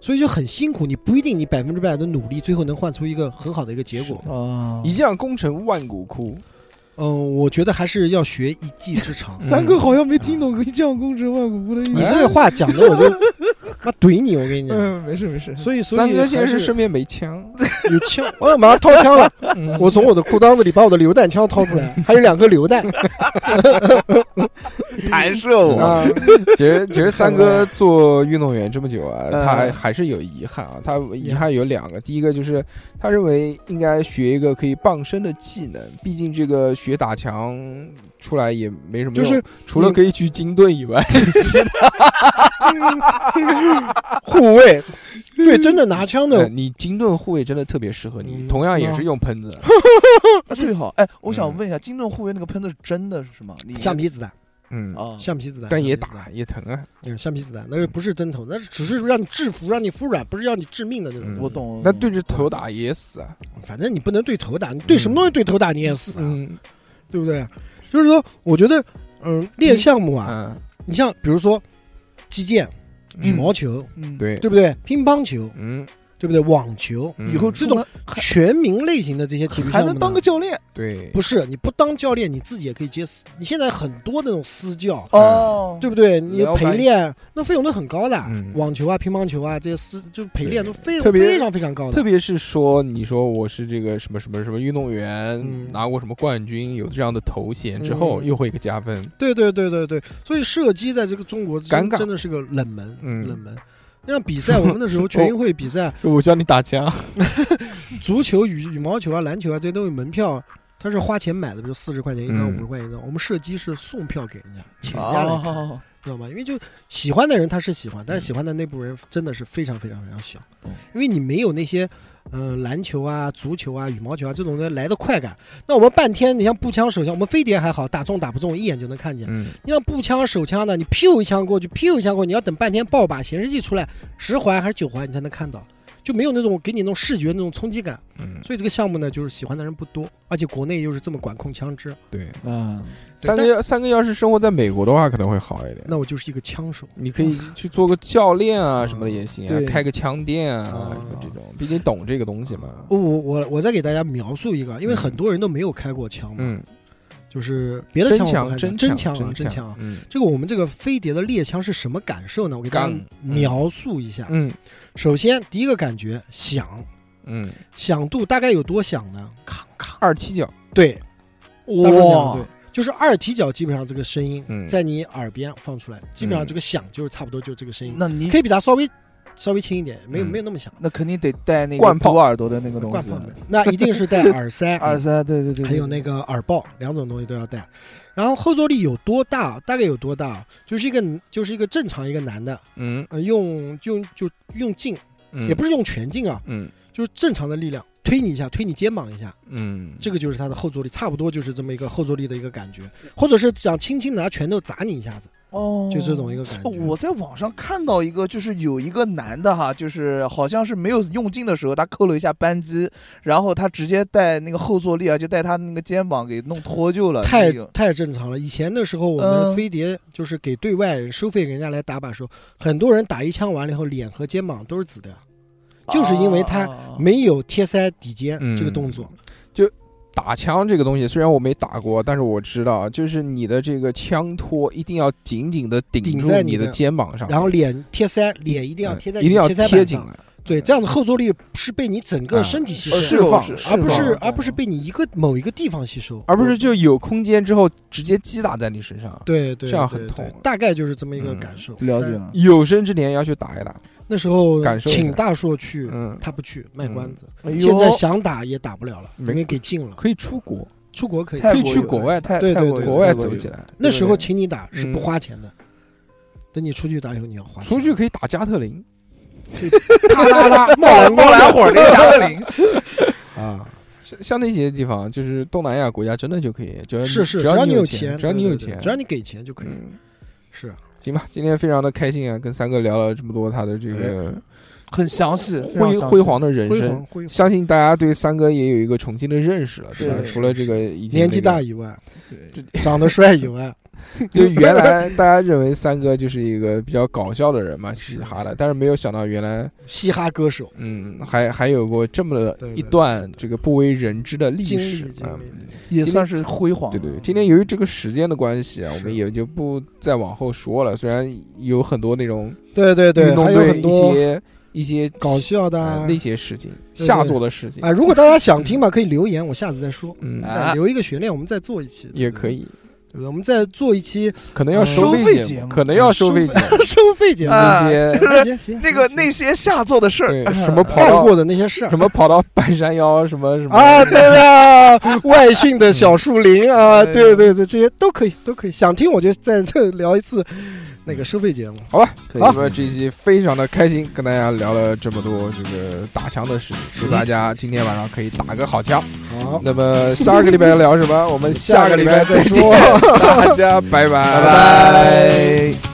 所以就很辛苦，你不一定你百分之百的努力，最后能换出一个很好的一个结果。
啊
一将功成万骨枯，
嗯，我觉得还是要学一技之
<laughs>
长。
三哥
好像没
听
哎
嗯
懂“一将功成万骨枯”的意
<laughs>
你这个话讲的，我就他怼你，我跟你讲。
嗯，没事没事，
所以，所
三
以
哥现在
还
是
是
身边没枪， <laughs>
有枪，我要马上掏枪了。
嗯
我从我的裤裆子里把我的榴弹枪掏出来，还有两颗榴弹
弹射我，
啊。
<laughs> 其实其实三哥做运动员这么久啊，
嗯
他还是有遗憾啊。他遗憾有两个，第一个就是他认为应该学一个可以傍身的技能，毕竟这个学打墙出来也没什么用，
就是
除了
你
可以去金盾以外，
护卫，对，真的拿枪的，
<laughs> 你金盾护卫真的特别适合你，
嗯
同样也是用喷子。
啊对哈，哎，我想
嗯
问一下，金盾护卫那个喷的是真的是吗？你
橡皮子弹，
嗯，
啊，
橡皮子弹，
但也
橡皮子
打也疼啊。
弹，嗯，橡皮子弹，那个不是针头，那是只是让你制服，让你服软，不是让你致命的那种。
嗯
我，懂。
那对着头打也死啊。
反正你不能对头打，你对什么东西对头打你也死啊，
嗯
对不对？就是说，我觉得，嗯，练项目啊，
嗯，
你像比如说击剑、羽
嗯
毛球，
嗯，
对，
对不对？乒乓球，
嗯，
对不对？网球，
嗯
以后
这种全民类型的这些体育
还
项目
能
呢
当个教练
对
不是，你不当教练，你自己也可以接私。你现在很多那种私教，
哦，
嗯对不对？你
聊白
陪练那费用都很高的，
嗯
网球啊、乒乓球啊这些私就陪练
对
都费
特
用
别
非常非常高
特
的。
别是说，你说我是这个什么什么什么运动员，
嗯
拿过什么冠军，有这样的头衔之后，
嗯
又会给加分。
对对对对对，所以射击在这个中国
尴
真
尬
真的是个冷门，
嗯
冷门。那像比赛，我们那时候全运会比赛，
我教你打枪，
足球、羽羽毛球啊、篮球啊这些东西，门票它是花钱买的，比如四十块钱一张、
嗯
五十块钱一张。我们射击是送票给人家，请人家来看。
哦，
<laughs> 知道吗？因为就喜欢的人他是喜欢，但是喜欢的那部分人真的是非常非常非常小
嗯，
因为你没有那些，呃，篮球啊、足球啊、羽毛球啊这种的来的快感。那我们半天，你像步枪、手枪，我们飞碟还好，打中打不中一眼就能看见。
嗯，
你像步枪、手枪呢，你咻一枪过去，咻一枪过去，你要等半天爆靶显示器出来十环还是九环你才能看到，就没有那种给你那种视觉那种冲击感。
嗯
所以这个项目呢，就是喜欢的人不多，而且国内又是这么管控枪支，
对。
啊
嗯，
对
三
但
个要三个要是生活在美国的话，可能会好一点。
那我就是一个枪手。
你可以去做个教练啊，什么的也行啊
哦对，
开个枪店啊
哦，
这种，毕竟懂这个东西嘛。
我我我再给大家描述一个，因为
嗯
很多人都没有开过枪嘛，
嗯，
就是别的
真
枪我不
枪，
敢
真
讲真
枪，
啊，真
枪
啊。
嗯
这个我们这个飞碟的猎枪是什么感受呢？我给大家嗯
杠
描述一下。
嗯
首先，第一个感觉响，
嗯，
响度大概有多响呢？咔咔，
二踢脚，
对，
哇
到时候讲对，就是二踢脚基本上这个声音
嗯
在你耳边放出来，基本上这个响就是差不多就这个声音，
那你
可以比它稍微稍微轻一点，没有
嗯
没有那么响。
那肯定得带那个
灌炮
堵耳朵的那个东
灌
啊
西
炮，那一定是戴耳
<laughs>
塞，嗯
耳塞，对对对，对
还有那个耳爆，两种东西都要带。然后后坐力有多大？大概有多大？就是一个就是一个正常一个男的，
嗯
呃，用用就用劲，
嗯，
也不是用全劲啊，
嗯
就是正常的力量推你一下，推你肩膀一下，
嗯，
这个就是它的后坐力，差不多就是这么一个后坐力的一个感觉，或者是想轻轻拿拳头砸你一下子，
哦
就这种一个感觉。
哦
我在网上看到一个，就是有一个男的哈，就是好像是没有用劲的时候，他扣了一下扳机，然后他直接带那个后坐力啊，就带他那个肩膀给弄脱臼了。
太
那个
太正常了。以前的时候，我们
嗯
飞碟就是给对外人收费，人家来打靶的时候，很多人打一枪完了以后，脸和肩膀都是紫的，就是因为他
啊
没有贴腮底肩
嗯
这个动作。
打枪这个东西，虽然我没打过，但是我知道，就是你的这个枪托一定要紧紧的顶
顶
住
在
你
你的
的肩膀上，
然后脸贴腮，脸一
一
定要贴在
啊嗯一
你
定
的
要
贴腮
贴
板
紧
上。
了，啊
对，这样的后坐力是被你整个身体吸收
嗯，
释
是
放
是，哦
而不
释
是
放
而不是被你一个某一个地方吸收。
而不是就有空间之后直接击打在你身上。
对对，
这样
对
很
对
痛啊嗯
大概就是这么一个感受。
嗯
了解
但
了，
有生之年要去打一打，
那时候
感受一下
请大硕去，
嗯，
他不去卖关子，
哎呦
现在想打也打不了了，因
没
为给禁了。
可以出国，
出国可以，
泰
可
国
以去
有
国外，
泰
对
泰
对
国
对
有
国外
泰
走
有
起来。
那时
对
候请你打是不
嗯
花钱的，等你出去打以后你要
不
花
对
钱。
出去可以打加特林，
<laughs> 哒哒哒冒蓝
<laughs> 冒蓝火那个加特林，
啊，
像像那些地方，就是东南亚国家，真的就可以，只要你
是是，
只要
你
有
钱，
只要你
对
有
对对
钱，
只要你给钱就可以。
嗯，
是
行吧，今天非常的开心啊，跟三哥聊了这么多他的这个
很详细，
哎
非常
辉
详细
辉。煌的人
辉
生
煌，辉煌。
相信大家对三哥也有一个重新的认识了，对吧？
是
除了这个已经
年纪
那个
大以外，
对
<laughs>
长得帅以外，
就原来大家认为三哥就是一个比较搞笑的人嘛，嘻哈的，但是没有想到原来
嘻哈歌手
嗯，还还有过这么
对对
一段这个不为人知的历
经
史
历经
啊。
历，
也
今天
算是辉煌。
对对，今天由于这个时间的关系啊，我
是
们也就不再往后说了。虽然有很多那种
对对对
运，动
还有
队
很
一
多
些一些
搞笑的
呃
啊
那些事情，
对
下作的事情
啊。，如果大家想听吧，可以留言，我下次再说，
嗯，
啊
哎留一个悬念，我们再做一期，
也可以，
对不对？我们再做
<laughs>
一期
可能要
嗯
收
收费
费
节目
可能要收费节目
收费节目，
啊
那些
<laughs> 行行行，
那个
行
那些下作的事儿
对，什么跑
干
到
过的那些事儿
什么跑到半山腰什么什么
啊，对了，外训的小树林啊，
嗯
对对对，这些都可以，都可以。想听我就在这聊一次那个收费节目。
好吧，可以
好
说这一期非常的开心，跟大家聊了这么多这个打枪的事情，祝大家今天晚上可以打个好枪。
好，
那么下个礼拜聊什么？我们
下
个
个
礼
礼
拜
拜
再
再
见
说，
大家拜拜
拜拜